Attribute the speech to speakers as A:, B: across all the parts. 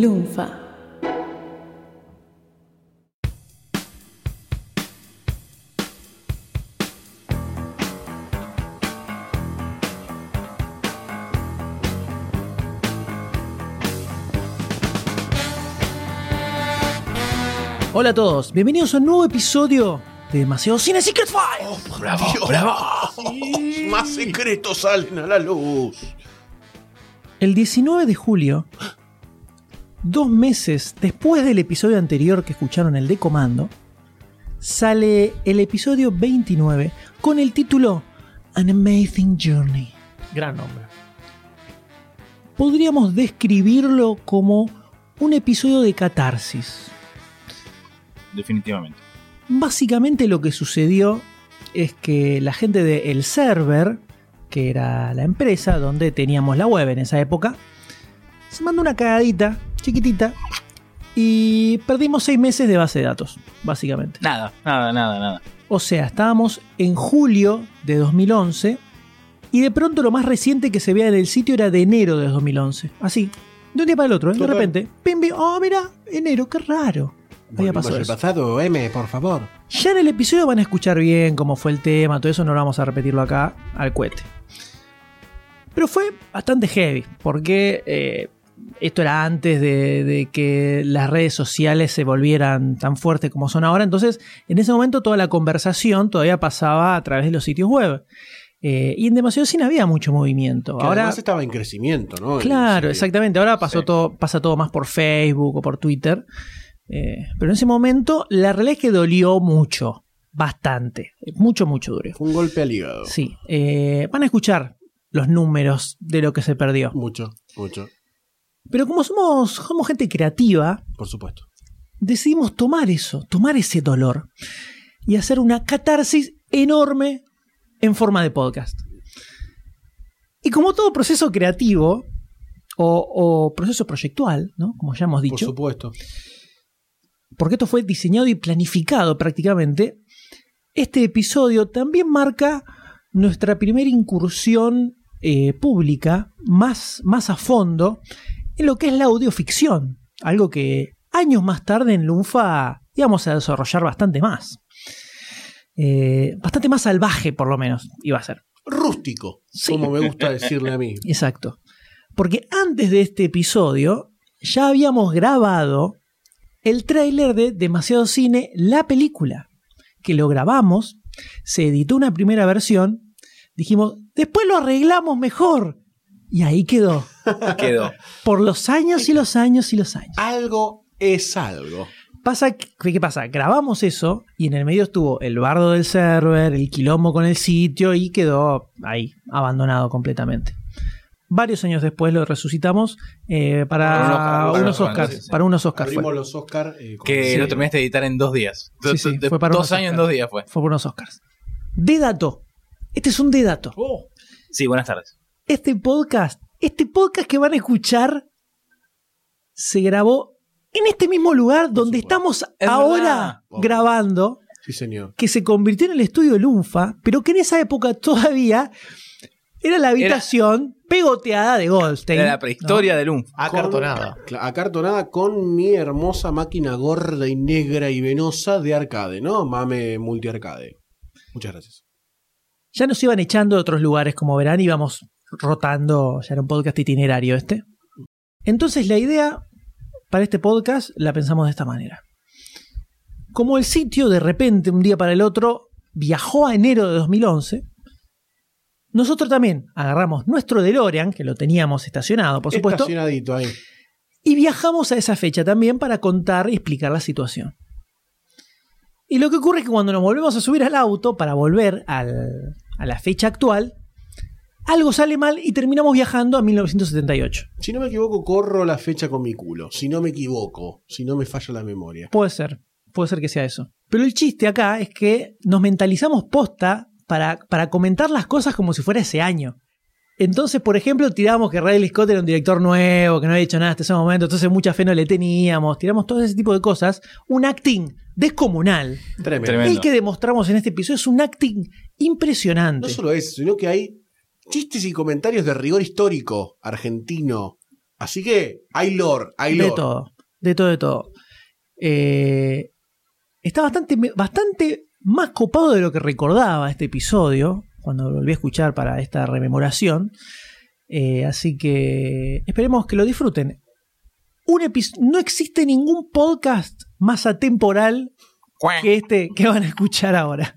A: Lunfa.
B: Hola a todos, bienvenidos a un nuevo episodio de Demasiado Cine Secret Files.
C: ¡Bravo! ¡Bravo! Más secretos salen a la luz.
B: El 19 de julio, dos meses después del episodio anterior que escucharon, el de Comando, sale el episodio 29 con el título An Amazing Journey.
D: Gran nombre.
B: Podríamos describirlo como un episodio de catarsis.
E: definitivamente.
B: Básicamente lo que sucedió es que la gente de El Server, que era la empresa donde teníamos la web en esa época, se mandó una cagadita chiquitita y perdimos seis meses de base de datos, básicamente.
E: Nada, nada, nada, nada.
B: O sea, estábamos en julio de 2011 y de pronto lo más reciente que se veía en el sitio era de enero de 2011. Así, de un día para el otro, ¿eh? de
C: Total.
B: repente, pim, pim, oh, mira, enero, qué raro. Había
F: Volvemos
B: pasado
F: al
B: eso.
F: pues pasado, M, por favor.
B: Ya en el episodio van a escuchar bien cómo fue el tema, todo eso no lo vamos a repetirlo acá al cohete. Pero fue bastante heavy, porque eh, esto era antes de, de que las redes sociales se volvieran tan fuertes como son ahora, entonces en ese momento toda la conversación todavía pasaba a través de los sitios web. Eh, y en demasiado sin había mucho movimiento.
F: Que
B: Ahora,
F: además estaba en crecimiento, ¿no?
B: Claro,
F: El-
B: exactamente. Ahora pasó
E: Sí.
B: todo, pasa todo más por Facebook o por Twitter. Eh, pero en ese momento la realidad es que dolió mucho, bastante, mucho, mucho duro.
F: Fue un golpe al hígado.
B: Sí, eh, van a escuchar los números de lo que se perdió.
F: Mucho, mucho,
B: Pero como somos, somos gente creativa,
F: por supuesto.
B: decidimos tomar eso, tomar ese dolor y hacer una catarsis enorme en forma de podcast. Y como todo proceso creativo o, o proceso proyectual, ¿no? como ya hemos
F: Por
B: dicho,
F: supuesto.
B: porque esto fue diseñado y planificado prácticamente, este episodio también marca nuestra primera incursión eh, pública más, más a fondo en lo que es la audioficción, algo que años más tarde en Lunfa íbamos a desarrollar bastante más. Eh, bastante más salvaje, por lo menos, iba a ser.
F: Rústico,
B: Sí.
F: como me gusta decirle a mí.
B: Exacto. Porque antes de este episodio ya habíamos grabado el tráiler de Demasiado Cine, la película, que lo grabamos, se editó una primera versión, dijimos, después lo arreglamos mejor. Y ahí quedó,
E: Quedó.
B: por los años y los años y los años.
F: Algo es algo.
B: Pasa, que- ¿Qué pasa? Grabamos eso y en el medio estuvo el bardo del server, el quilombo con el sitio y quedó ahí, abandonado completamente. Varios años después lo resucitamos eh, para, unos
E: Para unos- para unos-
B: Oscars.
E: sí, sí.
B: Para unos Oscars
F: Abrimos
B: fue.
F: los Oscar. eh, con-
E: Que
F: Sí.
E: lo terminaste de editar en dos días.
B: Sí,
E: Do-
B: sí,
E: do-
B: fue para
E: dos
B: unos
E: años en
B: Oscars.
E: dos días fue.
B: Fue por unos Oscars. De dato. Este es un de dato.
E: Sí, buenas tardes.
B: Este podcast, este podcast que van a escuchar, se grabó en este mismo lugar donde
F: supuesto.
B: estamos
E: Es
B: ahora
F: verdad.
B: grabando.
F: Sí, señor.
B: que se convirtió en el estudio Lunfa, pero que en esa época todavía era la habitación pegoteada de Goldstein.
E: Era la prehistoria
B: ¿no?
E: del UNF.
D: Acartonada.
F: Cla- Acartonada con mi hermosa máquina gorda y negra y venosa de arcade, ¿no? Mame multiarcade. Muchas gracias.
B: Ya nos iban echando de otros lugares, como verán, íbamos rotando, ya era un podcast itinerario este. Entonces la idea para este podcast la pensamos de esta manera. Como el sitio de repente, un día para el otro, viajó a enero de 2011, nosotros también agarramos nuestro DeLorean, que lo teníamos estacionado, por supuesto,
F: Estacionadito ahí.
B: Y viajamos a esa fecha también para contar y explicar la situación. Y lo que ocurre es que cuando nos volvemos a subir al auto para volver al- a la fecha actual, algo sale mal y terminamos viajando a 1978.
F: Si no me equivoco, corro la fecha con mi culo. Si no me equivoco, si no me falla la memoria.
B: Puede ser, puede ser que sea eso. Pero el chiste acá es que nos mentalizamos posta para, para comentar las cosas como si fuera ese año. Entonces, por ejemplo, tiramos que Riley Scott era un director nuevo, que no había hecho nada hasta ese momento, entonces mucha fe no le teníamos, tiramos todo ese tipo de cosas. Un acting descomunal.
F: Tremendo.
E: Tremendo.
B: El que demostramos en este episodio es un acting impresionante.
F: No solo eso, sino que hay chistes y comentarios de rigor histórico argentino
G: Así que hay lore, hay
B: de
G: lore.
B: todo, de todo, de todo. Eh, está bastante, bastante más copado de lo que recordaba este episodio, cuando lo volví a escuchar para esta rememoración. Eh, así que esperemos que lo disfruten. Un epi- no existe ningún podcast más atemporal que este que van a escuchar ahora.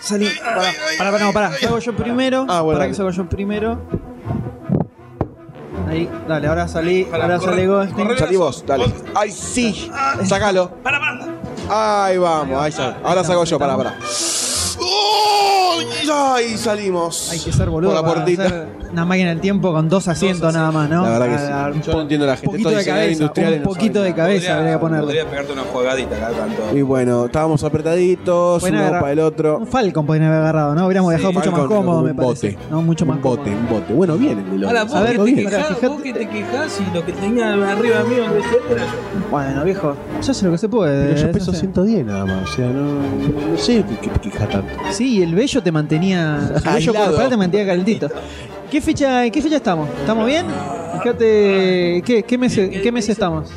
B: salí. Para,
H: ay, ay,
B: para, para, no, para.
H: ay,
B: Salgo yo primero.
F: Ah,
B: para
F: bueno, dale.
B: que salgo yo primero. Ahí, dale, ahora salí.
H: Para,
B: ahora
H: corre,
B: sale
D: este.
B: Goldstein.
H: corre.
F: Salí vos, dale. ¡Ay, sí! ¡Sácalo!
H: Para, para.
F: Ahí vamos, ahí ya. Ahora salgo yo, pará, pará. ¡Oh! ¡Ay! Salimos.
D: Hay que ser boludo.
F: Por la
D: para
F: puertita.
D: hacer Una máquina del tiempo con dos asientos nada más, ¿no?
F: La verdad que sí.
D: Ah,
F: Yo no entiendo a la gente.
D: Un poquito
F: Estos
D: de
F: diseñadores
D: cabeza.
F: industriales
D: Un
F: no
D: poquito
F: saben
D: de cabeza habría que ponerle.
A: Podría pegarte una juegadita cada tanto.
F: Y bueno, estábamos apretaditos,
D: Buena
F: uno
D: agarra-
F: para el otro.
D: Un Falcon podrían haber agarrado, ¿no? Hubiéramos dejado mucho más
F: Falcon,
D: cómodo,
F: un
D: me parece.
F: bote.
D: No, mucho más
F: Un bote,
D: cómodo.
F: un bote. Bueno, bien el del
E: Ahora
F: otro.
E: vos,
D: A
E: que
D: ver,
E: te
D: pará,
E: quejás, vos
D: fíjate.
E: que te quejás y lo que tenía arriba mío en el centro era yo.
D: Bueno, viejo, yo sé lo que se puede.
F: Pero yo
D: eso
F: peso
D: sé.
F: 110 nada más, o sea, no, no sé qué qué queja tanto.
D: Sí, y el vello te mantenía. El vello
F: Aislado.
D: corporal te mantenía calentito. ¿Qué fecha, qué fecha estamos? ¿Estamos bien? Fíjate. ¿Qué, qué mes, qué mes estamos?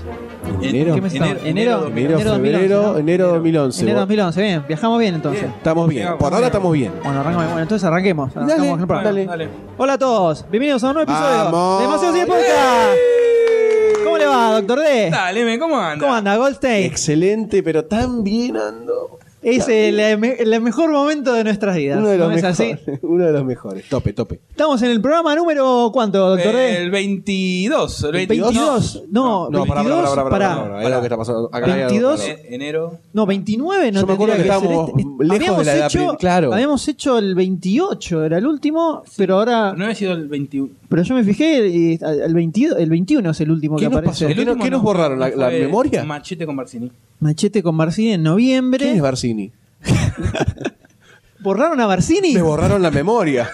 F: ¿Enero?
D: ¿Qué mes estamos? ¿Enero?
F: Eh, Enero,
D: Enero 2011,
F: febrero,
D: ¿no?
F: enero 2011.
D: Enero 2011, bien. Viajamos bien entonces.
F: Estamos bien, Ah, por ahora estamos bien.
D: Bueno, arrancamos. Bueno, entonces arranquemos.
F: Dale,
D: Arrancamos, arrancamos.
F: dale.
D: Hola a todos, bienvenidos a un nuevo episodio
F: ¡Vamos!
D: de Demasiado Cine Podcast. ¿Cómo le va, doctor D?
E: Dale, men, ¿cómo anda?
D: ¿Cómo anda, Goldstein?
F: Excelente, pero tan bien ando.
D: Es el, eh, me- el mejor momento de nuestras vidas.
F: Uno de los
D: ¿no es así?
F: mejores. Uno de los mejores. Tope, tope.
D: Estamos en el programa número ¿cuánto, doctor
E: Eh,
D: D?
E: El 22. El 22.
D: 22. No,
F: No, pará,
D: 22,
F: pará, pará,
D: pará.
F: pará, pará, pará, es lo que está pasando. Acá hay algo
D: 22.
F: raro.
E: Eh, enero.
D: No, 29 no
F: Yo me acuerdo
D: tendría
F: que
D: ser
F: estábamos
D: este.
F: lejos
D: habíamos
F: de la- la
D: hecho,
F: prim- claro.
D: Habíamos hecho el 28, era el último, pero ahora...
E: No había sido el 21.
D: Pero yo me fijé y a- al 22 el 21 es el último que
F: ¿Qué nos
D: aparece.
F: pasó?
E: El
F: ¿Qué no-
E: último
F: qué nos
E: no,
F: borraron? ¿La-
E: no
F: la
E: fue
F: memoria?
E: Machete con Barcini.
D: Machete con Barcini en noviembre.
F: ¿Quién es Barcini?
D: ¿Borraron a Barcini?
F: Me borraron la memoria.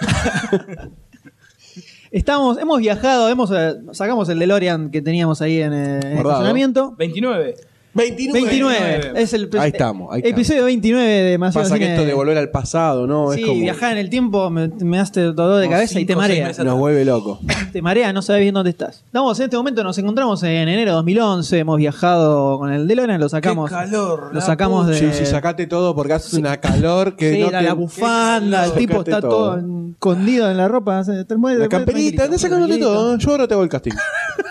D: Estamos, hemos viajado, hemos eh, sacamos el DeLorean que teníamos ahí en eh, en el
F: Guardado.
D: estacionamiento.
E: 29.
F: 29.
D: 29, es el
F: Ahí estamos, ahí estamos.
D: episodio 29 de más
F: Pasa que esto de volver al pasado, ¿no?
D: Sí,
F: es como.
D: viajar en el tiempo me, me hace dolor de
E: Como
D: cabeza y te
E: cinco, seis
D: marea.
E: meses.
F: Nos vuelve loco.
D: Te marea, no sabes bien dónde estás. Estamos en este momento, nos encontramos en enero de 2011, hemos viajado con el DeLorean, lo sacamos.
E: Qué calor,
D: Lo
E: la
D: sacamos de
F: Sí, sí, sacate todo porque hace una calor que
D: Sí,
F: no
D: la,
F: te...
D: la bufanda, el
F: Sacate
D: tipo está todo escondido en la ropa. hace- te mueve-
F: La
D: te mueve
F: camperita, andá
D: tranquilito,
F: sacándote
D: tranquilito.
F: todo. Yo ahora te hago el casting.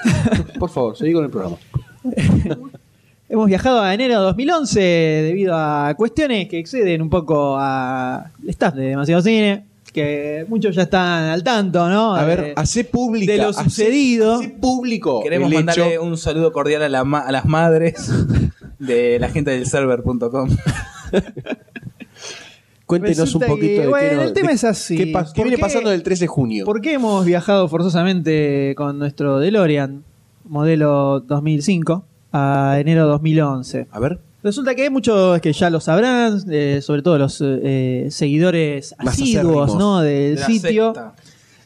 F: Por favor, seguí con el programa.
D: Hemos viajado a enero de 2011 debido a cuestiones que exceden un poco a el staff de Demasiado Cine, que muchos ya están al tanto, ¿no? Eh,
F: A ver,
D: De-
F: hace pública.
D: de lo
F: hacé-
D: sucedido.
F: hacé público.
E: Queremos
F: Oh, el hecho.
E: mandarle un saludo cordial a, la ma- a las madres de la gente del server.com.
F: Cuéntenos un
D: Resulta
F: poquito
D: que,
F: de
D: bueno,
F: qué nos-
D: el tema
F: de-
D: es así.
F: ¿Qué, pas- qué
D: ¿Por
F: viene
D: qué-
F: pasando del 3 de junio?
D: ¿Por qué hemos viajado forzosamente con nuestro DeLorean, modelo 2005, a enero 2011?
F: A ver.
D: Resulta que hay muchos que ya lo sabrán, eh, sobre todo los eh, eh, seguidores
F: Más
D: asiduos
F: acérrimos.
D: ¿no? del
E: De la
D: sitio.
E: secta.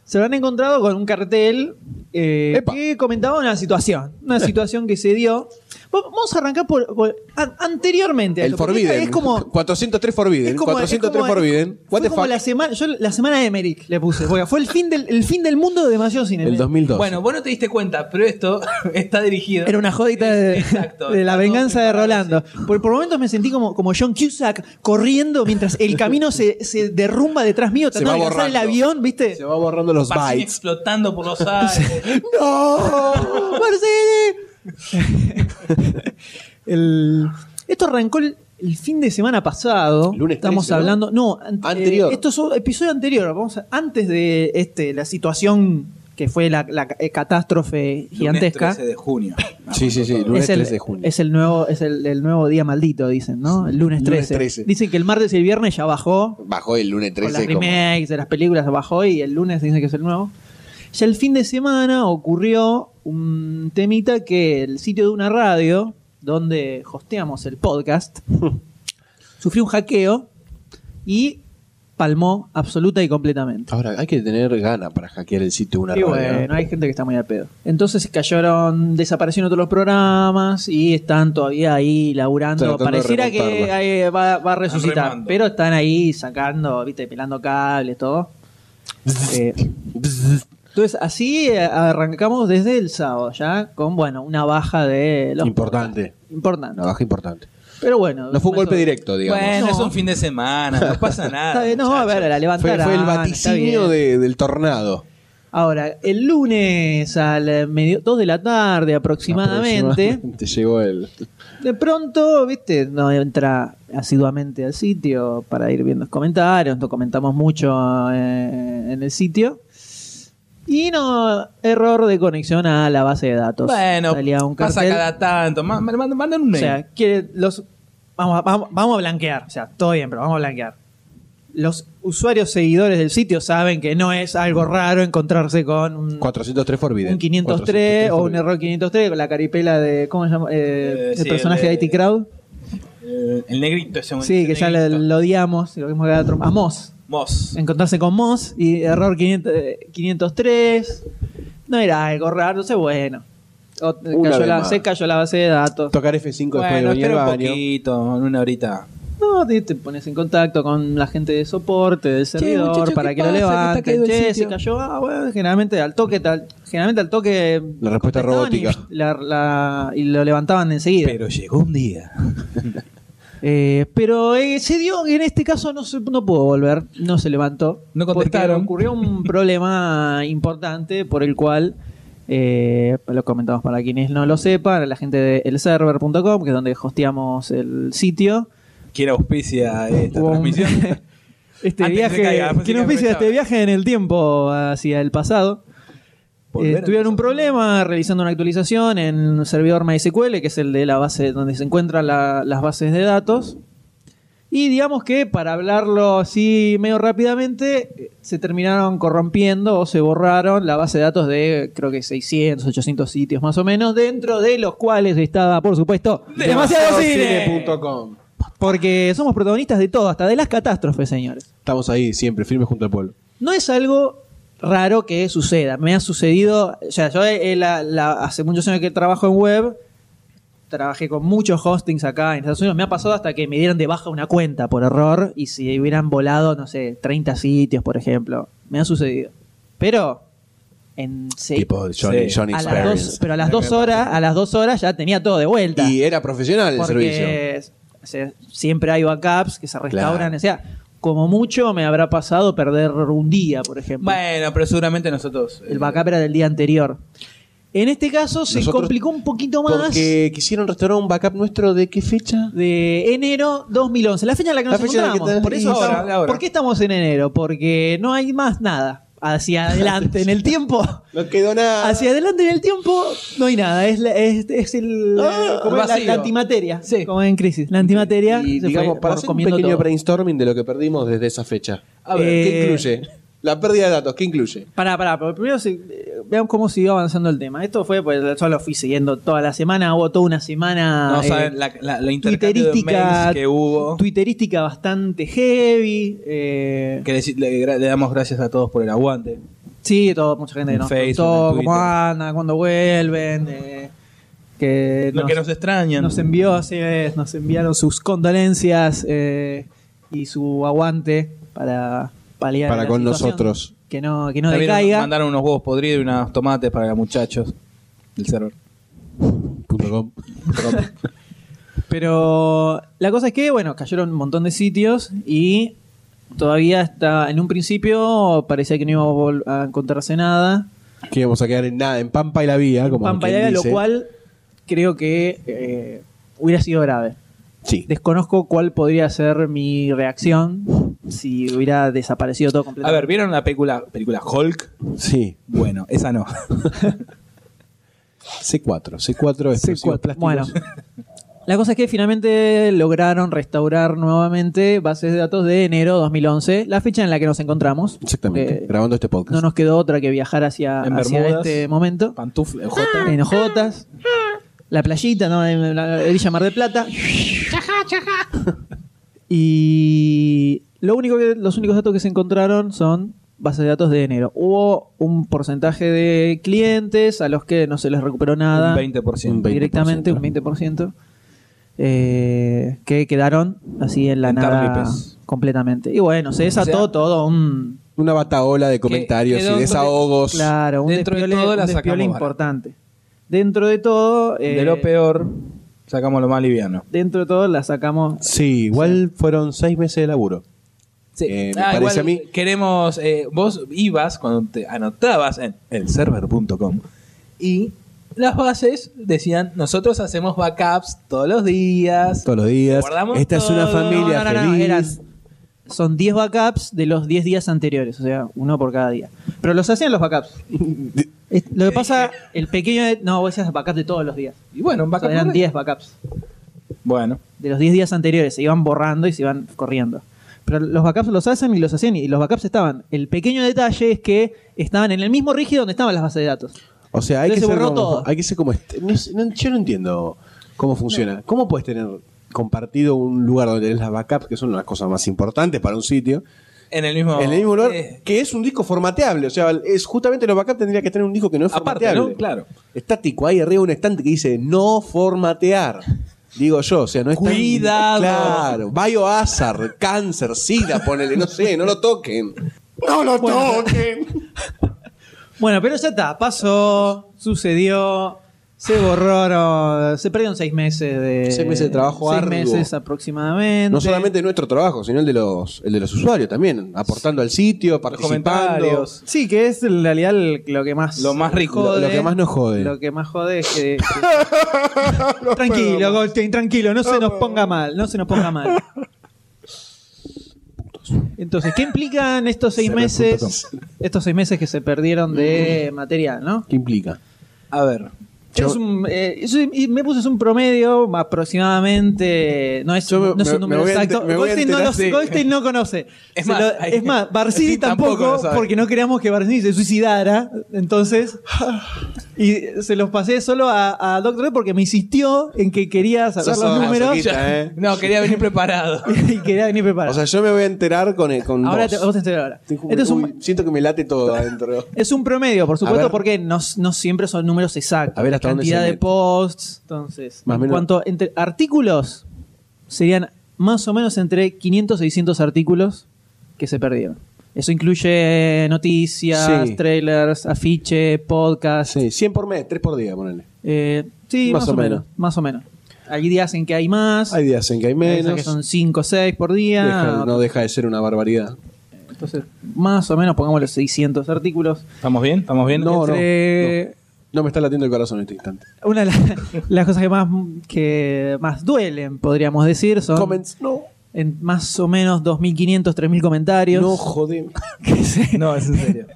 D: se habrán encontrado con un cartel eh,
F: Epa. Eh.
D: que comentaba una situación, una situación que se dio. Va- Vamos a arrancar por, por- an- anteriormente. a
F: El
D: esto, porque esta
F: Forbidden.
D: Es como,
F: 403 Forbidden.
D: es como-
F: 403
D: es como-
F: Forbidden.
D: fue
F: What the
D: como
F: fuck?
D: la semana, yo la semana de Emmerich le puse, porque fue el fin del, el fin del mundo de demasiado cine.
F: El 2002.
E: Bueno, vos no te diste cuenta, pero esto está dirigido.
D: Era una jodita de,
E: Exacto.
D: de la
E: Está
D: venganza
E: todo
D: de
E: preparado,
D: Rolando. Por, por momentos me sentí como, como John Cusack corriendo mientras el camino se, se derrumba detrás mío,
F: Se
D: tratando de
F: va
D: alcanzar el
F: borrando.
D: avión, ¿viste?
F: Se va borrando los
E: Barcini
F: bytes.
E: explotando por los aires.
F: ¡No!
D: Mercedes. El- esto arrancó el, el fin de semana pasado.
F: El lunes
D: Estamos
F: 13, ¿no?
D: hablando. No, an-
F: Anterior.
D: eh, esto es un episodio anterior. Vamos a- antes de este, la situación que fue la, la, eh, catástrofe gigantesca.
E: Lunes 13 de junio.
F: Sí, sí, sí. Lunes
D: Es el,
F: 3 de junio.
D: es el nuevo, es el, el nuevo día maldito, dicen, ¿no? El lunes
F: Lunes
D: 13.
F: 13.
D: Dicen que el martes y el viernes ya bajó.
F: Bajó el lunes
D: Con las
F: 13. como-
D: remakes de las películas bajó y el lunes dicen que es el nuevo. Ya el fin de semana ocurrió un temita que el sitio de una radio, donde hosteamos el podcast, sufrió un hackeo y palmó absoluta y completamente.
F: Ahora, hay que tener ganas para hackear el sitio de una
D: Y
F: radio.
D: bueno, hay gente que está muy al pedo. Entonces cayeron, desaparecieron todos los programas y están todavía ahí laburando.
F: Tratando de
D: Pareciera
F: remontarla.
D: que eh, va, va a resucitar,
E: remando.
D: pero están ahí sacando, viste, pelando cables, todo. Eh, entonces así eh, arrancamos desde el sábado ya con, bueno, una baja de los...
F: Importante.
D: Importante.
F: Una baja importante.
D: Pero bueno.
F: No fue un golpe
D: eso-
F: directo, digamos.
E: Bueno,
D: No.
E: es un fin de semana, no pasa nada.
D: Está bien, No, a ver, la
F: fue,
D: levantaron.
F: fue el
D: está
F: vaticinio
D: bien.
F: de- del tornado.
D: Ahora, el lunes a las 2 de la tarde aproximadamente,
F: Aproximadamente llegó el.
D: de pronto, viste, no entra asiduamente al sitio para ir viendo los comentarios, no comentamos mucho eh, en el sitio. Y no, error de conexión a la base de datos.
E: Bueno,
D: Salía un
E: pasa
D: cartel.
E: cada tanto. Ma- ma- Mandan un
D: O
E: mail.
D: sea, que los vamos, a- vamos, vamos a blanquear. O sea, todo bien, pero vamos a blanquear. Los usuarios seguidores del sitio saben que no es algo raro encontrarse con un
F: 403 Forbidden.
D: un 503 o un
F: Forbidden.
D: error 503 con la caripela de cómo se llama Eh,
E: Eh,
D: el
E: sí,
D: personaje
E: el
D: de
E: de-
D: IT Crowd
E: Eh, el negrito ese
D: sí que ya le-
E: negrito.
D: lo odiamos y lo vimos que era Trump. a Moss
E: Vos.
D: encontrarse con Moss y error 500, eh, 503 no era algo raro entonces bueno O- eh,
F: Una
D: cayó
F: vez
D: la,
F: más.
D: se cayó la base de datos
F: Tocar F5
E: Bueno,
F: después de venir al
E: espera un
F: baño.
E: poquito, en una horita.
D: no te, te pones en contacto con la gente de soporte del servidor
E: muchacho, ¿qué
D: para que lo
E: pasa? Que está
D: levanten
E: caído el
D: che se
E: sitio.
D: cayó ah bueno generalmente al toque tal- generalmente al toque
F: La respuesta
D: contestaban y-
F: robótica.
D: la- la- y lo levantaban enseguida
E: Pero llegó un día.
D: Eh, pero eh, se dio, en este caso no, se, no pudo volver, no se levantó.
E: No
D: porque
E: contestaron.
D: Ocurrió un problema importante por el cual, eh, lo comentamos para quienes no lo sepan, la gente de elserver.com, que es donde hosteamos el sitio.
E: ¿Quién auspicia esta
D: Hubo un-
E: transmisión?
D: este
E: Antes que
D: viaje,
E: se caiga, antes que
D: que nos
E: caiga,
D: oficia
E: pensaba.
D: este viaje en el tiempo hacia el pasado.
E: Volver
D: Eh,
E: al
D: tuvieron un
E: pasado.
D: problema realizando una actualización en un servidor MySQL, que es el de la base donde se encuentran la- las bases de datos. Y digamos que, para hablarlo así medio rápidamente, eh, se terminaron corrompiendo o se borraron la base de datos de creo que 600, 800 sitios más o menos, dentro de los cuales estaba, por supuesto, demasiado cine.
F: Demasiadocine.com.
D: Porque somos protagonistas de todo, hasta de las catástrofes, señores
F: Estamos ahí siempre, firmes junto al pueblo.
D: no es algo raro que suceda. Me ha sucedido, o sea, yo eh, la- la- hace muchos años que trabajo en web, trabajé con muchos hostings acá en Estados Unidos, me ha pasado hasta que me dieran de baja una cuenta por error y si hubieran volado, no sé, 30 sitios, por ejemplo. Me ha sucedido. Pero, en se-
F: Tipo Johnny,
E: Sí.
F: Johnny
D: a las
F: Experience.
D: dos, pero a las dos horas, a las dos horas ya tenía todo de vuelta
F: Y era profesional el servicio.
D: porque o sea, siempre hay backups que se restauran.
F: Claro.
D: O sea, como mucho me habrá pasado perder un día, por ejemplo.
E: Bueno, pero seguramente nosotros. eh,
D: El backup era del día anterior. En este caso se
F: Nosotros-
D: complicó un poquito más
F: Porque quisieron restaurar un backup nuestro de qué fecha?
D: de enero 2011, la fecha en la que
F: La
D: nos
F: fecha en la que te-
D: encontramos. Por, eso
E: y ahora,
D: estamos-
E: ahora.
D: ¿Por qué estamos en enero? Porque no hay más nada hacia adelante en el tiempo.
F: No quedó nada.
D: Hacia adelante en el tiempo no hay nada, es, la- es, es el,
F: Ah,
D: como es la,
E: vacío.
D: la antimateria,
E: Sí.
D: como en crisis. La antimateria
F: Y
D: se
F: digamos,
D: fue
F: para hacer un
D: comiendo
F: pequeño
D: todo.
F: brainstorming de lo que perdimos desde esa fecha. A ver, ¿qué
D: Eh,
F: incluye? La pérdida de datos, ¿qué incluye?
D: Pará, pará, pero primero si- eh, veamos cómo siguió avanzando el tema. Esto fue, pues yo lo fui siguiendo toda la semana, hubo toda una semana
E: No
D: eh,
E: saben la, la, la intercambio de
D: twitterística,
E: mails que hubo.
D: twitterística bastante heavy. eh,
E: Que deci- le, gra- le damos gracias a todos por el aguante.
D: sí, todo, mucha gente que
E: En
D: nos
E: Facebook,
D: preguntó
E: en Twitter.
D: cómo andan, cuándo vuelven, eh, que,
E: Lo
D: nos,
E: que nos extrañan.
D: nos envió, así es, nos enviaron sus condolencias eh, y su aguante para paliar
F: Para
D: la
F: con
D: situación.
F: nosotros.
D: Que no, que no
E: También nos
D: decaiga.
E: mandaron unos huevos podridos y unos tomates para los muchachos del server.
F: Punto com.
D: Pero la cosa es que, bueno, cayeron un montón de sitios y todavía está, en un principio parecía que no iba a vol- a encontrarse nada.
F: Que íbamos a quedar en nada, en Pampa y la Vía, como
D: Pampa y
F: quien
D: Ávila, lo
F: dice.
D: cual creo que eh, hubiera sido grave.
F: Sí.
D: Desconozco cuál podría ser mi reacción si hubiera desaparecido todo
E: A
D: completamente.
E: ver, ¿vieron la película, película Hulk?
F: Sí.
E: Bueno, esa no.
F: C4. C4 explosivos
D: bueno,
F: plásticos.
D: La cosa es que finalmente lograron restaurar nuevamente bases de datos de enero 2011, la fecha en la que nos encontramos.
A: Exactamente,
D: Eh,
A: grabando este podcast.
D: no nos quedó otra que viajar hacia,
E: En
D: hacia
E: Bermudas.
D: este momento.
E: Pantufla, J.
D: En Ojotas. La playita, ¿no? En la la Villa Mar del Plata. Y lo único que, los únicos datos que se encontraron son bases de datos de enero. Hubo un porcentaje de clientes a los que no se les recuperó nada.
E: Un 20%.
A: Un 20%.
D: Directamente, un 20%. eh, que quedaron así en la
E: En
D: nada
E: tarlipes.
D: completamente. Y bueno, se desató
E: sea,
D: todo un...
A: Una bataola de comentarios
E: quedó
A: y desahogos.
D: Claro, un
E: Dentro de
D: despiole,
E: todo
D: un
E: la
D: despiole
E: sacamos barata.
D: importante. Dentro de todo, eh,
E: De lo peor, sacamos lo más liviano.
D: dentro de todo la sacamos.
A: Sí, igual fueron seis meses de laburo.
E: Sí. Ah,
A: Eh, me parece a mí-
E: Queremos. eh, vos ibas cuando te anotabas en elserver.com y las bases decían: Nosotros hacemos backups todos los días.
A: Todos los días.
E: Guardamos
A: Esta es una
E: todo.
D: No,
A: familia
D: no, no, no,
A: feliz.
D: eras- son 10 backups de los 10 días anteriores, o sea, uno por cada día. Pero los hacían los backups. Es- Lo que pasa, el pequeño. de- no, vos hacías backups de todos los días.
E: Y bueno, un
D: O sea,
E: backup.
D: eran
E: correcto.
D: 10 backups.
E: Bueno,
D: De los 10 días anteriores se iban borrando y se iban corriendo. Pero los backups los hacen y los hacían y los backups estaban. El pequeño detalle es que estaban en el mismo rígido donde estaban las bases de datos.
A: O sea, hay que,
D: Entonces
A: ser
D: borró
A: como,
D: todo.
A: hay que ser como... este- no sé, no- yo no entiendo cómo funciona. ¿Cómo puedes tener compartido un lugar donde tenés las backups, que son las cosas más importantes para un sitio,
E: en el mismo.
A: en el mismo lugar,
E: Eh,
A: que es un disco formateable? O sea, es justamente los backups tendría que tener un disco que no es
E: aparte,
A: formateable.
E: ¿no? Claro.
A: Estático, ahí arriba un estante que dice no formatear. Digo yo, o sea, no es tan-
E: Cuidado.
A: Claro, biohazard, cáncer, sida, ponele, no sé, no lo toquen. ¡No lo toquen!
D: Bueno, pero ya está, pasó, sucedió, se borraron, se perdieron seis meses de.
A: Seis meses de trabajo
D: Seis
A: arduo.
D: meses aproximadamente.
A: No solamente nuestro trabajo, sino el de los, el de los usuarios también, aportando al sitio, participando.
E: comentarios.
D: Sí, que es en realidad el- lo que más.
E: Lo más rico,
A: lo- lo que más nos jode.
D: Lo que más jode es que. tranquilo, Goldstein, tranquilo, no se nos ponga mal, no se nos ponga mal. Entonces, ¿qué implican estos seis meses? Estos seis meses que se perdieron de
A: Mm.
D: material, ¿no?
A: ¿Qué implica?
E: A ver.
D: Es un, eh, es un- y me puse es un promedio aproximadamente. No es,
A: Yo me-
D: no es
A: me-
D: un número
A: me voy a
D: exacto.
A: enter- me voy a
D: Goldstein no,
A: enterar
D: lo-
A: de-
D: Goldstein no conoce.
E: Es
D: Se
E: más,
D: lo-
E: hay-
D: es más, Barcini
E: sí, tampoco
D: tampoco,
E: lo sabe.
D: porque no queríamos que Barcini se suicidara. Entonces, y se los pasé solo a, a Doctor D porque me insistió en que quería saber
A: Sos
D: los números
A: masoquista, ¿eh?
E: No, quería venir preparado.
D: y quería venir preparado.
A: O sea, yo me voy a enterar con, eh, con
D: ahora
A: vos.
D: te, vos te enterás ahora.
A: Estoy como-
D: Este es un,
A: uy, siento que me late todo adentro.
D: Es un promedio, por supuesto,
A: ver.
D: porque no, no siempre son números exactos.
A: A ver, ¿hasta dónde
D: Cantidad
A: se
D: de
A: mete?
D: posts. Entonces,
A: Más o
D: en
A: menos.
D: cuanto entre artículos, serían más o menos entre 500 y 600 artículos que se perdieron. Eso incluye noticias,
A: Sí.
D: trailers, afiche, podcast.
A: Sí, 100 por mes, 3 por día, ponele.
D: Eh, sí, más, o menos. Más o menos. Hay días en que hay más.
A: Hay días en que hay
D: días
A: menos.
D: que son 5 o 6 por día.
A: Deja- no deja de ser una barbaridad.
D: Entonces, más o menos, pongamos los 600 artículos. Eh,
E: ¿Estamos bien? ¿Estamos bien?
A: No, no.
D: Entre-
A: No me está latiendo el corazón en este instante.
D: Una de la- las cosas que más, que más duelen, podríamos decir, son
A: Comments, no.
D: en más o menos 2.500, 3.000 comentarios.
A: No, joder.
E: No, es en serio.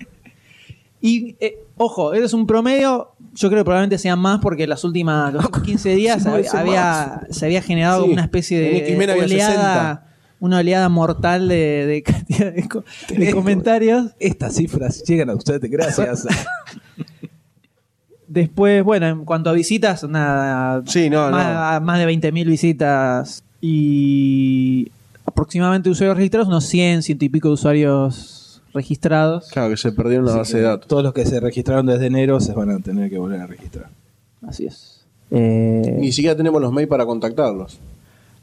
D: Y, eh, ojo, eres un promedio, yo creo que probablemente sean más porque las últimas los últimos 15 días hab- había, se había generado
A: Sí,
D: una especie
A: en X-Men
D: de
A: había 60.
D: oleada, una oleada mortal de, de cantidad de, co- de
E: Tenés-
D: comentarios.
E: Estas cifras llegan a ustedes gracias a
D: Después, bueno, en cuanto a visitas, nada.
A: Sí, no,
D: más, más de 20.000 visitas y aproximadamente usuarios registrados, unos 100, ciento y pico de usuarios registrados.
A: Claro que se perdió una base de datos.
E: Todos los que se registraron desde enero se van a tener que volver a registrar.
D: Así es. Eh,
A: Ni siquiera tenemos los mails para contactarlos.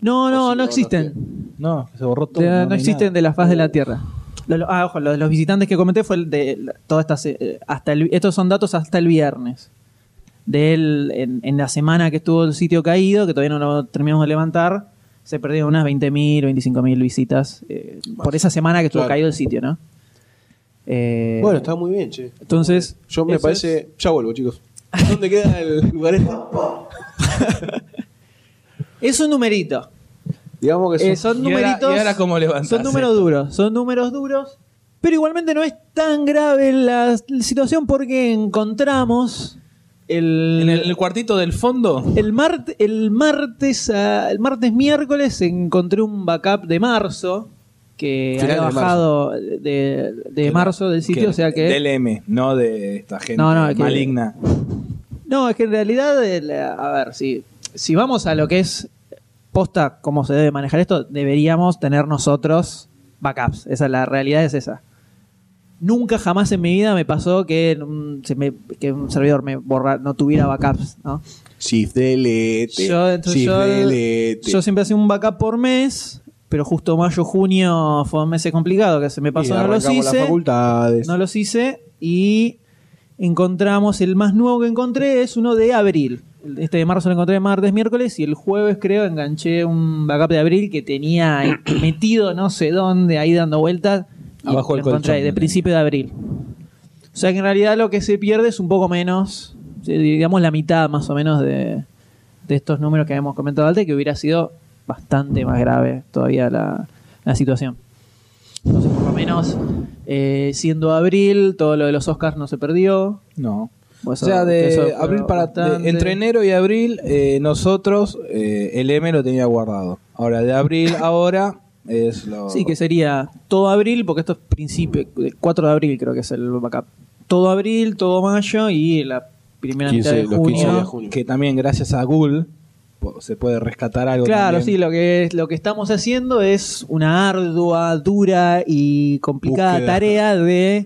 D: no,
A: o
D: no,
A: si
D: no
A: no,
D: existen.
E: No, se borró
D: De- no existen de la faz de la Tierra. Lo- lo- ah, ojo, lo de los visitantes que comenté fue el de la- toda esta se- eh, hasta el- estos son datos hasta el viernes. De él, en, en la semana que estuvo el sitio caído, que todavía no lo terminamos de levantar, se perdieron unas 20.000, 25.000 visitas eh, por esa semana que estuvo
A: Claro.
D: caído el sitio, ¿no? Eh,
A: Bueno, está muy bien, che.
D: entonces.
A: Yo me
D: eso
A: parece.
D: es.
A: Ya vuelvo, chicos. ¿Dónde queda el lugar este?
D: Es un numerito.
A: Digamos que
D: Eh,
A: son-
D: son
E: Pues Y ahora-
D: numeritos.
E: y ahora cómo levantás
D: Son números
E: esto.
D: duros, son números duros. Pero igualmente no es tan grave la situación porque encontramos el,
E: En el, en el cuartito del fondo.
D: el mart- el martes, ah, el martes miércoles encontré un backup de marzo que
A: Final
D: había
A: de marzo.
D: bajado de, de marzo del sitio, o sea que...
E: Del M, no de esta gente
D: No, no, que-
E: maligna.
D: No, es que en realidad, el- a ver, si, si vamos a lo que es posta, cómo se debe manejar esto, deberíamos tener nosotros backups. Esa es la realidad, es esa. Nunca jamás en mi vida me pasó que, en un- se me- que un servidor me borra, no tuviera backups, ¿no?
A: Shift delete.
D: Yo, entonces,
A: shift
D: yo-
A: delete.
D: yo siempre hacía un backup por mes, pero justo mayo, junio fueron meses complicados que se me pasó,
A: Y
D: no los
A: arrancamos las
D: hice.
A: facultades.
D: No los hice y encontramos el más nuevo que encontré es uno de abril. Este de marzo lo encontré martes, miércoles y el jueves creo enganché un backup de abril que tenía metido no sé dónde ahí dando vueltas. y
E: Abajo
D: lo
E: del colchón,
D: encontré de
E: ¿no?
D: principio de abril. O sea que en realidad lo que se pierde es un poco menos, eh, digamos la mitad más o menos de, de estos números que habíamos comentado antes, que hubiera sido bastante más grave todavía la, la situación. Entonces, por lo menos, eh, siendo abril, todo lo de los Oscars no se perdió.
E: No. O
D: Eso-
E: sea,
D: que eso
E: de
D: fue
E: abril para
D: bastante.
E: de- entre enero y abril eh, nosotros eh, el M lo tenía guardado. Ahora de abril ahora es lo
D: Sí, que sería todo abril, porque esto es principio, el 4 de abril creo que es el backup. Todo abril, todo mayo y la primera
A: 15,
D: mitad de
A: los 15 días
D: junio.
A: de junio.
E: que también gracias a Google po- se puede rescatar algo.
D: Claro, sí,
E: también.
D: lo que, lo que estamos haciendo es una ardua, dura y complicada
A: Búsqueda.
D: tarea de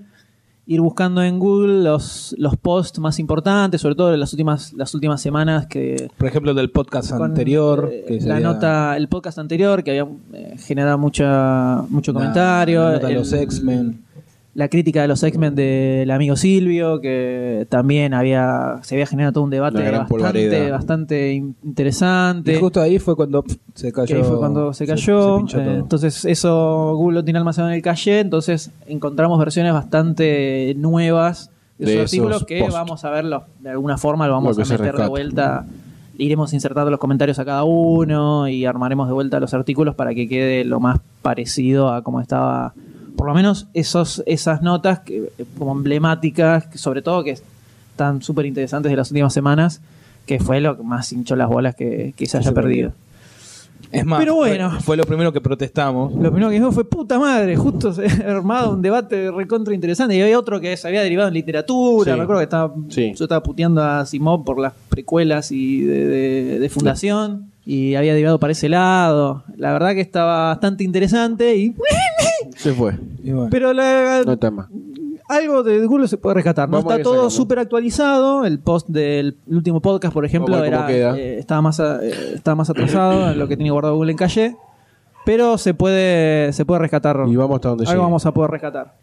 D: ir buscando en Google los, los posts más importantes, sobre todo en las últimas, las últimas semanas que...
E: Por ejemplo, del podcast
D: con,
E: anterior.
D: eh,
E: que
D: la
E: sería
D: nota, el podcast anterior que había eh, generado mucha, mucho
E: la-
D: comentario.
E: la nota de
D: el-
E: los X-Men.
D: la crítica de los X-Men del amigo Silvio, que también había se había generado todo un debate
A: Una gran
D: bastante,
A: polvareda.
D: bastante in- interesante.
E: Y justo ahí fue cuando pf, se
D: que
E: cayó.
D: ahí fue cuando se
E: se
D: cayó.
E: pinchó
D: Eh,
E: todo.
D: entonces, eso Google lo tiene almacenado en el calle. Entonces, encontramos versiones bastante nuevas de,
A: De
D: esos
A: esos
D: artículos que
A: posts.
D: vamos a verlos de alguna forma, lo vamos
A: Lo que
D: a
A: se
D: meter de
A: rescata.
D: vuelta. Le iremos insertando los comentarios a cada uno y armaremos de vuelta los artículos para que quede lo más parecido a como estaba. Por lo menos esos, esas notas que, eh, como emblemáticas, que sobre todo que están súper interesantes de las últimas semanas, que fue lo que más hinchó las bolas que, que se haya perdido.
E: Es más,
D: Pero
E: fue-
D: bueno.
E: fue, lo primero que protestamos.
D: Lo primero que dijo fue, puta madre, justo se ha armado un debate recontra interesante. Y había otro que se había derivado en literatura.
A: Sí.
D: Me acuerdo que estaba,
A: Sí.
D: yo estaba puteando a Simón por las precuelas y de, de- de fundación. Y había derivado para ese lado. La verdad que estaba bastante interesante. y
A: Se fue.
E: Y bueno.
D: Pero la-
A: No está más.
D: algo de Google se puede rescatar. No
A: Vamos a
D: está
A: ir
D: todo
A: sacando.
D: súper actualizado. El post del último podcast, por ejemplo,
A: Vamos a ver
D: era,
A: cómo queda.
D: eh, estaba, más, a- eh, estaba más atrasado en lo que tiene guardado Google en calle. Pero se puede, se puede rescatar.
A: Y vamos hasta donde
D: Algo
A: llegue.
D: vamos a poder rescatar.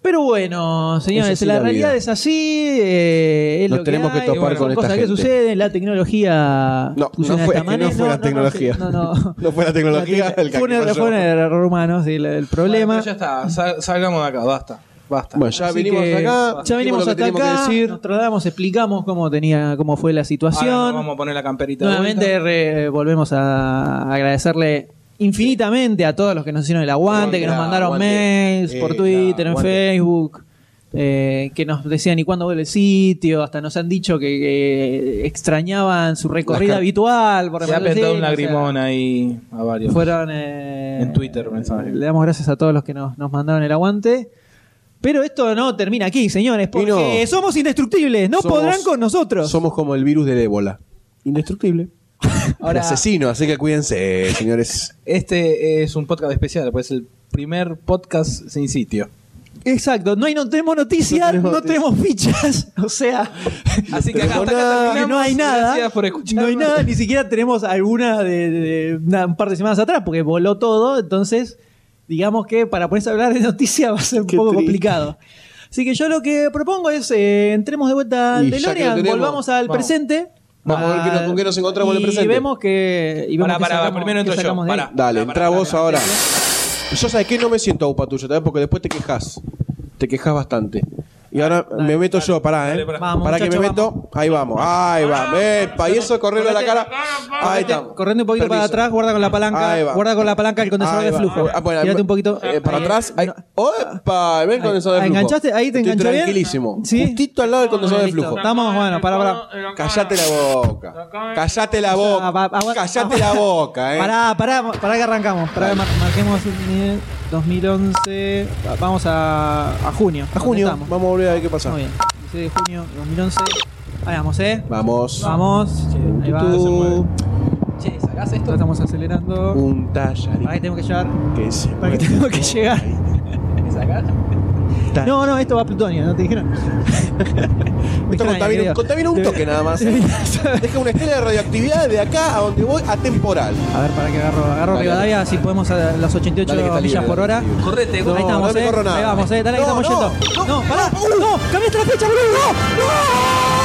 D: Pero bueno, señores,
A: así
D: la,
A: la
D: realidad
A: vida.
D: es así. eh, es
A: Nos
D: lo que
A: tenemos que
D: hay,
A: topar
D: bueno,
A: con esta
D: cosas que
A: gente.
D: suceden, la tecnología.
A: No,
D: funciona
A: no
D: de
A: fue-
D: esta
A: que no
D: manera.
A: fue la tecnología.
D: No, no.
A: No fue la tecnología el que
D: fue, un error,
A: cayó.
D: fue un error humano, sí, el, el problema.
E: Bueno, pero ya está, sal- salgamos de acá, basta. Basta.
A: Bueno, ya
D: Así
A: venimos
D: que
A: acá.
D: Ya venimos hasta
A: dijimos lo que
D: acá.
A: teníamos que decir.
D: Nos tratamos, explicamos cómo tenía, cómo fue la situación.
E: Ahora nos vamos a poner la camperita de
D: Nuevamente
E: vuelta.
D: re- eh, volvemos a agradecerle infinitamente a todos los que nos hicieron el aguante, que nos mandaron
A: aguante.
D: mails
A: Eh,
D: por Twitter, en
A: aguante.
D: Facebook, eh, que nos decían y cuándo vuelve el sitio, hasta nos han dicho que, que extrañaban su recorrida
E: Las ca-
D: habitual. Por
E: Se ha
D: Remedios
E: apretado un
D: Secos, o sea,
E: lagrimón ahí a varios.
D: fueron eh,
E: En Twitter, mensaje.
D: Le damos gracias a todos los que nos, nos mandaron el aguante. Pero esto no termina aquí, señores, porque
A: no.
D: somos indestructibles, no
A: Somos-
D: podrán con nosotros.
A: Somos como el virus del ébola. Indestructible.
E: Ahora-
A: Ahora, asesino, así que cuídense, señores.
E: Este es un podcast especial, pues es el primer podcast sin sitio.
D: Exacto, no, hay, no tenemos noticias, no tenemos, fichas, o sea,
E: Así que acá, hasta acá
D: que
E: terminamos.
D: no hay nada.
E: Gracias por escuchar.
D: No hay nada, ni siquiera tenemos alguna de, de- una- un par de semanas atrás, porque voló todo, entonces digamos que para ponerse a hablar de noticias va a ser un
A: Qué
D: poco
A: triste.
D: complicado. Así que yo lo que propongo es eh, entremos de vuelta al
A: Y ya que lo
D: DeLorean,
A: tenemos,
D: volvamos al
E: vamos.
D: presente.
A: Vamos a ver qué nos- con qué nos encontramos en el
D: y
A: presente.
D: Vemos que, y vemos
E: Pará,
D: que
E: pará,
D: sacamos-
E: primero
D: que
E: entro yo,
D: sacamos de ahí.
E: pará.
A: Dale,
E: Pará,
A: entra
E: pará,
A: vos
E: pará.
A: ahora. ¿eh? Yo sabes que no me siento aupa tuyo, también porque después te quejas. Te quejas bastante. Y Y ahora me meto yo, pará,
E: dale,
A: ¿eh?
E: pará.
A: Para
D: Vamos,
A: que me
D: muchachos,
A: meto. Ahí vamos, ahí va. Epa, y eso correrle a la cara. Ahí estamos.
D: Corriendo un poquito para
A: Permiso.
D: atrás, guarda con la
A: Ahí
D: palanca,
A: va.
D: guarda con la palanca el condensador
A: Ahí
D: de
A: va.
D: flujo.
A: Ah, bueno,
D: Tírate
A: ahí-
D: un poquito.
A: eh, para
D: Ahí.
A: atrás. Ahí,
D: No.
A: ¡Opa! Ven el condensador de
D: ahí
A: flujo.
D: enganchaste, ahí te
A: Estoy
D: enganchó bien.
A: tranquilísimo.
D: Sí. Ah,
A: Justito al lado del condensador de
D: Listo.
A: flujo.
D: Estamos, bueno, para, para.
A: Callate la boca. Callate la
D: Ah, va-
A: boca.
D: agua-
A: Callate la boca, eh.
D: Pará, pará, pará que arrancamos. Pará que mar- marquemos un nivel 2011. Va- Vamos a, a junio.
A: A junio.
D: ¿Dónde
A: Vamos a volver a ver qué pasa.
D: estamos? Muy bien. 16 de junio 2011. Ahí vamos, ¿eh?
A: Vamos.
D: Vamos. Ahí va.
A: Tú,
D: Che, sacás esto. Estamos acelerando.
A: Un tallarín
D: Para que tengo que llegar.
A: que se
D: Para que tengo que llegar. No, no, esto va a Plutonia, ¿no te dijeron? Me
A: Esto
D: extraña,
A: contamina,
D: querido.
A: contamina un
D: Debe-
A: toque nada más. eh. Deja una estela de radioactividad de acá a donde voy atemporal.
D: A ver, para que agarro, agarro
A: Dale,
D: Rivadavia, si podemos a las 88
A: Dale que está
D: millas
A: libre,
D: por
A: dale
D: hora.
A: que está libre.
E: Correte,
D: ahí
A: no,
D: estamos,
A: no me
D: eh.
A: corro nada.
D: Ahí vamos, eh. Dale, ahí
A: No,
D: estamos
A: no,
D: yendo.
A: no,
D: No, pará. No, cambiaste la fecha, boludo.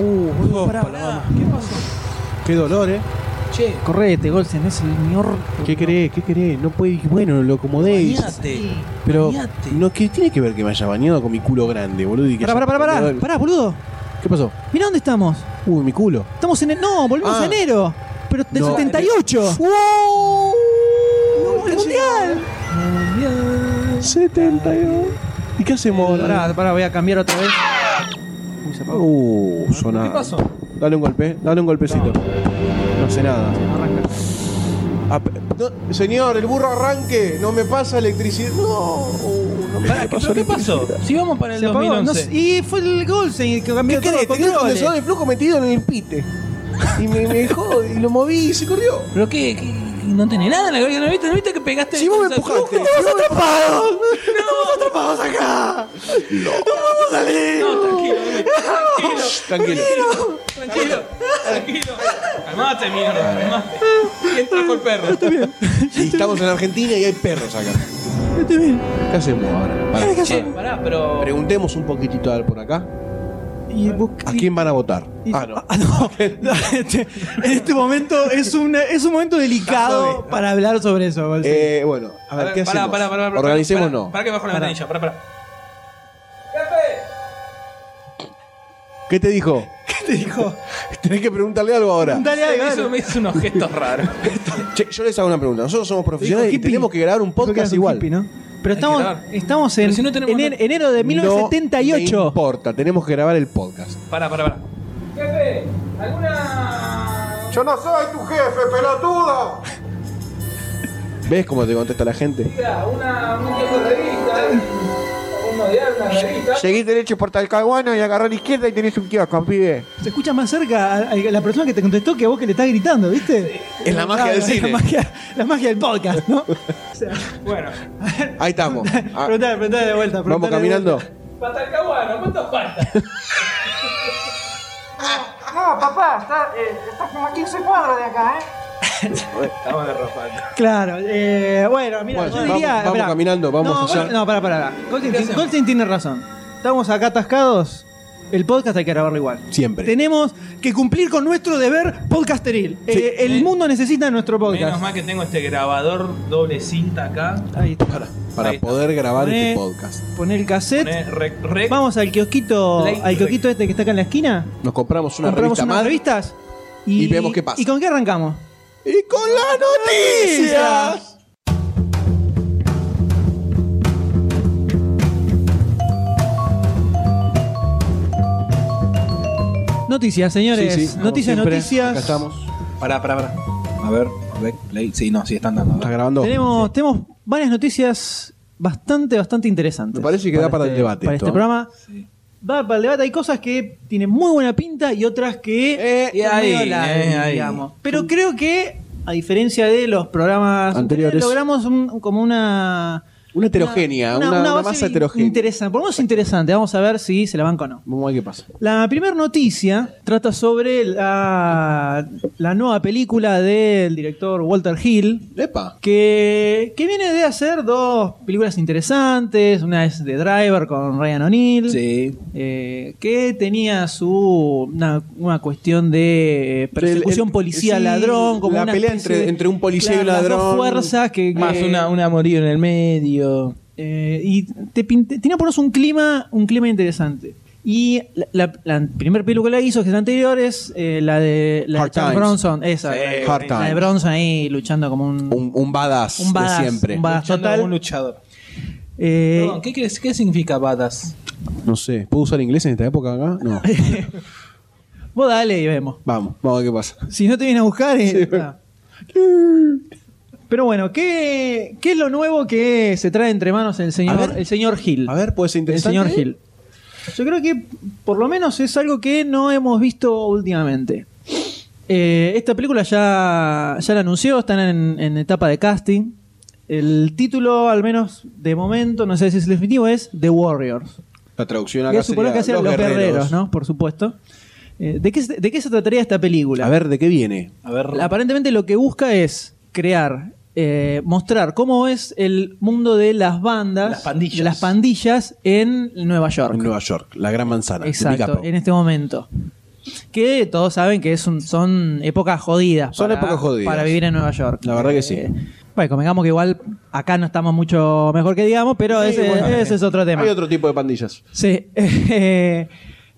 D: Uh, boludo, pará.
A: Qué dolor, eh.
E: Che,
D: Correte, Golsen, es el señor.
A: ¿Qué querés? ¿Qué querés? No puede. Bueno, lo acomodéis.
E: bañate.
A: Pero.
E: bañate.
A: No, ¿qué tiene que ver que me haya bañado con mi culo grande, boludo? Y que
D: Pará,
A: haya
D: pará, pará, pará,
A: tenido-
D: pará, boludo.
A: ¿Qué pasó?
D: Mirá dónde estamos.
A: Uy, mi culo.
D: Estamos en. el- No, volvimos
A: Ah.
D: a enero. Pero del
A: No.
D: 78. ¡El mundial! Mundial.
A: 72. ¿Y qué hacemos ahora?
D: Pará, pará, voy a cambiar otra vez. Uy, se apagó.
A: Uh, sonaba.
E: ¿Qué pasó?
A: Dale un golpe, dale un golpecito. No sé nada.
D: Arranca.
A: Ap- no, señor, el burro arranque. No me pasa electricidad. No. uh, no me
E: Pará,
A: pasó
E: ¿pero qué pasó?
A: electricidad.
E: Si vamos para el
D: Se apagó, no
E: 2011.
D: sé, y fue el Golsen que cambió
A: ¿Qué
D: todos
A: querés?
D: los
A: Tenía el
D: controles.
A: condensador de flujo metido en el pite. Y me, me dejó, y lo moví y se corrió.
E: ¿Pero qué? qué- ¿No tenés nada en la cabeza? ¿No viste, ¿No viste que pegaste?
A: Si vos me
E: con esa-
A: empujaste.
E: ¡Uh!
A: ¡Estamos atrapados! ¡Estamos atrapados acá! ¡No! vamos a salir!
E: No, tranquilo, tranquilo,
A: Tranquilo.
E: tranquilo, tranquilo. eh. Calmate, mierda, calmate. ¿Quién trajo el perro?
A: Y estamos en Argentina y hay perros acá. ¿Qué hacemos ahora? Pará.
E: Che, pará, pero...
A: Preguntemos un poquitito a ver por acá.
D: Y vos-
A: ¿A quién van a votar? Ah, no.
D: Ah, no. Este- en este momento es un, es un momento delicado para hablar sobre eso, Golsen.
A: Eh, bueno, a ver, ¿qué
E: pará,
A: hacemos?
E: pará, pará, pará,
A: Organicémonos.
E: pará, Pará que bajo la
D: Pará.
E: ventanilla, pará, pará.
A: ¿Qué te dijo?
D: ¿Qué te dijo?
A: Tenés que preguntarle algo ahora.
D: Dale,
E: Me
D: dale,
E: hizo, me hizo unos gestos raros.
A: Che, yo les hago una pregunta. Nosotros somos profesionales y
D: hippie.
A: tenemos que grabar un podcast igual.
D: Pero estamos,
E: Hay que grabar.
D: estamos en
E: Pero si no tenemos
D: ene-
E: nota.
D: enero de
A: No me
D: 1978.
A: importa, tenemos que grabar el podcast.
E: Pará, pará, pará. Jefe, ¿alguna...?
C: Yo no soy tu jefe, pelotuda.
A: ¿Ves cómo te contesta la gente?
E: Una, un tiempo de revista, un modelo, una revista.
C: Seguís derecho por Talcahuano y agarrá a la izquierda y tenés un kiosco, pibe.
D: Se escucha más cerca a, a la persona que te contestó que a vos que le estás gritando, ¿viste?
A: Es la magia del
D: es
A: cine.
D: La magia, la magia del podcast, ¿no?
E: Bueno,
A: Ahí estamos. Ah,
D: Preguntale, preguntale de vuelta. preguntale
A: vamos
D: de
A: caminando.
D: vuelta.
E: para Talcahuano, ¿cuánto falta?
I: No, papá, está, eh, está como a 15 cuadros de acá, ¿eh?
E: Estamos derrapando.
D: Claro, eh, bueno, mira,
A: Bueno,
D: yo
A: vamos-
D: diría.
A: vamos
D: esperá.
A: caminando, vamos
D: no,
A: allá.
D: Golsen- No, pará, pará. pará. Golsen,
E: ¿Qué
D: ti-
E: hacemos?
D: Golsen tiene razón. Estamos acá atascados. El podcast hay que grabarlo igual.
A: Siempre.
D: Tenemos que cumplir con nuestro deber podcasteril. Eh, el
E: Eh.
D: mundo necesita nuestro
E: Menos
D: podcast.
E: mal que tengo este grabador doble cinta acá.
D: Ahí está.
A: Para, para
E: Ahí está.
A: poder grabar
D: Poné-
A: este podcast.
D: Poné el cassette.
E: Poné rec, rec.
D: Vamos al kiosquito,
E: Play
D: al kiosquito este que está acá en la esquina.
A: Nos compramos una
D: Compramos
A: revista
D: unas
A: más.
D: revistas.
A: y vemos qué pasa.
D: ¿Y con qué arrancamos?
A: ¡Y con las noticias!
D: Noticias, señores.
A: Sí, sí, como
D: noticias,
A: siempre,
D: noticias.
A: Acá estamos.
E: Pará, pará, pará.
J: A ver,
E: Back Play. Sí, no, sí, están dando.
A: Está grabando.
D: Tenemos, tenemos varias noticias bastante, bastante interesantes.
A: Me parece que da para el debate
D: Para
A: esto,
D: este
A: ¿eh?
D: programa.
E: Sí.
D: Va para el debate. Hay cosas que tienen muy buena pinta y otras que
E: Eh, y
D: son
E: ahí,
D: medio largas,
E: eh, ahí.
D: digamos. Pero creo que, a diferencia de los programas
A: Anteriores.
D: logramos un- como una.
A: Una heterogénea, una, una
D: base
A: masa heterogénea.
D: Interesante, por lo menos interesante. Vamos a ver si se la banca o no.
A: Vamos a ver qué pasa.
D: La primera noticia trata sobre la, la nueva película del director Walter Hill,
A: Epa.
D: que, que viene de hacer dos películas interesantes. Una es The Driver con Ryan O'Neill,
E: Sí.
D: eh, que tenía su una, una cuestión de eh, persecución
A: El- el- sí,
D: policía-ladrón, como
A: la
D: una
A: pelea
D: especie
A: entre-
D: de-
A: entre un policía y un
D: claro, las dos
A: ladrón.
D: fuerzas que,
E: Más
D: que-
E: una, un amorío en el medio.
D: eh, y te pinte- tenía por eso un clima, un clima interesante. Y la, la, la primera película que hizo, que es la anterior, es eh, la de, la de
A: Hard
D: Charles
A: Times.
D: Bronson. Esa,
E: Sí,
D: la, de-
A: Eh, Hard
D: la
C: Eh,
D: de
A: Times.
D: Bronson ahí luchando como un.
A: Un, un badass,
D: Un badass,
A: de siempre.
D: un badass.
E: Luchando
D: total.
E: como un luchador.
D: Eh,
E: Perdón, ¿qué, crees- qué significa badass?
A: No sé, ¿puedo usar inglés en esta época acá? No.
D: vos dale y vemos.
A: vamos, vamos a ver qué pasa.
D: Si no te vienen a buscar. eh, nada. Pero bueno, ¿qué, ¿qué es lo nuevo que se trae entre manos el
A: A
D: señor,
A: ver.
D: el señor Hill?
A: A ver, puede ser
D: El
A: interesante.
D: señor Hill. Yo creo que por lo menos es algo que no hemos visto últimamente. Eh, esta película ya, ya la anunció, están en, en etapa de casting. El título, al menos de momento, no sé si es el definitivo, es The Warriors.
A: La traducción
D: Que
A: acá
D: supongo
A: sería
D: que hacen los, guerreros. ¿no? Por supuesto. Eh, ¿de, qué, se- ¿De qué se trataría esta película?
A: A ver, ¿de qué viene?
E: A ver.
D: Aparentemente lo que busca es crear, eh, mostrar cómo es el mundo de las bandas,
E: Las pandillas.
D: de las pandillas en Nueva York.
A: En Nueva York, la gran manzana. de
D: Exacto,
A: Picapo.
D: en este momento. Que todos saben que es un- son épocas jodidas.
A: Son
D: para,
A: épocas jodidas.
D: Para vivir en Nueva York. Eh,
A: La verdad que sí.
D: Bueno, convengamos que igual acá no estamos mucho mejor que digamos, pero
A: Sí,
D: ese,
A: bueno,
D: ese es otro tema.
A: Hay otro tipo de pandillas.
D: Sí. eh,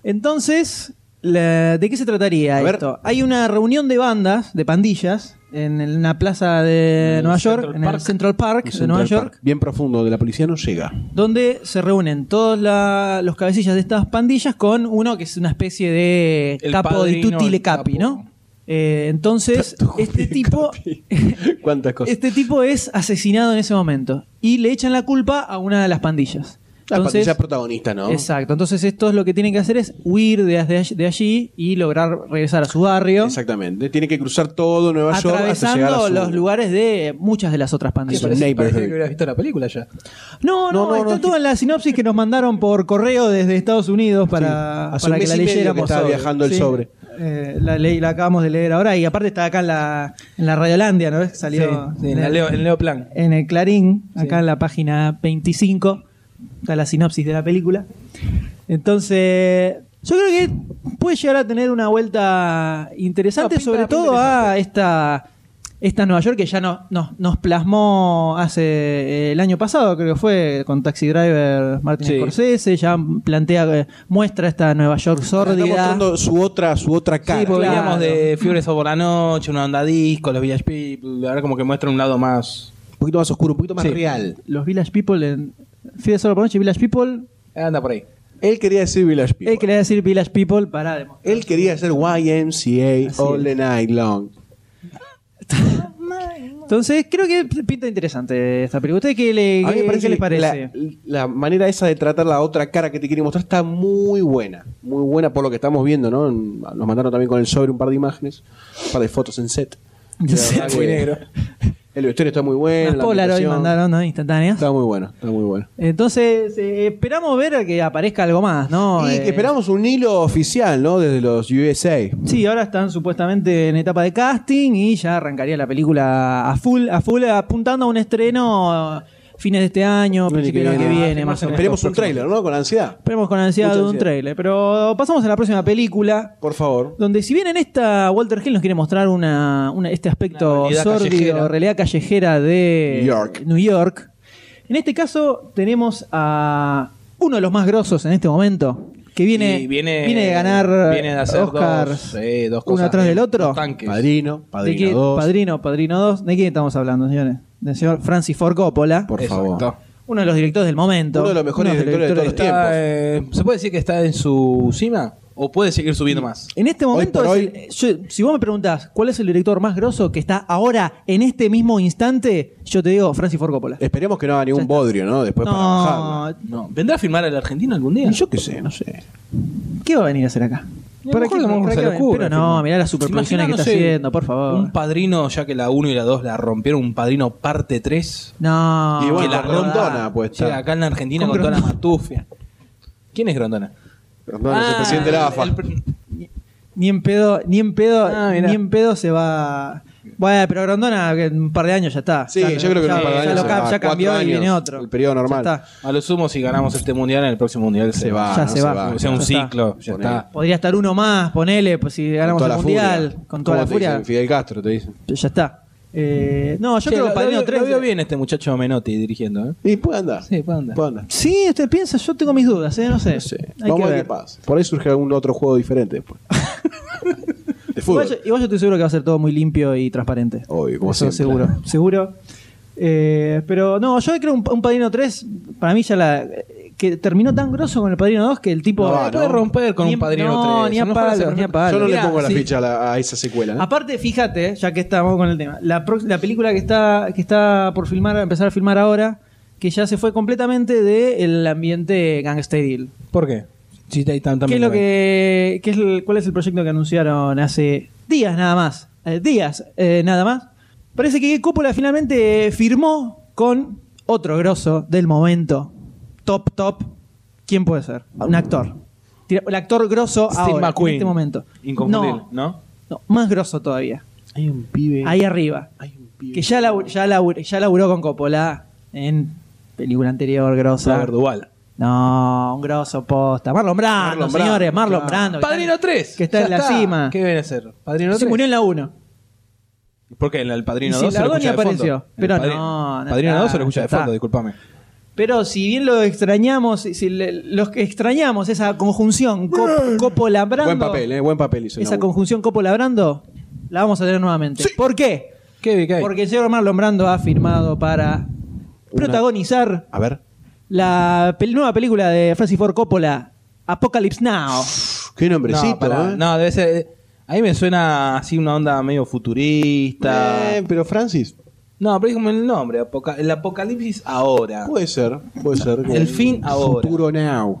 D: Entonces, la- ¿de qué se trataría
A: A ver.
D: esto? Hay una reunión de bandas, de pandillas, en el- una plaza de
E: el
D: Nueva
E: Central
D: York, en el
E: Park.
D: Central Park de
A: Central
D: Nueva
A: Park,
D: York,
A: Bien profundo, de la policía no llega.
D: donde se reúnen todos la- los cabecillas de estas pandillas con uno que es una especie de
E: El
D: capo de
E: padrino,
D: tutile
E: el
D: capi,
E: capo.
D: ¿no? Eh, entonces, este tipo,
A: ¿Cuántas cosas?
D: este tipo es asesinado en ese momento y le echan la culpa a una de las pandillas.
A: la
D: Entonces,
A: pandilla protagonista, ¿no?
D: Exacto, entonces estos lo que tienen que hacer es huir de, de allí- de allí y lograr regresar a su barrio,
A: Exactamente. Tiene que cruzar todo Nueva York hasta llegar a
D: atravesando
A: su-
D: los lugares de muchas de las otras
E: ¿Qué
D: pandillas.
A: parece? Neighborhood.
E: que hubieras visto la película ya.
D: No, no,
A: No, no,
D: está
A: no.
D: todo en la sinopsis que nos mandaron por correo desde Estados Unidos para,
A: Hace
D: para
A: un
D: que
A: mes
D: la
A: y medio que
D: leyéramos.
A: estaba viajando el sobre.
D: Eh, la, leí- la acabamos de leer ahora y aparte está acá en la, en la Radiolandia, ¿no ves? Salió
E: Sí, sí, en, la Leo, en Leoplan.
D: en el Clarín, acá en la página 25, está la sinopsis de la película. Entonces, yo creo que puede llegar a tener una vuelta interesante,
E: No, pinta-
D: sobre
E: pinta
D: todo a esta, esta Nueva York que ya no, no- nos plasmó hace eh, el año pasado, creo que fue, con Taxi Driver Martin
E: Sí.
D: Scorsese, ya plantea, eh, muestra esta Nueva York
A: Está
D: sórdida.
A: mostrando su otra, su otra cara.
E: Sí, porque
D: Claro.
E: veníamos de Fiebres por la noche, una onda disco, los Village People, ahora como que muestra un lado más...
A: Un poquito más oscuro, un poquito más
E: Sí.
A: real.
D: Los Village People en... Fide Solo por Noche, Village People.
E: Anda por ahí.
A: Él quería decir Village People.
D: Él
A: Él,
D: quería decir Village People para demostrar.
A: quería hacer YMCA all the night long.
D: Entonces, creo que pinta interesante esta película. ¿Ustedes qué, le,
A: A mí me
D: qué-
A: parece
D: Eh, qué les
A: que
D: parece?
A: La, la manera esa de tratar la otra cara que te quiere mostrar está muy buena. Muy buena por lo que estamos viendo, ¿no? Nos mandaron también con el sobre un par de imágenes, un par de fotos en set. La verdad que El vestuario está muy bueno.
D: Las
A: la
D: Polaroid
A: ambientación.
D: mandaron, ¿no? Instantáneas.
A: Está muy bueno, está muy bueno.
D: Entonces, eh, esperamos ver que aparezca algo más, ¿no?
A: y
D: Eh,
A: que esperamos un hilo oficial, ¿no? Desde los USA.
D: Sí, ahora están supuestamente en etapa de casting y ya arrancaría la película a full, a full apuntando a un estreno fines de este año, principio del año que viene, más o menos.
A: Esperemos un tráiler, ¿no? Con ansiedad.
D: Esperemos con ansiedad
A: Mucha
D: un
A: ansiedad.
D: trailer. Pero pasamos a la próxima película.
A: Por favor.
D: Donde si bien en esta Walter Hill nos quiere mostrar una, una- este
E: Una
D: aspecto
E: realidad
D: sórdido,
E: callejera.
D: realidad callejera de
A: New York.
D: New York, en este caso tenemos a uno de los más grosos en este momento, que viene,
E: Y
D: viene, de ganar
E: viene de hacer
D: Oscar
E: dos, eh, dos
D: uno
E: cosas
D: atrás
E: bien,
D: del otro.
E: dos tanques.
A: Padrino,
D: ¿De
A: Padrino
D: qué-
A: 2.
D: Padrino, Padrino 2. ¿De quién estamos hablando, señores? Del señor Francis Ford Coppola,
A: Por
E: Exacto.
A: favor.
D: uno de los directores del momento.
A: Uno de los mejores directores de todos los
E: Está, eh, ¿Se puede decir que está en su cima? ¿O puede seguir subiendo más?
D: En este momento,
A: por
D: es
A: hoy-
D: el- yo- si vos me preguntás cuál es el director más grosso que está ahora, en este mismo instante, yo te digo Francis Ford Coppola.
A: Esperemos que no haga
D: Ya
A: ningún
D: está.
A: bodrio, ¿no? Después Eh, pues para bajarla.
D: No,
E: No. ¿Vendrá a firmar al argentino algún día?
A: Yo qué sé, no sé.
D: ¿qué va a venir a hacer acá?
E: Y a lo mejor
D: qué-
E: como
D: para
E: se
D: qué
E: le
D: va-
E: ocurre,
D: Pero no,
E: filmar.
D: mirá las superproducciones que
E: Imagina,
D: está
E: no sé,
D: haciendo, por favor.
E: Un padrino, ya que la 1 y la 2 la rompieron, un padrino parte 3.
D: No.
A: Y bueno,
E: que la
A: con Grondona, pues,
E: Llega
A: está.
E: acá en la Argentina
D: Con
E: con, toda la matufia. ¿Quién es Grondona?
A: Grondona es el
E: Ah,
A: presidente de la AFA.
E: el pre-
D: Ni en pedo, ni en pedo,
E: Ah, mirá.
D: ni en pedo se va. Bueno, pero Grondona que en un par de años ya está.
A: Sí,
D: Ya-
A: yo creo que en un par de
D: ya
A: años
D: lo
A: se
D: cam-
A: va.
D: ya cambió
A: Cuatro
D: y viene
A: años,
D: otro.
A: el periodo normal.
D: Ya está.
E: a lo sumo, si ganamos este mundial, en el próximo mundial se,
A: Se va,
D: ya
A: ¿no?
D: se va.
E: O sea, un
D: Ya está.
E: ciclo, ya
A: Ponele.
E: está.
D: Podría estar uno más, ponele, pues si ganamos
A: Con
D: el
A: toda la
D: mundial,
A: furia.
D: con toda
A: ¿Cómo
D: la
A: te
D: furia,
A: dicen? Fidel Castro te dicen.
D: ya está. Eh, no, yo
E: Che,
D: creo que
E: lo-
D: Padrino
E: lo, veo-
D: 3.
E: lo veo bien este muchacho Menotti dirigiendo, ¿eh?
A: Y puede andar.
E: Sí, puede andar.
A: Puede andar.
D: Sí, usted piensa, yo tengo mis dudas, ¿eh? no sé.
A: No sé.
D: Hay
A: Vamos
D: que
A: a ver
D: ver.
A: qué pasa. Por ahí surge algún otro juego diferente después. de fútbol.
D: Igual yo, igual yo estoy seguro que va a ser todo muy limpio y transparente.
A: Obvio, como
D: Eso
A: siempre.
D: seguro, seguro. Eh, pero no, yo creo un, un Padrino 3, para mí ya la... que terminó tan grosso con el Padrino 2 que el tipo...
A: No,
D: Eh,
A: no.
E: Puede romper con
D: Ni-
E: un padrino
D: no,
E: 3.
D: ni a
E: lo mejor
D: palos,
E: hace-
D: ni a palos.
A: Yo no le
E: Mirá,
A: pongo la
E: sí.
A: ficha a, la- a esa secuela.
E: ¿Eh?
A: ¿no?
D: Aparte, fíjate, ya que estamos con el tema, la, prox- la película que está, que está por filmar, empezar a filmar ahora, que ya se fue completamente del ambiente gangsteril.
E: ¿Por qué? Sí, ahí tam-
D: ¿Qué
E: también
D: es lo
E: lo ven.
D: que, qué es el- ¿Cuál es el proyecto que anunciaron hace días nada más? Eh, días eh, nada más. Parece que Coppola finalmente firmó con otro grosso del momento. Top, top. ¿Quién puede ser? Un actor. Tira- El actor grosso
E: Steve
D: ahora,
E: McQueen.
D: en este momento.
E: Inconfundible,
D: No,
E: ¿no?
D: no, más grosso todavía.
A: Hay un pibe.
D: Ahí arriba. Que ya, labu- ya, labu- ya laburó con Coppola en película anterior grosa.
E: Robert Duval.
D: No, un grosso posta. Marlon Brando,
A: Marlon Brando,
D: señores, Marlon
A: claro.
D: Brando. que
E: Padrino
D: está-
E: 3.
D: Que está
E: ya
D: en la cima.
E: ¿Qué viene a ser? Padrino
D: Se
E: 3.
D: murió en la 1.
E: ¿Por qué? En el
D: Y
E: Padrino
D: si
E: 2 se
D: la
E: lo
D: Doni
E: escucha de
D: apareció.
E: fondo. En
D: Pero
E: el Padri-
D: no, no
E: Padrino
D: está,
E: 2 se lo escucha
D: ya
E: de fondo,
D: está.
E: discúlpame.
D: Pero si bien lo extrañamos, si- si le- los que extrañamos esa conjunción cop- Coppola Brando.
A: Buen papel, ¿eh? Buen papel hizo. en la
D: Esa
A: uno.
D: conjunción Coppola Brando la vamos a tener nuevamente. ¿Por qué?
E: ¿Qué, qué hay?
D: Porque el señor Marlon Brando ha firmado para protagonizar
A: A ver.
D: la pel- nueva película de Francis Ford Coppola, Apocalypse Now.
A: Qué nombrecito,
E: no, pará,
A: ¿eh?
E: no, debe ser. A mí me suena así una onda medio futurista.
A: Eh, pero Francis,
E: No, pero es como el nombre, apoca- el apocalipsis ahora.
A: puede ser, puede ser. como
E: El fin
A: un
E: ahora.
A: Futuro now.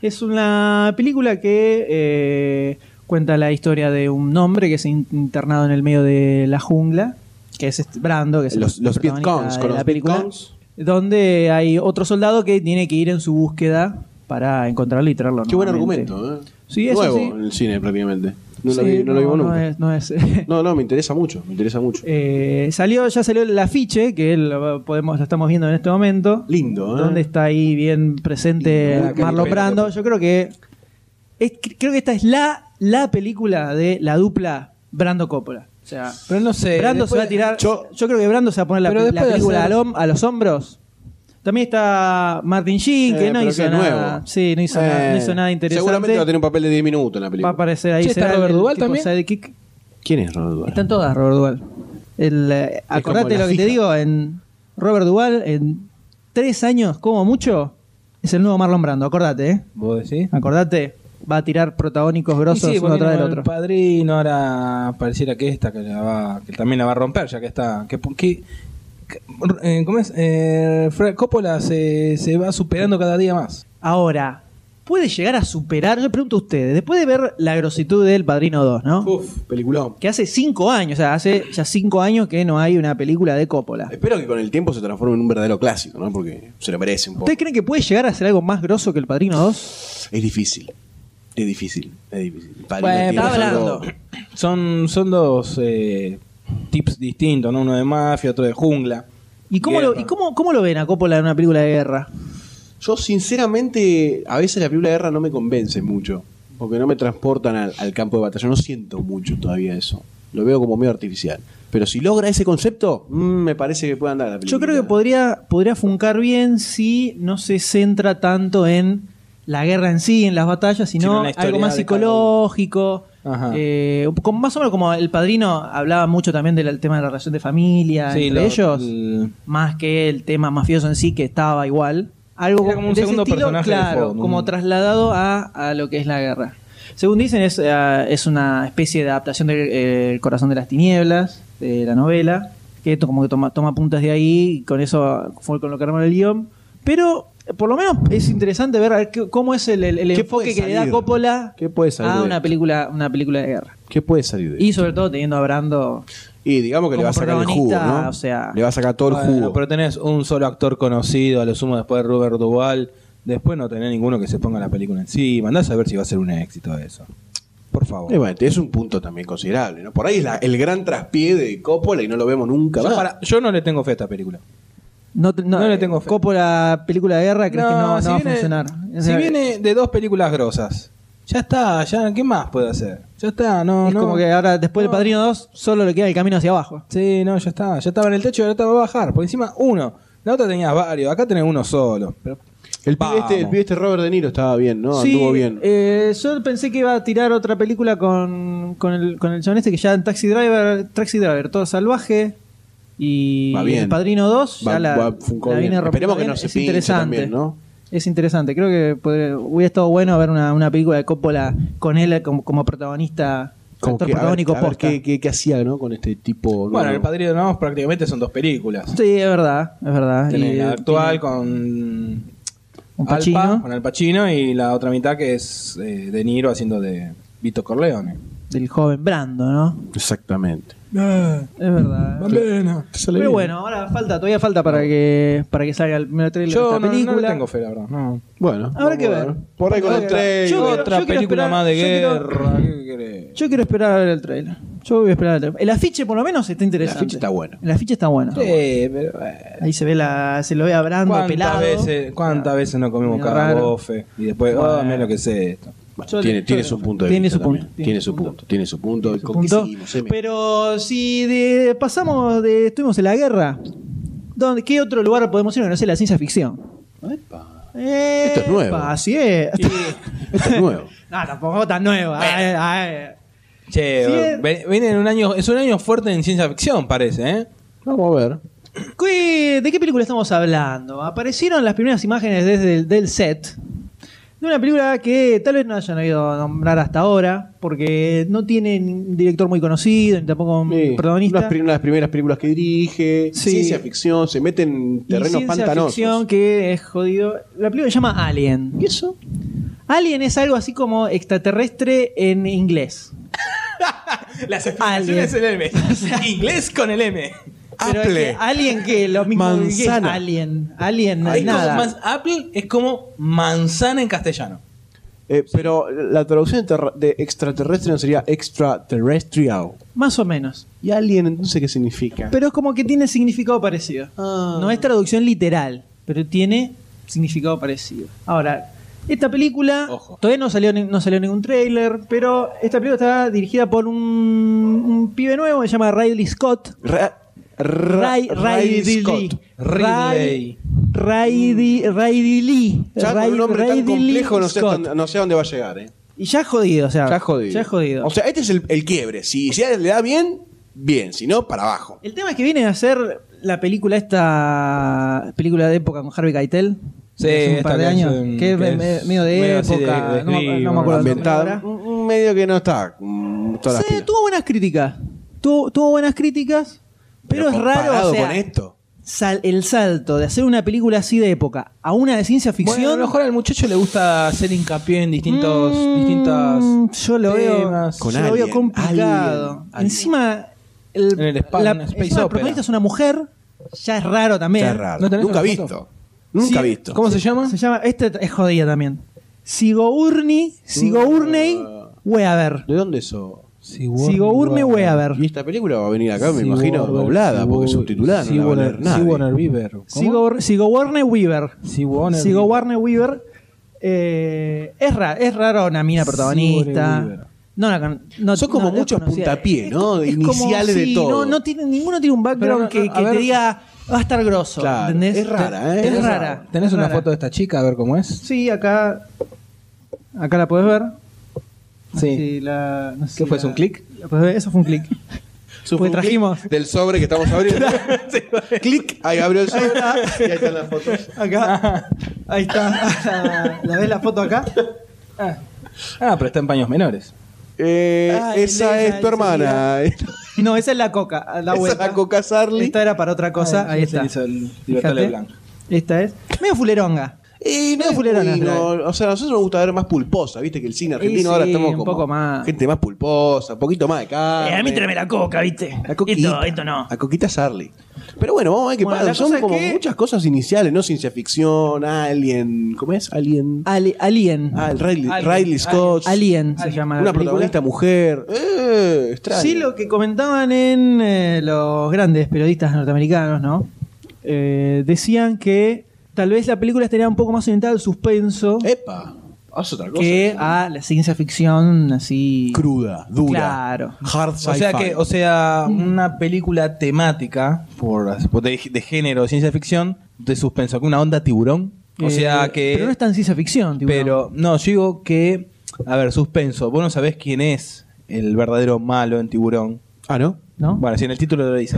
D: Es una película que eh, cuenta la historia de un hombre que es in- internado en el medio de la jungla, que es este Brando, que es el
A: Los, los
D: protagonista
A: Vietcongs,
D: de
A: con
D: la
A: los
D: película,
A: Vietcongs.
D: donde hay otro soldado que tiene que ir en su búsqueda para encontrarlo y traerlo.
A: Qué buen
D: nuevamente.
A: argumento, ¿eh?
D: Sí, eso
A: Nuevo
D: sí.
A: en el cine prácticamente. No lo
D: Sí,
A: vi, no lo
D: no,
A: vimos
D: no
A: nunca.
D: es- no es-
A: No, no, me interesa mucho, me interesa mucho.
D: Eh, salió, ya salió el afiche, que lo, podemos, lo estamos viendo en este momento.
A: Lindo, ¿eh?
D: donde está ahí bien
E: Y
D: presente
E: la caripela.
D: Marlon Brando. Yo creo que es- creo que esta es la, la película de la dupla Brando Coppola. O sea,
E: Pero no sé.
D: Brando se
E: después-
D: va a tirar. Yo,
A: yo-
D: creo que Brando se va a poner la,
E: Pero
D: la
E: después de
D: película
E: hacer-
D: al hom- a los hombros. También está Martin Sheen,
A: Eh,
D: que no
A: pero
D: hizo
A: que es
D: nada.
A: nuevo.
D: Sí, no hizo,
A: Eh,
D: nada, no hizo nada interesante.
A: Seguramente va a tener un papel de 10 minutos en la
D: Va a
A: película.
D: aparecer ahí.
E: Che, ¿está
D: será
E: Robert
D: el
E: Duval
D: tipo
E: también?
D: sidekick.
A: ¿Quién es Ronald Duval?
D: Están todas Robert Duval. El, eh, acordate
A: la
D: lo que te
A: fija.
D: digo, en Robert Duval, en tres años, como mucho, es el nuevo Marlon Brando. Acordate, ¿eh?
E: ¿Vos decís?
D: Acordate, va a tirar protagónicos grosos
E: Y sí,
D: uno
E: porque
D: atrás del
E: no, el
D: otro.
E: padrino ahora pareciera que esta que, la va, que también la va a romper, ya que está. Que, que- que- eh, ¿Cómo es? Eh, Fra- Coppola se, se va superando cada día más.
D: Ahora, ¿puede llegar a superar? Yo le pregunto a ustedes, después de ver la grositud del Padrino 2, ¿no?
A: Uf, peliculón.
D: Que hace cinco años, o sea, hace ya cinco años que no hay una película de Coppola.
A: Espero que con el tiempo se transforme en un verdadero clásico, ¿no? Porque se lo merece un poco.
D: ¿Ustedes creen que puede llegar a ser algo más grosso que el Padrino 2?
A: Es difícil. Es difícil. Es difícil. Padre,
E: Bueno,
A: no tiene
E: está
A: algo-
D: hablando.
E: Son, son dos eh, tips distintos, ¿no? Uno de mafia, otro de jungla.
D: ¿Y cómo, lo,
E: Guerra.
D: y cómo, cómo lo ven a Coppola en una película de guerra?
A: Yo, sinceramente, a veces la película de guerra no me convence mucho. Porque no me transportan al, al campo de batalla. No siento mucho todavía eso. Lo veo como medio artificial. Pero si logra ese concepto, mm, me parece que puede andar la película.
D: Yo creo que podría, podría funcar bien si no se centra tanto en la guerra en sí, en las batallas,
E: Sino en
D: sino
E: la historia
D: algo más
E: de cada uno.
D: psicológico.
E: Ajá.
D: eh, un poco- más o menos como el padrino hablaba mucho también del tema de la relación de familia
E: Sí,
D: entre
E: lo-
D: ellos,
E: el-
D: más que el tema mafioso en sí que estaba igual. Algo
E: Era como un
D: de ese
E: segundo
D: estilo,
E: personaje de
D: claro,
E: fondo,
D: como
E: un-
D: trasladado a, a lo que es la guerra. Según dicen, es, eh, es una especie de adaptación del eh, El Corazón de las Tinieblas, de la novela, que esto como que toma, toma puntas de ahí, y con eso fue con lo que armaron el guión. Pero eh, por lo menos es interesante ver, a ver qué- cómo es el, el- el
A: ¿Qué
D: enfoque
A: puede
D: que le da
A: salir?
D: Coppola
A: ¿Qué puede salir
D: a
A: de
D: una
A: esto?
D: película, una película de guerra.
A: ¿Qué puede salir de
D: Y sobre todo teniendo a Brando
A: Y digamos que le
D: como
A: va a sacar el jugo,
D: protagonista,
A: ¿no?
D: o sea-
A: le va a sacar todo el
E: Bueno,
A: jugo.
E: pero tenés un solo actor conocido, a lo sumo después de Robert Duval. Después no tenés ninguno que se ponga la película encima. Andás a ver si va a ser un éxito eso. Por favor.
A: Y bueno, es un punto también considerable, ¿no? Por ahí es la- el gran traspié de Coppola y no lo vemos nunca
E: Yo,
A: más.
E: para- yo no le tengo fe a esta película.
D: No, te- no,
E: No le tengo fe.
D: Coppola, película de guerra, Ah, crees que no, no
E: si
D: va
E: viene-
D: a funcionar. O
E: Si
D: sea,
E: viene de dos películas grosas, ya está, ya, ¿qué más puede hacer? Ya está, no,
D: es
E: no.
D: como que ahora, después
E: No.
D: del Padrino 2, solo le queda el camino hacia abajo.
E: Sí, no, ya está, ya estaba en el techo y ahora te va a bajar. Por encima, uno. La otra tenías varios, acá tenés uno solo. Pero
A: el, pibe
E: Vamos.
A: este, el pibe este Robert De Niro estaba bien, ¿no?
D: Sí,
A: Anduvo bien.
D: eh, yo pensé que iba a tirar otra película con, con el, con el chabón este que ya en Taxi Driver, Taxi Driver, todo salvaje. Y
A: Va bien.
D: el Padrino 2 ya
A: Va-
D: la,
A: va- funcó
D: la
A: bien.
D: viene rompiendo
A: Esperemos que
D: bien.
A: no se
D: es
A: pinche
D: interesante.
A: también, ¿no?
D: Es interesante. Creo que podría- hubiera estado bueno ver una, una película de Coppola con él como, como protagonista,
A: Como
D: actor
A: que, a ver-
D: protagónico
A: a ver
D: posta.
A: qué, qué- qué hacía, ¿no? Con este tipo.
E: bueno,
A: nuevo.
E: el Padrino no, prácticamente son dos películas.
D: Sí, es verdad, es verdad.
E: Tenés
D: Y,
E: la
D: eh,
E: actual
D: tiene
E: con
D: un
E: Alpa,
D: Pacino.
E: con Al Pacino y la otra mitad que es eh, De Niro haciendo de Vito Corleone.
D: del joven Brando, ¿no?
A: Exactamente.
D: Es verdad. ah. Pero bueno, ahora falta, todavía falta para que para que salga el primer trailer de
E: Yo
D: esta
E: no,
D: película.
E: no le tengo fe, la verdad. no.
A: Bueno.
D: Habrá
A: vamos
D: que
A: a
D: ver.
A: Por ahí con
D: Habrá
A: el
D: que ver.
A: tren.
D: Yo quiero-
E: otra
D: yo quiero
E: película
D: esperar-
E: más de
D: yo quiero-
E: guerra. ¿Qué querés?
D: Yo quiero esperar a ver el trailer. Yo voy a esperar el trailer. El afiche por lo menos está interesante.
A: El afiche está bueno.
D: El afiche está bueno.
E: Sí, pero, eh,
D: Ahí se ve la se lo ve a Brando
E: ¿Cuántas
D: pelado. Ah,
E: veces, cuántas veces no comimos
D: Medio
E: cada
D: raro.
E: bofe? Y después,
D: Bueno.
E: oh, mira lo que es esto.
A: Bueno,
D: yo-
A: tiene,
D: yo-
A: tiene su punto de
D: tiene
A: vista.
D: su punto,
A: también.
D: tiene
A: Tiene
D: su
A: su
D: punto.
A: punto. Tiene su punto. ¿Con qué
D: Punto.
A: seguimos, Emi?
D: Pero si de- pasamos de estuvimos en la guerra, ¿dónde, ¿qué otro lugar podemos ir? No sé, la ciencia ficción.
A: Esto es nuevo.
D: Epa, Así es.
A: Esto es nuevo.
D: no, tampoco tan nueva. Ay, ay.
E: Che,
D: Sí, eh.
E: ve- viene en un año, es un año fuerte en ciencia ficción, parece, ¿eh?
A: Vamos a ver.
D: ¿Qué- ¿De qué película estamos hablando? Aparecieron las primeras imágenes desde el del set de una película que tal vez no hayan oído nombrar hasta ahora, porque no tiene ni un director muy conocido, ni tampoco un
A: Sí,
D: protagonista.
A: Unas, pri- unas primeras películas que dirige.
D: Sí.
A: Ciencia ficción. Se mete en
D: Y
A: terrenos
D: ciencia
A: pantanosos.
D: ficción que es jodido. La película se llama Alien. ¿Y eso? Alien es algo así como extraterrestre en inglés.
E: Las
D: explicaciones
E: en el M. Inglés con el M.
D: Pero es que Alien que lo mismo que es
A: Manzana.
D: Alien. Alien no es
E: Es como
D: nada.
E: man- Apple es como manzana en castellano.
A: Eh, pero la traducción de, terra- de extraterrestre no sería extraterrestrial.
D: Más o menos.
A: ¿Y alien entonces qué significa?
D: Pero es como que tiene significado parecido.
A: Ah.
D: No es traducción literal, pero tiene significado parecido. Ahora, esta película
E: Ojo.
D: todavía no salió, ni- no salió ningún trailer, pero esta película está dirigida por un, un pibe nuevo que se llama Riley Scott.
A: Ra- ra-
D: Ray,
A: Riley
D: Riley
A: Scott.
D: Ray- Riley Riley Lee.
A: Ya con un
D: Ray-
A: nombre tan
D: Riley
A: complejo no sé,
D: Scott.
A: hasta- no sé a dónde va a llegar, ¿eh?
D: Y ya jodido, o sea.
A: Ya jodido.
D: Ya jodido.
A: O sea, este es el, el quiebre. Si, si le da bien, bien. Si no, para abajo.
D: el tema es que viene a ser la película esta película de época con Harvey Keitel.
E: Sí,
D: hace un
E: esta
D: par de
E: que
D: años.
E: es,
D: que
E: que
D: es me-
E: es
D: medio de
E: medio así de-
D: época.
E: de
D: no, me-
E: esgrima,
D: no me acuerdo. el nombre
A: Ambientada.
D: ahora.
A: Un medio que no está. mm, todas las
D: Sí,
A: pilas.
D: tuvo buenas críticas. Tuvo, tuvo buenas críticas, pero, es raro.
A: comparado
D: o sea,
A: con esto.
D: sal- el salto de hacer una película así de época a una de ciencia ficción.
E: Bueno, a lo mejor al muchacho le gusta hacer hincapié en distintos,
D: Mm,
E: distintas
D: yo lo veo,
E: temas.
A: Con
D: yo lo veo
A: Alien,
D: complicado.
A: Alien, Alien.
D: Encima, el,
E: En el spa-
D: la,
E: en el space
D: encima la
E: opera.
D: protagonista es una mujer, ya es raro también.
A: Ya es raro.
E: ¿No tenés
A: Nunca
E: una foto?
A: visto. Nunca
E: Sí,
A: visto.
E: ¿Cómo se llama?
D: Se llama, este es jodida también. Sigourney, Sigourney Weaver.
A: ¿De dónde eso?
D: Sigourney Weaver.
A: Y esta película va a venir acá, me imagino, doblada, porque subtitulada no la va a leer nadie.
E: Bieber.
D: Sigour- Sigourney Weaver. Sigourney Weaver. Eh, es, ra- es raro una mina
E: Sigourney
D: protagonista.
E: Weaver.
D: No, la con- no-
A: Son como
D: no la
A: muchos
D: conocía.
A: puntapié, ¿no?
D: Es como-
A: Iniciales de
D: sí,
A: todo.
D: No, no tiene, ninguno tiene un background
E: Pero, a-
D: que, que
E: a ver-
D: te diga va a estar grosso.
A: Claro,
D: ¿entendés?
A: es rara, ¿eh?
D: Es
A: Es
D: rara.
E: ¿Tenés
D: es
E: una
D: rara.
E: foto de esta chica? A ver cómo es.
D: Sí, acá. Acá la puedes ver.
E: Sí.
D: No sé si la- no sé
E: ¿Qué
D: si
E: fue,
D: la-
E: es un clic?
D: la podés ver, Eso fue un clic.
A: Eso
D: Porque
A: fue un
D: trajimos.
A: clic Del sobre que estamos abriendo. clic, ahí abrió el sobre y ahí están las fotos.
D: Acá. Ahí está. ¿La, la ves la foto acá?
E: Ah, pero está en paños menores.
A: Eh,
D: Ay,
A: esa
D: Elena,
A: es tu hermana. Esa
D: No, esa es la coca. a La
A: es
D: vuelta.
A: la Coca Sarli.
D: Esta era para otra cosa.
E: Ah,
D: Ahí
E: sí,
D: está.
E: se hizo el Libertad
D: Fíjate.
E: Leblanc.
D: Esta es. Medio fuleronga.
A: Y no,
D: Medio fulerona,
A: y no,
D: ¿no?
A: o sea, a nosotros nos gusta ver más pulposa, viste que el cine argentino ahora
D: sí,
A: estamos
D: un
A: como
D: poco más.
A: gente más pulposa, un poquito más de carne.
B: Eh, a mí tráeme la coca, ¿viste?
A: La coquita,
B: Esto, esto no.
A: La coquita Sarli. Pero bueno, vamos a ver qué
D: Bueno,
A: pasa.
D: la
A: Son
D: cosa es
A: como
D: que-
A: muchas cosas iniciales, ¿no? Ciencia ficción, Alien. ¿Cómo es? Alien.
D: Ali- alien.
A: Ah, el Riley,
E: Alien,
A: Riley Scott.
D: Alien se llama la
A: Una
D: película.
A: protagonista mujer. Eh, extraño.
D: Sí, lo que comentaban en eh, los grandes periodistas norteamericanos, ¿no? Eh, decían que tal vez la película estaría un poco más orientada al suspenso
A: Epa. Haz otra Eh, cosa.
D: que a la ciencia ficción así.
A: Cruda, dura.
D: Claro.
A: Hard
E: O sea
A: sci-fi.
E: que, o sea, una película temática por, por de, de género de ciencia ficción de suspenso, una onda tiburón. O
D: Eh,
E: sea que.
D: Pero no es tan ciencia ficción, tipo.
E: Pero, no, yo digo que. A ver, suspenso. Vos no sabés quién es el verdadero malo en tiburón.
A: Ah, ¿no?
D: ¿no?
E: Bueno, si en el título lo dice.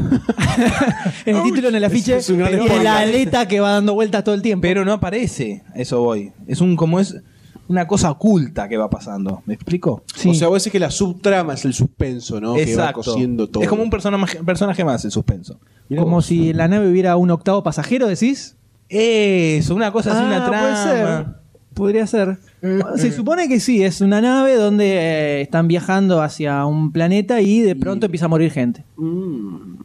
D: en el título, en el afiche
A: es un gran
D: y en
A: spoiler.
D: la aleta que va dando vueltas todo el tiempo.
E: Pero no aparece, eso voy. Es un como es una cosa oculta que va pasando. ¿Me explico?
D: Sí.
A: O sea, vos decís que la subtrama es el suspenso, ¿no? Que va cosiendo todo.
E: Es como un personaje, personaje más el suspenso.
D: como si en la nave hubiera un octavo pasajero, decís.
E: Eso, una cosa así, una
D: Ah, puede
E: trama.
D: ser. Podría ser. Se supone que sí, es una nave donde eh, están viajando hacia un planeta y de pronto empieza a morir gente.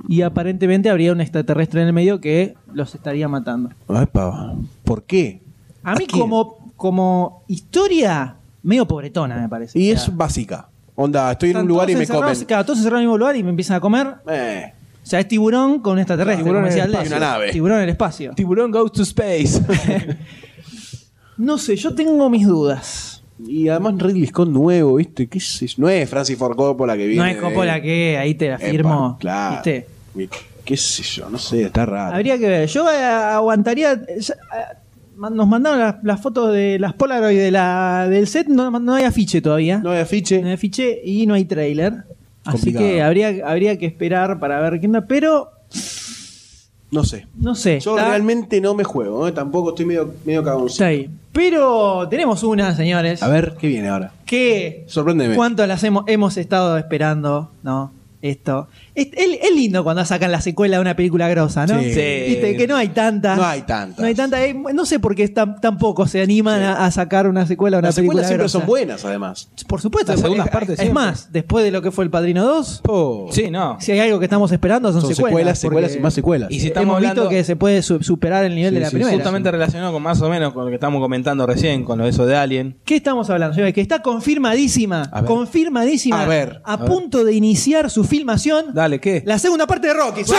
D: Y aparentemente habría un extraterrestre en el medio que los estaría matando.
A: Epa, ¿Por qué?
D: A mí
A: quién?
D: como, como historia, medio pobretona me parece.
A: Y
D: O sea,
A: es básica. Onda, estoy en
D: están
A: un lugar y
D: todos
A: me
D: encerrados,
A: comen.
D: claro, todos encerrados en el mismo lugar y me empiezan a comer. O
A: Eh,
D: sea, es tiburón con un extraterrestre.
E: Tiburón
D: como
E: en el
D: decía
E: espacio.
D: Alessio.
A: Y una nave.
D: Tiburón en el espacio.
E: Tiburón goes to space.
D: No sé, yo tengo mis dudas.
A: y además Ridley Scott nuevo, ¿viste? ¿Qué es eso? No es Francis Ford Coppola que viene.
D: no es Coppola
A: de-
D: que ahí te la
A: Epa,
D: firmo.
A: claro.
D: ¿viste?
A: ¿Qué sé yo? No sé, está raro.
D: Habría que ver. Yo eh, aguantaría. eh, ya, eh, man- nos mandaron las, las fotos de las Polaroid de la, del set. No, no hay afiche todavía.
A: No
D: No
A: hay afiche.
D: hay afiche y no hay trailer. Así
A: Complicado.
D: que habría, habría que esperar para ver qué onda. Pero
A: No sé.
D: no sé.
A: Yo
D: está,
A: realmente no me juego, ¿eh? tampoco estoy medio, medio
D: está
A: cagoncito.
D: ahí. Pero tenemos una, señores.
A: A ver, ¿qué viene ahora?
D: Que
A: Sorpréndeme.
D: ¿Cuánto las hemos, hemos estado esperando, no? Esto. Es, es- es lindo cuando sacan la secuela de una película grosa, ¿no?
A: Sí.
D: Viste, que no hay tantas.
A: No hay tantas.
D: No hay tantas. Eh, No sé por qué tan- tampoco se animan
A: Sí.
D: a, a sacar una secuela de una
A: Las
D: película
A: secuelas siempre
D: grosa.
A: son buenas, además.
D: Por supuesto.
E: Las segundas
D: es-
E: partes
D: Es
E: siempre.
D: más, después de lo que fue El Padrino 2,
E: Sí, no.
D: si hay algo que estamos esperando Oh, son,
A: Son secuelas, secuelas
D: porque
A: y más secuelas.
E: Y si estamos
D: hemos
E: hablando-
D: visto que se puede su- superar el nivel
A: Sí,
D: de la
A: sí,
D: primera.
E: Justamente relacionado con más o menos con lo que estamos comentando recién, con lo de eso de Alien.
D: ¿Qué estamos hablando, señores? Que está confirmadísima,
A: A ver.
D: confirmadísima,
A: A ver,
D: a punto de iniciar su filmación,
E: Dale, ¿qué?
D: la segunda parte de Rocky.
A: ¡Sí!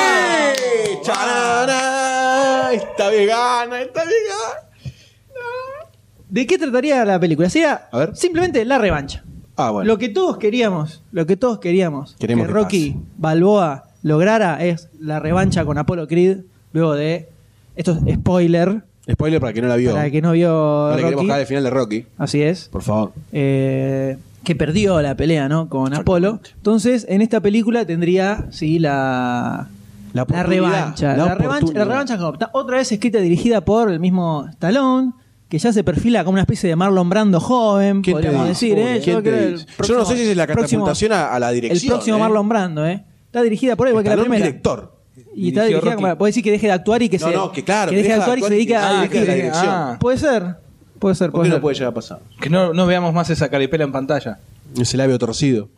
A: ¡Charará! Está vegana, está vegana.
D: ¿De qué trataría la película? Sería
A: A ver.
D: simplemente la revancha.
A: Ah, bueno.
D: Lo que todos queríamos, lo que todos queríamos
A: Queremos
D: que
A: que
D: Rocky
A: pase.
D: Balboa lograra es la revancha con Apollo Creed luego de esto es spoiler
A: Spoiler para que no la vio.
D: para el que no vio
A: Ahora queremos
D: Rocky.
A: cagar el final de Rocky.
D: Así es.
A: Por favor.
D: eh, que perdió la pelea, ¿no? Con Apolo. Entonces, en esta película tendría, sí, la,
A: La
D: la
A: oportunidad,
D: revancha.
A: la
D: La, revancha, la
A: oportunidad.
D: revancha como- ta- otra vez escrita y dirigida por el mismo Stallone, que ya se perfila como una especie de Marlon Brando joven,
A: ¿Quién te
D: podríamos
A: dice?
D: decir, ¿eh?
A: ¿Quién
D: Yo
A: te
D: creo el
A: dice? Yo
D: próximo-
A: no sé si es la
D: próximo-
A: catapultación a, a la
D: El
A: dirección.
D: próximo
A: ¿eh?
D: Marlon Brando, ¿eh? Está dirigida por él, igual que la
A: Stallone
D: primera.
A: director.
D: Y está
E: Dirigió
D: dirigida
E: Rocky.
D: como. Puede decir que deje de actuar y que
A: No,
D: se.
A: no, que claro,
D: deje de actuar y que se dedique a
A: ah,
E: dirigir.
A: que la
E: Ah.
A: dirección.
D: Puede ser. Puede ser,
A: ¿Por
D: puede
A: qué
D: ser.
A: no puede llegar a pasar?
E: Que no, no veamos más esa caripela en pantalla.
A: Ese labio torcido.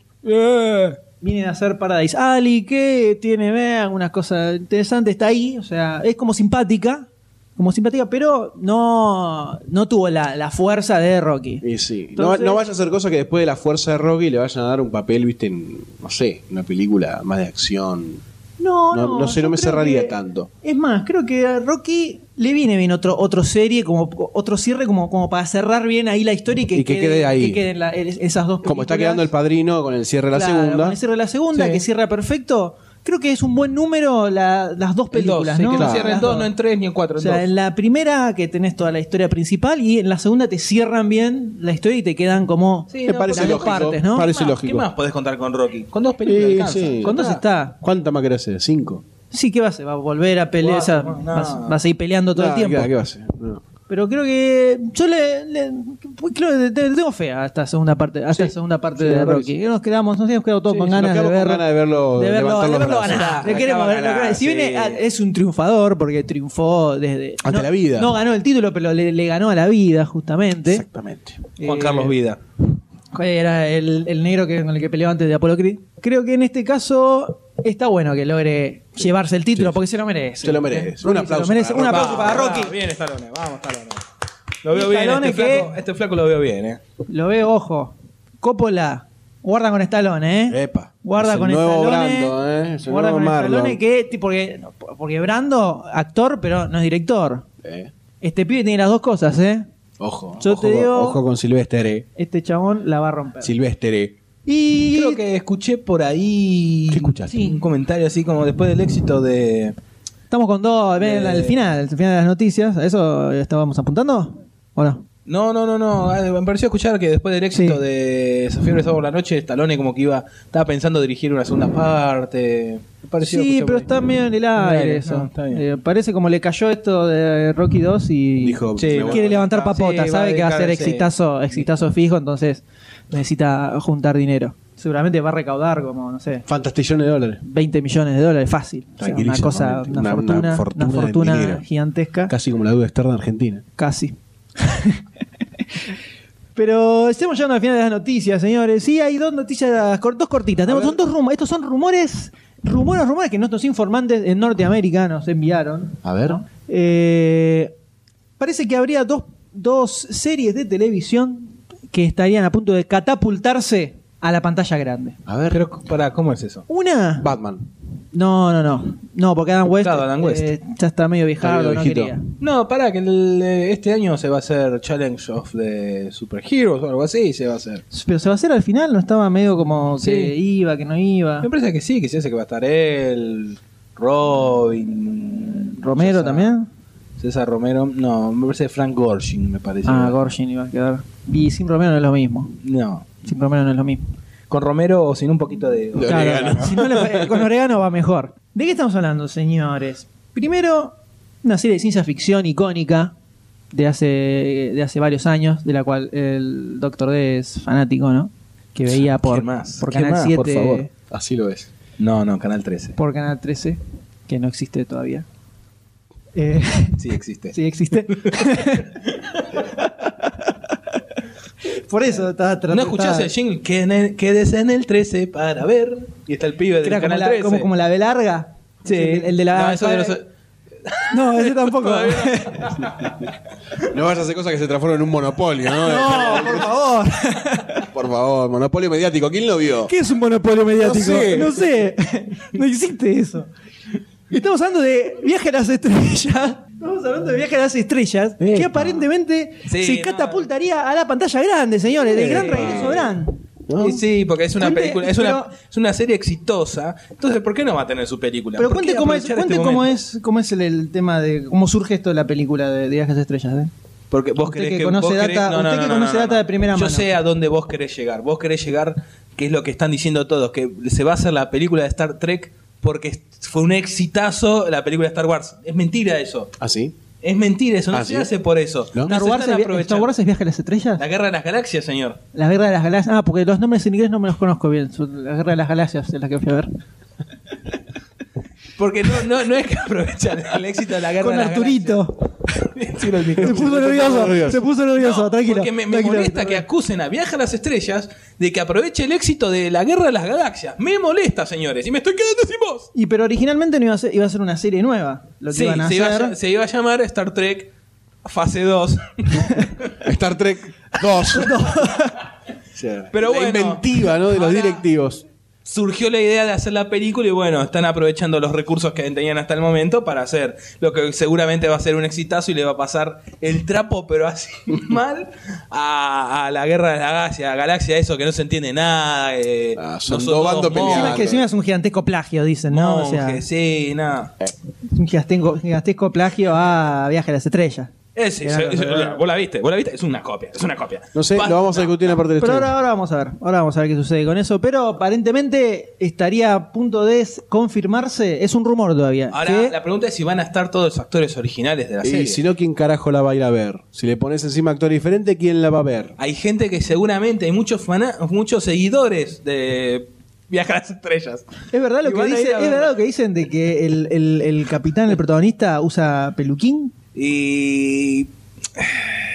D: Viene a hacer Paradise Alley, que tiene ve, algunas cosas interesantes, está ahí, o sea, es como simpática, como simpática, pero no, no tuvo la, la fuerza de Rocky.
A: Y sí. No-
D: Entonces-
A: no, vaya a ser cosa que después de la fuerza de Rocky le vayan a dar un papel, viste, en, no sé, una película más de acción.
D: No, no,
A: No- no sé,
D: yo
A: no me
D: creo
A: cerraría
D: que-
A: tanto.
D: Es más, creo que a Rocky le viene bien otro, otro serie, como otro cierre, como, como para cerrar bien ahí la historia y que,
A: Y que quede ahí.
D: que queden la- esas dos
A: Como está
D: películas.
A: quedando el padrino con el cierre de la
D: Claro,
A: segunda.
D: con el cierre de la segunda,
E: Sí.
D: que cierra perfecto. Creo que es un buen número la- las dos
E: El dos,
D: películas,
E: sí,
D: ¿no?
E: que no
A: Claro.
E: cierren
D: Las
E: dos,
D: dos.
E: no en tres, ni en cuatro.
D: O
E: en
D: sea,
E: dos.
D: en la primera que tenés toda la historia principal y en la segunda te cierran bien la historia y te quedan como
E: Sí,
A: Me
E: no,
A: parece
E: pero-
D: las dos
A: lógico.
D: partes, ¿no?
A: Parece
E: ¿Qué más-
A: lógico.
E: ¿Qué más podés contar con Rocky? Con dos películas
A: Sí,
E: alcanza.
A: sí.
D: ¿Con dos está?
A: ¿Cuánta más querés hacer? ¿Cinco?
D: Sí, ¿qué va a hacer? ¿Va a volver a pelear?
E: Cuatro,
D: O sea,
E: no.
D: vas, vas a ir peleando todo
A: Ah,
D: el tiempo.
A: ¿Qué, qué va a hacer? No.
D: Pero creo que yo le, le- creo que te- te tengo fe a esta segunda parte, a esta segunda parte
A: sí, la
D: de
A: verdad que
D: Rocky. Nos quedamos, nos hemos quedado todos
A: Sí,
D: con
A: nos
D: ganas de
A: quedamos con
D: verlo.
A: ganas de verlo
D: de verlo,
A: levantar
D: de
A: los
D: verlo
A: brazos.
D: ganar. Le
E: Acá
D: queremos
E: va a
D: ver lo
E: ganar,
D: ganar. Si
E: sí.
D: viene, a- es un triunfador porque triunfó desde
A: Ante
D: no-
A: la vida.
D: No ganó el título, pero le, le ganó a la vida justamente.
A: Exactamente.
E: Juan
D: Eh,
E: Carlos Vida.
D: ¿Cuál era el, el negro que, con el que peleó antes de Apolo Creed? Creo que en este caso está bueno que logre llevarse eh, el título porque se lo merece.
A: Se lo merece.
D: Rocky
A: Un
D: se
A: aplauso
D: lo merece.
A: para
D: Un aplauso
E: Vamos,
D: para Rocky.
E: vamos, Ah, Bien, Stallone. Vamos, Stallone. Lo
D: Y
E: veo bien.
D: Stallone
E: Este
D: que-
E: flaco, este flaco lo veo bien, ¿eh?
D: Lo veo, ojo. Coppola. Guarda con Stallone, ¿eh?
A: Epa.
D: Guarda
A: Es el
D: con
A: nuevo
D: Stallone.
A: Brando, ¿eh? Es el
D: Guarda con
A: nuevo Marlon.
D: Stallone que... Porque, porque Brando, actor, pero no es director.
A: Eh,
D: Este pibe tiene las dos cosas, ¿eh?
A: Ojo.
D: Yo
A: ojo,
D: te
A: con-
D: digo-
A: ojo con Silvestre.
D: Este chabón la va a romper.
A: Silvestre.
D: Y...
E: Creo que escuché por ahí.
A: ¿Qué escuchaste?
E: Sí, un comentario así como después del éxito de.
D: Estamos con dos... ven,
E: Eh.
D: Al final, al final de las noticias. ¿A eso estábamos apuntando? ¿O no?
E: No, no, no, no. ah, Me pareció escuchar que después del éxito
D: Sí.
E: de Sofía Sábado por la Noche, Stallone como que iba. Estaba pensando dirigir una segunda parte. Me pareció
D: Sí,
E: escuchar
D: pero
E: por ahí.
D: está medio en el
E: aire,
D: aire
E: no,
D: eso.
E: está bien.
D: Eh, parece como le cayó esto de Rocky 2 y
A: Dijo,
E: Sí,
A: me
E: quiere
A: voy.
D: quiere levantar
E: Sí,
D: papota,
E: va a
D: sabe que va a ser
E: dedicarse.
D: exitazo, exitazo fijo, entonces necesita juntar dinero. Seguramente va a recaudar como, no sé,
A: Fantastillones de dólares.
D: 20 millones de dólares fácil. O sea, una
A: Tranquilísimo,
D: cosa, una,
A: una- una
D: fortuna, una fortuna,
A: fortuna de dinero.
D: gigantesca.
A: Casi como la deuda externa argentina.
D: Casi. Pero estamos llegando al final de las noticias, señores. Sí, hay dos noticias, cor- dos cortitas. Tenemos, son dos rumores. Estos son rumores, rumores, rumores que nuestros informantes en Norteamérica nos enviaron.
A: A ver.
D: Eh, parece que habría dos, dos series de televisión que estarían a punto de catapultarse a la pantalla grande.
A: A ver.
E: Pero, pará, ¿cómo es eso?
D: Una.
A: Batman.
D: No, no, no. No, porque Adam West,
E: Claro, Adam West.
D: eh, ya está medio viejardo,
A: medio
D: no
A: viejito.
D: quería.
E: No, pará, que el, eh, este año se va a hacer Challenge of the Superheroes o algo así, se va a hacer.
D: Pero se va a hacer al final, no estaba medio como que
E: Sí.
D: iba, que no iba.
E: Me parece que sí, que se hace que va a estar él, Robin.
D: Romero
E: César-
D: también.
E: César Romero, no, me parece Frank Gorshin, me parece.
D: Ah, Gorshin iba a quedar. Y sin Romero no es lo mismo.
E: No,
D: Sin Romero no es lo mismo.
E: con Romero o sin un poquito de.
D: Claro, si no le- con orégano va mejor. ¿De qué estamos hablando, señores? Primero, una serie de ciencia ficción icónica de hace, de hace varios años, de la cual el Doctor D es fanático, ¿no? Que veía por,
E: más?
D: por
E: ¿Qué
D: Canal
E: más,
D: 7,
E: por favor?
A: Así lo es.
E: No, no, Canal 13.
D: por Canal 13, que no existe todavía. Eh,
E: Sí, existe.
D: sí existe. por eso estaba tratando.
E: ¿No escuchás el jingle? Queden- Quédese en el 13 para ver. Y está el pibe del
D: Era como
E: Canal
D: la,
E: 13.
D: como, como la B larga.
E: Sí.
D: El, el de la.
E: No, eso de los-
D: No, ese tampoco.
A: No vas a hacer cosas que se transformen en un monopolio, ¿no?
D: No, por favor.
A: Por favor, monopolio mediático. ¿Quién lo vio?
D: ¿Qué es un monopolio mediático?
A: No sé.
D: No, sé. no existe eso. Estamos hablando de Viaje a las Estrellas. Estamos hablando de Viaje a las Estrellas, que aparentemente
E: Sí,
D: se
E: no.
D: catapultaría a la pantalla grande, señores. Del gran regreso, gran.
E: Y Sí, porque es una
D: Cuente,
E: película, es, una,
D: pero-
E: es una serie exitosa. Entonces, ¿por qué no va a tener su película?
D: Pero
E: ¿Por
D: cuente
E: qué
D: cómo es,
E: aprovechar
D: cuente
E: este
D: cómo
E: momento?
D: es, cómo es el, el tema de cómo surge esto de la película de, de Viaje a las Estrellas. ¿eh?
E: Porque vos
D: Usted
E: querés
D: que
E: que
D: conoce
E: vos
D: data-
E: querés- no, no,
D: usted que
E: no, no,
D: conoce
E: no,
D: data
E: no.
D: de primera
E: Yo
D: mano.
E: sé a dónde vos querés llegar. Vos querés llegar, que es lo que están diciendo todos, que se va a hacer la película de Star Trek porque fue un exitazo la película de Star Wars. Es mentira eso.
A: ¿Así?
E: Es mentira eso. No
A: Ah,
E: se
A: ¿sí?
E: hace por eso.
A: ¿No?
E: No,
D: Star
E: se están
D: Wars, es via- Star
E: aprovechando.
D: Wars es Viaje a las Estrellas.
E: La guerra de las galaxias, señor.
D: La Guerra de las Galaxias. Ah, porque los nombres en inglés no me los conozco bien. Son La Guerra de las Galaxias es la que fui a ver.
E: Porque no, no, no es que aprovechan el éxito de la guerra
D: Con
E: de las
D: Arturito.
E: galaxias. Tiro el micrófono.
D: Se puso nervioso. Se puso nervioso.
E: No,
D: tranquilo.
E: Porque me, me
D: tranquilo.
E: molesta que acusen a Viaja a las Estrellas de que aproveche el éxito de la Guerra de las Galaxias. Me molesta, señores, y me estoy quedando sin voz.
D: Y pero originalmente no iba a ser, iba a ser una serie nueva. Lo que
E: Sí,
D: iban a
E: se iba, a,
D: hacer.
E: ll- se iba a llamar Star Trek Fase 2.
A: Star Trek 2.
E: Pero
A: la
E: bueno.
A: inventiva, ¿no? De los
E: Ahora-
A: directivos.
E: Surgió la idea de hacer la película y bueno, están aprovechando los recursos que tenían hasta el momento para hacer lo que seguramente va a ser un exitazo y le va a pasar el trapo, pero así mal, a, a la guerra de la galaxia, galaxia, eso que no se entiende nada. eh,
A: Ah,
E: no
A: son dos
E: todos
A: bandos
E: monjes,
D: Encima,
A: peleando.
D: que encima es un gigantesco plagio, dicen, ¿no? o sea, eh,
E: monjes, sí, nada.
D: un gigantesco, gigantesco plagio a Viaje a las Estrellas.
E: Es- es- es- vos la viste, vos la viste, es una copia, es una copia.
A: No sé,
E: Basta.
A: lo vamos a discutir en la parte del
D: Pero
A: estreno.
D: ahora, ahora vamos a ver, ahora vamos a ver qué sucede con eso. Pero aparentemente estaría a punto de s- confirmarse, es un rumor todavía.
E: Ahora,
D: que-
E: la pregunta es si van a estar todos los actores originales de la serie.
A: Y si no, ¿quién carajo la va a ir a ver? Si le pones encima actor diferente, ¿quién la va a ver?
E: Hay gente que seguramente, hay muchos fana- muchos seguidores de Viaje a las Estrellas.
D: Es verdad lo
E: Y
D: que
E: van a ir
D: dicen,
E: a
D: es
E: verla.
D: verdad lo que dicen de que el, el- el capitán, el protagonista, usa peluquín,
E: Y...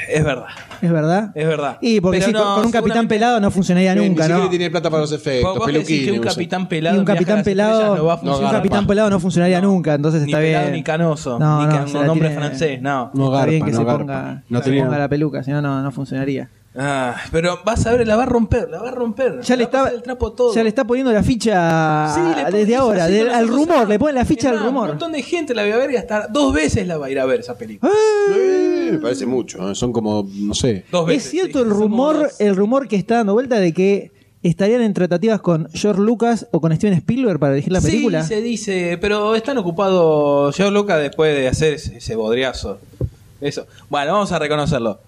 E: Es verdad,
D: es verdad.
E: es verdad.
D: Y porque
E: Eh, Pero
D: sí,
E: no,
D: con, con un capitán
E: seguramente-
D: pelado no funcionaría
A: Ni
D: nunca,
A: siquiera
D: ¿no?
A: tiene plata para los efectos,
E: ¿Vos- vos decís
A: peluquín.
E: que un
A: usa.
E: capitán pelado
D: Y un
E: en Viaje a
D: capitán
E: las Estrellas
D: pelado,
E: no va a
A: no
D: un
E: funcionar.
D: capitán pelado no funcionaría nunca, entonces
E: ni
D: está
E: pelado,
D: bien.
E: ni canoso,
D: No,
E: ni
D: no,
E: can-
D: se
E: con
D: la
E: nombre
D: tiene-
E: francés, no.
A: No
D: está
A: garpa,
D: bien que
A: no
D: se
A: garpa.
D: ponga,
A: No
D: se
A: tenía-
D: ponga la peluca, si no, no, no funcionaría.
E: Ah, pero vas a ver, la va a romper, la va a romper.
D: Ya le,
E: va a pasar
D: está,
E: el trapo todo.
D: ya le está poniendo la ficha
E: Sí, le ponen-
D: desde
E: es
D: ahora,
E: así
D: del-
E: con las
D: al
E: otras
D: rumor,
E: cosas.
D: le ponen la
E: Es
D: ficha al
E: más, Un
D: rumor.
E: montón de gente la va a ver y hasta dos veces la va a ir a ver esa película.
A: Eh, parece mucho, eh, son como, no sé.
E: Dos
D: Es
E: veces. sí.
D: cierto el
E: Somos
D: rumor,
E: dos.
D: el rumor que está dando vuelta de que estarían en tratativas con George Lucas o con Steven Spielberg para dirigir la película.
E: Sí, se dice, pero están ocupados Joe Lucas después de hacer ese, ese bodriazo. Eso. Bueno, vamos a reconocerlo.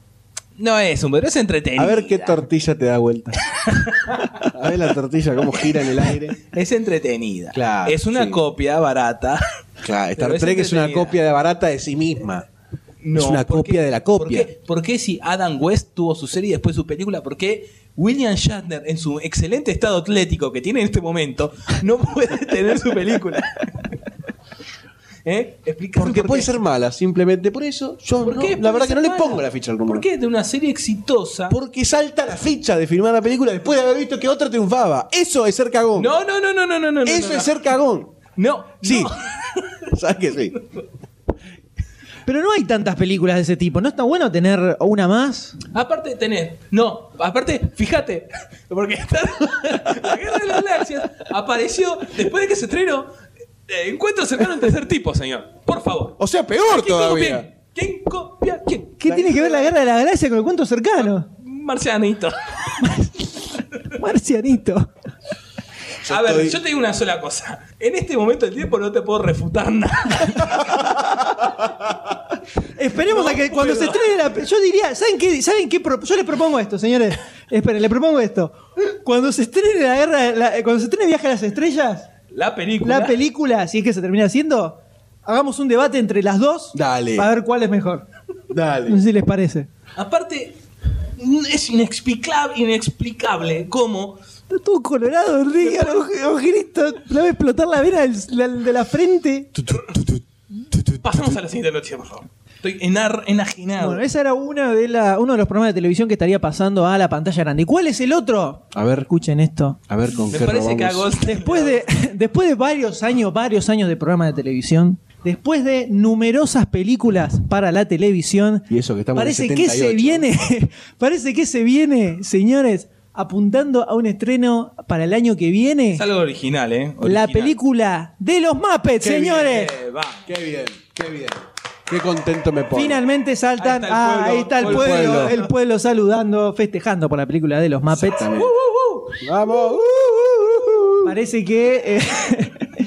E: No es un bodriazo, es entretenido.
A: A ver qué tortilla te da vuelta. a ver la tortilla, cómo gira en el aire.
E: Es entretenida.
A: Claro,
E: es una
A: sí.
E: copia barata.
A: Claro, Star
E: Pero es
A: Trek es una
E: entretenida.
A: copia de barata de sí misma. es una
E: ¿por qué?
A: copia de la copia.
E: ¿Por qué? ¿Por qué si Adam West tuvo su serie y después su película? ¿Por qué William Shatner, en su excelente estado atlético que tiene en este momento, no puede tener su película? ¿Eh? Explícame
A: Porque
E: por
A: puede
E: qué.
A: ser mala, simplemente. Por eso, yo
E: ¿Por
A: no-
E: qué?
A: la
E: Puede
A: verdad
E: ser
A: que no le
E: mala.
A: pongo la ficha al rumor.
E: ¿Por qué de una serie exitosa?
A: Porque salta la ficha de filmar la película después de haber visto que otra triunfaba. Eso es ser cagón.
E: No, no, no, no, no, no, no.
A: eso
E: no,
A: es
E: no.
A: ser cagón.
E: No,
A: Sí.
E: no.
A: ¿Sabes que sí?
D: Pero no hay tantas películas de ese tipo. ¿No está bueno tener una más?
E: Aparte tenés, no, aparte, fíjate, porque está la guerra de las galaxias apareció después de que se estrenó eh, Encuentro cercano al tercer tipo, señor. Por favor.
A: O sea, peor
E: ¿Quién
A: todavía.
E: copia? ¿Quién copia? ¿Quién?
D: ¿Qué tiene que ver la guerra de la galaxia con el cuento cercano?
E: Marcianito.
D: Marcianito.
E: a ver,
A: estoy-
E: yo te digo una sola cosa. En este momento del tiempo no te puedo refutar nada.
D: Esperemos a que cuando se estrene la yo diría, ¿saben qué? ¿Saben qué? pro- Yo les propongo esto, señores. Esperen, les propongo esto. Cuando se estrene la guerra, la- cuando se estrene Viaje a las Estrellas,
E: La película.
D: la película, si es que se termina haciendo, hagamos un debate entre las dos
A: Dale.
D: para ver cuál es mejor. No
A: Dale.
D: sé si les parece.
E: Aparte, es inexplicable, inexplicable cómo
D: Está todo colorado, Enrique, oj- ojerito, le va a explotar la vena del- la- de la frente.
E: Pasamos a la siguiente noticia, por favor. Estoy enar- enajenado.
D: Bueno, ese era una de la, uno de los programas de televisión que estaría pasando a la pantalla grande. ¿Y ¿Cuál es el otro?
A: A ver,
D: Escuchen esto.
A: a ver con
E: Me
A: qué
E: parece que a
A: robamos.
E: Goldstein-
D: Después de, después de varios años, varios años de programa de televisión, después de numerosas películas para la televisión,
A: Y eso que estamos en
D: parece
A: el
D: que se
A: 78.
D: viene, parece que se viene, señores, apuntando a un estreno para el año que viene,
E: Es algo original, ¿eh?
D: la
E: Original.
D: película de los Muppets,
A: Qué
D: señores.
E: Eh, va.
A: Qué bien, qué bien. Qué contento me pongo.
D: Finalmente saltan.
E: Ahí está el pueblo,
D: Ah, Ahí está el
E: todo el
D: pueblo, el pueblo,
A: pueblo.
D: saludando, festejando por la película de los Muppets.
A: Exactamente.
E: Uh,
A: Vamos. uh, uh, uh, uh.
D: Parece que. eh,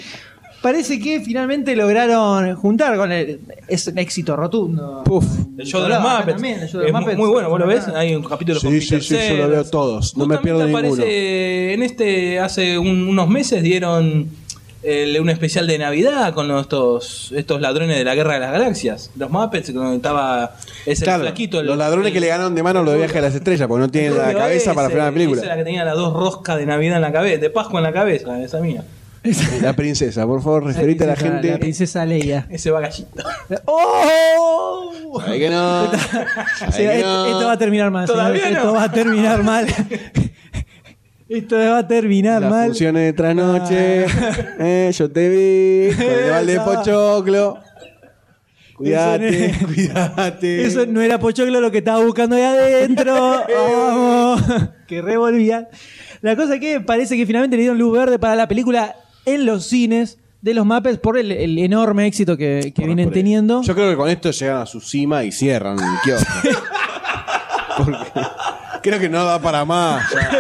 D: parece que finalmente lograron juntar con el. Es un éxito rotundo.
A: Puf.
E: El show de los
D: Acá
E: Muppets.
D: también, el show de
E: es
D: los Muppets.
E: muy bueno, ¿vos lo ves? Hay un capítulo
A: Sí,
E: con
A: sí,
E: Peter
A: sí, yo lo
E: Sellers.
A: veo todos, no me
E: Justamente
A: pierdo ninguno.
E: aparece En este, hace un- unos meses dieron el- un especial de Navidad con los- estos, estos ladrones de la Guerra de las Galaxias. Los Muppets, cuando estaba ese
A: Claro,
E: flaquito. el-
A: los ladrones
E: el-
A: que le ganaron de mano lo de viaje a las estrellas, porque no tienen la
E: Pero
A: cabeza para
E: ese-
A: filmar la
E: Esa era
A: película.
E: la que tenía las dos roscas de Navidad en la cabeza, de Pascua en la cabeza, esa mía.
A: La princesa, por favor, referite a la
D: La
A: gente.
D: princesa Leia.
E: Ese bagallito.
D: ¡Oh!
A: Ay, que no.
D: O sea,
A: Ay, que
D: esto,
A: no.
D: esto va a terminar mal.
E: Todavía
D: señores.
E: no.
D: Esto va a terminar mal. esto va a terminar
A: Las
D: mal. Ah.
A: funciones de trasnoche. eh, yo te vi. Carnaval de
D: Esa.
A: Pochoclo. Cuídate,
D: Eso no-
A: cuídate.
D: Eso no era Pochoclo lo que estaba buscando ahí adentro.
A: Eh,
D: Vamos. que revolvían. La cosa es que parece que finalmente le dieron luz verde para la película en los cines de los Muppets por el, el enorme éxito que, que
A: Por-
D: vienen
A: por ahí.
D: teniendo.
A: Yo creo que con esto llegan a su cima y cierran el kiosco. Porque creo que no da para más. ya.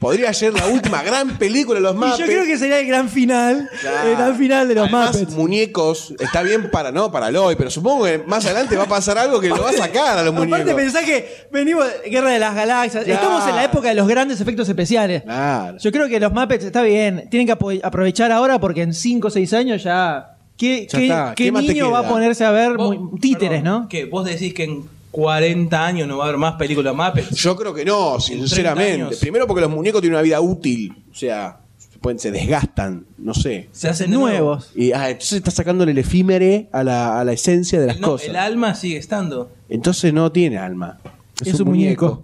A: Podría ser la última gran película de los
D: Y
A: Muppets.
D: yo creo que sería el gran final.
A: Claro.
D: El gran final de los
A: Además,
D: Muppets.
A: muñecos, está bien para no, para el hoy, pero supongo que más adelante va a pasar algo que lo va a sacar a los
D: Aparte
A: muñecos.
D: pensá que venimos de Guerra de las Galaxias.
A: Claro.
D: Estamos en la época de los grandes efectos especiales.
A: Claro.
D: Yo creo que los Muppets está bien. Tienen que apo- aprovechar ahora porque en 5 o 6 años ya. ¿Qué,
A: Ya
D: qué-
A: está.
D: qué
A: ¿Qué más te
D: niño va a
A: queda?
D: ponerse a ver
E: Vos-
D: mu- títeres,
E: perdón,
D: no?
E: ¿Qué? ¿Vos decís que en 40 años no va a haber más películas Muppets?
A: Yo creo que no, sinceramente.
E: años.
A: Primero porque los muñecos tienen una vida útil, o sea, se pueden, se desgastan, no sé.
E: Se hacen de nuevo.
D: Nuevos.
A: Y ah, entonces está sacando el efímere a la, a la esencia de las
E: No,
A: cosas.
E: el alma sigue estando.
A: Entonces no tiene alma. Es, un, muñeco.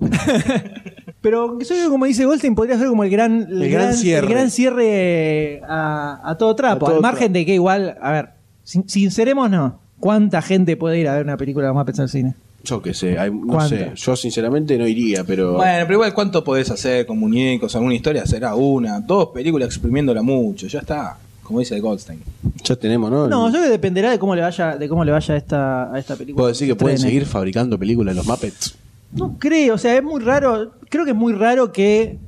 D: Pero eso como dice Goldstein podría ser como el gran, el
A: gran cierre.
D: el gran cierre a, a todo trapo.
A: A todo
D: al margen
A: trapo.
D: de que igual, a ver, sin- sincerémonos, ¿cuánta gente puede ir a ver una película de los Muppets al cine?
A: Yo qué sé, hay- no
D: ¿Cuánto?
A: sé. Yo sinceramente no iría, pero.
E: Bueno, pero igual, ¿cuánto podés hacer con muñecos? ¿Alguna historia? Será una, dos películas exprimiéndola mucho. Ya está. Como dice Goldstein.
A: Ya tenemos, ¿no?
D: No, yo creo que dependerá de cómo le vaya, de cómo le vaya a esta, a esta película.
A: Puedo decir que
D: se
A: pueden
D: estrene.
A: seguir fabricando películas los Muppets.
D: No creo, o sea, es muy raro. Creo que es muy raro que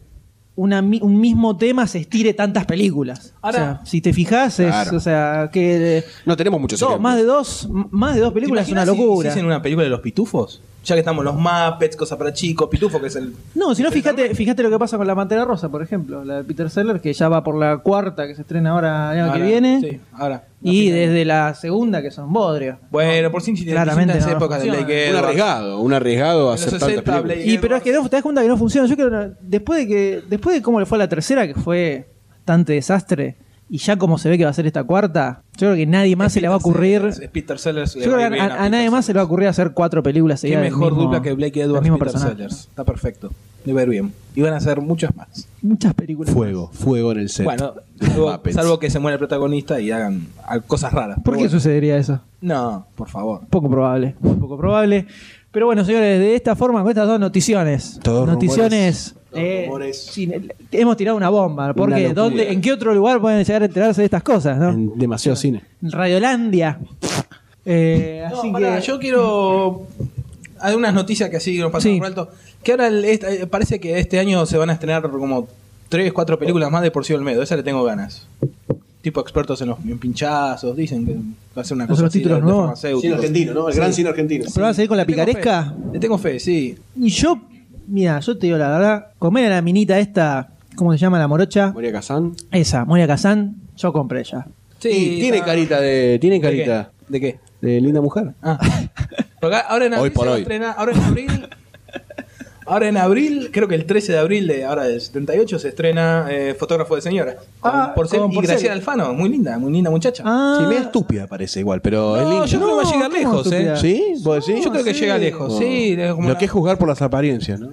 D: una mi- un mismo tema se estire tantas películas.
E: Ahora-
D: o sea, si te fijas, es,
A: Claro.
D: o sea, que
A: No tenemos muchos
D: dos,
A: ejemplos.
D: más de dos, m- más de dos películas es
E: ¿Te
D: una
E: imaginas
D: locura.
E: Si, si hacen una película de los pitufos? Ya que estamos los Muppets, cosas para chicos, pitufo que es el.
D: No, si no,
E: el
D: fíjate,
E: Superman.
D: fíjate lo que pasa con la Pantera Rosa, por ejemplo, la de Peter Seller, que ya va por la cuarta que se estrena ahora el año que
E: Ahora,
D: viene,
E: sí, ahora.
D: y desde la segunda que son bodrios.
E: Bueno, por si si-
D: Claramente
E: distintas
D: no
E: épocas de
D: funciona.
E: Blake
A: Un
E: Edwards.
A: arriesgado, un arriesgado a
E: En los
A: hacer tantas
E: 60
A: películas.
E: Blade
D: Y pero es que no, te das cuenta que no funciona. Yo creo que después de que después de cómo le fue a la tercera, que fue bastante desastre, y ya como se ve que va a ser esta cuarta, yo creo que nadie más se le va a ocurrir.
E: Es Peter Sellers. le
D: Yo
E: va
D: creo
E: ir
D: que
E: bien
D: a, a nadie
E: Peter
D: más se le va a ocurrir hacer cuatro películas
E: Qué
D: seguidas. del
E: mejor
D: mismo-
E: dupla que Blake
D: del
E: Edwards y
D: mismo
E: Peter
D: personaje,
E: Sellers. Está perfecto. Le va a ir bien. Y van a hacer muchas más.
D: ¿no? Muchas películas.
A: Fuego, fuego en el set.
E: Bueno,
A: Los
E: salvo,
A: Muppets.
E: salvo que se muera el protagonista y hagan ah, cosas raras.
D: ¿Por qué
E: Pero bueno.
D: sucedería eso?
E: No, por favor.
D: Poco probable. muy Poco probable. Pero bueno, señores, de esta forma, con estas dos noticiones.
A: Todos
D: noticiones. eh, sin- hemos tirado una bomba. Porque
A: locura.
D: ¿dónde, ¿en qué otro lugar pueden llegar a enterarse de estas cosas? ¿no?
A: En demasiado cine.
D: Radiolandia. Eh,
E: No,
D: así
E: pará,
D: que
E: yo quiero. Hay unas noticias que así nos pasan
D: Sí.
E: por alto. Que ahora el- esta- eh, parece que este año se van a estrenar como tres, cuatro películas más de Por sí Olmedo. Esa le tengo ganas. Tipo expertos en los en pinchazos, dicen que va a ser una
D: ¿Son
E: cosa
D: los
E: así
D: títulos
E: de- de
D: nuevos?
E: farmacéuticos.
A: ¿no? El gran cine argentino.
D: pero vas a seguir con la
E: Le tengo
D: picaresca.
E: fe, Le tengo fe, sí.
D: Y yo, mira, yo te digo la verdad, comer a la minita esta, ¿cómo se llama la morocha?
A: María Kazán.
D: Esa, Moria Kazán, yo compré ya.
E: Sí,
A: Y tiene
E: está-
A: carita de. Tiene
E: ¿De qué?
A: carita
E: ¿De qué?
A: de, linda mujer.
E: Ah. Porque ahora en
A: Hoy
E: abril
A: por
E: se va a
A: hoy.
E: estrenar- ahora en abril. Ahora en abril, creo que el 13 de abril de ahora del 78 se estrena eh, Fotógrafo de Señora. Con
D: Ah,
E: Porcel
D: con
E: y
D: Porcel.
E: Graciela Alfano, muy linda, muy linda muchacha.
D: Ah,
A: Sí, media estúpida parece igual, pero Oh, es
E: no,
A: linda.
E: yo creo que va a llegar
D: No,
E: lejos,
D: ¿cómo
E: eh.
D: estúpida?
A: ¿Sí? ¿Vos decís?
E: Yo creo que
D: sí.
E: llega lejos, sí. es como
A: Lo
E: una-
A: que es juzgar por las apariencias, ¿no?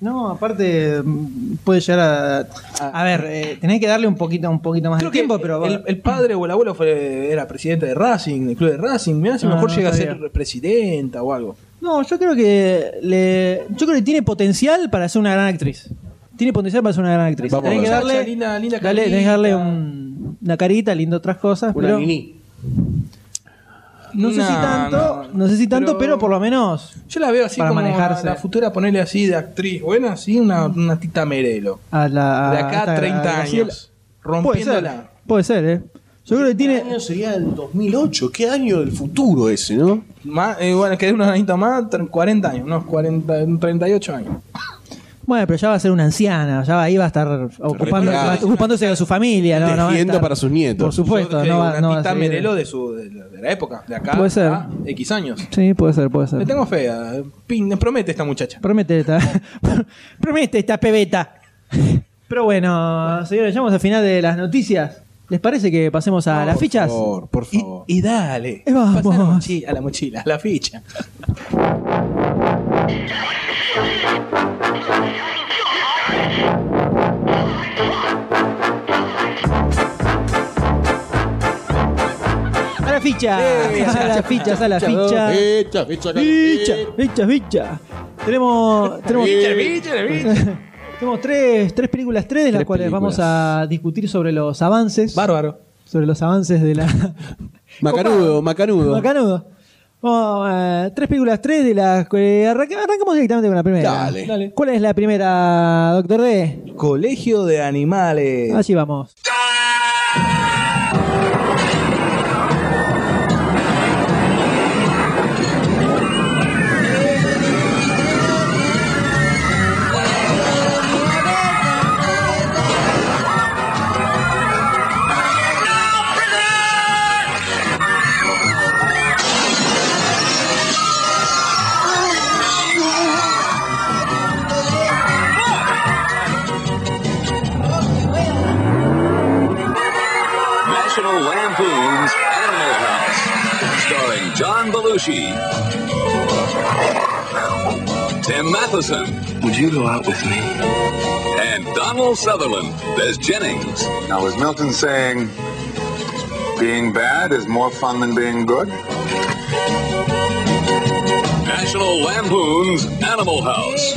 D: no, aparte mm, puede llegar a... A ver, eh, tenés que darle un poquito, un poquito más
E: Creo
D: de tiempo,
E: que
D: pero...
E: el, el padre o el abuelo fue, era presidente de Racing, del club de Racing. Mirá si
D: Ah,
E: mejor
D: no
E: llega a
D: sabía.
E: ser presidenta o algo.
D: No, yo creo que le, yo creo que tiene potencial para ser una gran actriz. Tiene potencial para ser una gran actriz.
A: Vamos
D: tenés
A: a
D: que
A: ver.
D: darle,
E: Linda- linda
D: dale- tenés que
E: carita.
D: darle un- una carita, lindo otras cosas.
A: Una
D: pero
A: nini.
D: no sé si
E: No,
D: tanto,
E: no,
D: no sé si tanto, pero, por lo menos
E: Yo la veo así
D: Para
E: como
D: manejarse.
E: la futura, ponerle así de actriz buena, así una, una tita Merelo.
D: a la
E: De
D: a
E: acá
D: esta-
E: a 30
D: a Graciela-
E: años.
D: Puede ser,
E: Rompiéndola.
D: ah, puede ser, eh. Yo creo que
A: ¿Qué
D: tiene
A: año sería el 2008? ¿Qué año del futuro ese, no?
E: Más, eh, bueno, que unos añitos más, tre- 40 años, unos 40, 38 años.
D: bueno, pero ya va a ser una anciana, ya va, ahí va a estar ocupando-
A: Recolgada.
D: va- ocupándose de su familia, no, no va a
A: Tejiendo
D: estar-
A: para sus nietos.
D: Por supuesto,
E: Yo te
D: no
E: digo,
D: va,
E: una
D: no va a
E: tita
D: seguir.
E: Merelo de, su, de, la, de la época, de acá
D: Puede ser.
E: a X años.
D: Sí, puede ser, puede ser.
E: Le tengo fe, a- pin- promete esta muchacha.
D: Promete esta. Promete esta pebeta. Pero bueno, señores, llegamos al final de las noticias. ¿Les parece que pasemos a las fichas?
A: Por favor, por
E: Y,
A: favor.
E: y dale,
D: Eh, vamos.
E: pasá la mochila, a la mochila, a la ficha.
D: A las fichas. a las fichas, a las fichas.
A: Ficha, ficha,
D: Ficha, ficha, ficha. Tenemos, tenemos, tenemos tres, tres películas, tres de las
A: Tres
D: cuales
A: películas.
D: vamos a discutir sobre los avances.
E: Bárbaro.
D: Sobre los avances de la.
A: Macanudo, macanudo.
D: Macanudo. Vamos, eh, tres películas, tres de las. que arranca- arrancamos directamente con la primera.
A: Dale.
D: ¿Cuál es la primera, Doctor D?
E: Colegio de animales.
D: Así vamos.
K: National Lampoon's Animal House, starring John Belushi, Tim Matheson,
L: Would you go out with me?
K: and Donald Sutherland as Jennings.
L: Now, was Milton saying being bad is more fun than being good?
K: National Lampoon's Animal House.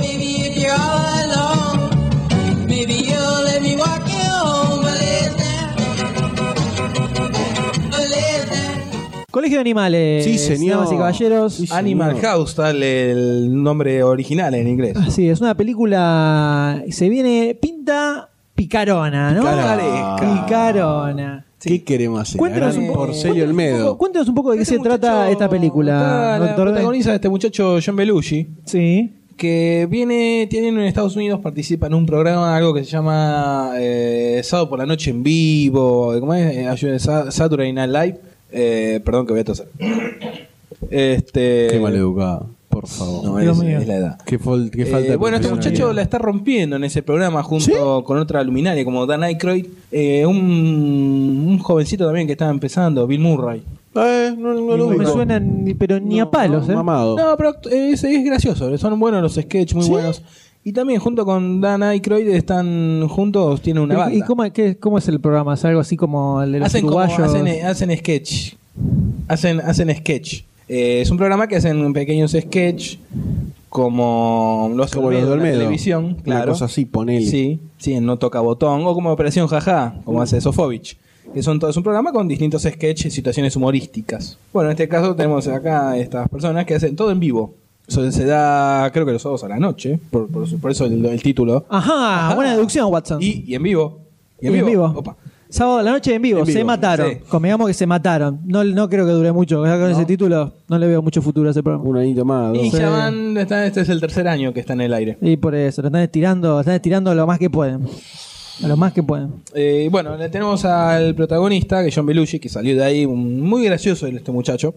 D: Colegio de Animales.
A: Sí, señor.
D: damas y caballeros.
A: Sí,
E: Animal
A: señor.
E: House, tal el nombre original en inglés.
D: Así es, una película. Se viene. Pinta picarona, ¿no?
A: Picaresca.
D: Picarona.
A: ¿Qué queremos hacer?
D: Cuéntanos
A: Gran
D: un poco-
A: Porcelio
D: Un
A: Olmedo.
D: poco- Cuéntanos un poco de qué se
E: Este
D: trata
E: muchacho-
D: esta
E: está
D: película,
E: La
D: doctor D.
E: protagoniza este muchacho John Belushi,
D: Sí.
E: que viene, tiene en Estados Unidos, participa en un programa, algo que se llama eh, Sábado por la Noche en Vivo, ¿cómo es? Eh, ayúdenme, Sa- Saturday Night Live. Eh, perdón que voy a toser. Este,
A: Qué maleducado, por favor.
E: No,
D: Dios
E: es,
D: mío.
E: es la edad.
A: Qué, fol- qué
E: Eh,
A: falta de
E: bueno, este muchacho
A: profesionalidad.
E: la está rompiendo en ese programa junto con otra luminaria como Dan Aykroyd, eh, un, un jovencito también que estaba empezando, Bill Murray.
A: Eh, no, no lo
D: No me
A: ubico.
D: suenan, ni- pero ni
A: No,
D: a palos,
A: no,
D: ¿eh?
A: Mamado.
E: No, pero es, es gracioso, son buenos los sketches, muy buenos. Y también junto con Dan Aykroyd están juntos, tiene una
D: Pero,
E: banda.
D: ¿Y cómo, qué- cómo es el programa? ¿Es algo así como el de los
E: hacen, como-
D: uruguayos?
A: eh,
E: hacen, hacen sketch. Hacen, hacen sketch. Eh, es un programa que hacen pequeños sketch como los
A: Como los de
E: en la
A: Olmedo.
E: televisión,
A: Una
E: claro.
A: cosa así, ponele.
E: Sí, sí, en No Toca Botón o como Operación Jaja, como hace Sofovich. Que son todos un programa con distintos sketches y situaciones humorísticas. Bueno, en este caso tenemos acá estas personas que hacen todo en vivo. Eso se da, creo que los sábados a la noche, por, por su- por eso el, el título.
D: Ajá,
E: Ajá.
D: Ah, buena deducción, Watson.
E: Y, y en vivo. Y
D: Y en vivo.
E: Opa.
D: Sábado a la noche en vivo,
A: En
D: se
A: vivo,
D: mataron.
E: sí.
D: Convengamos que se mataron. No, no creo que dure mucho. Ya Con ese título no le veo mucho futuro a ese programa.
A: Un anito más.
E: Y
A: dos.
E: ya van, está- este es el tercer año que está en el aire.
D: Y por eso, lo están estirando, lo están estirando lo más que pueden. A lo más que pueden.
E: Eh, bueno, le tenemos al protagonista, que es John Belushi, que salió de ahí, un- muy gracioso este muchacho,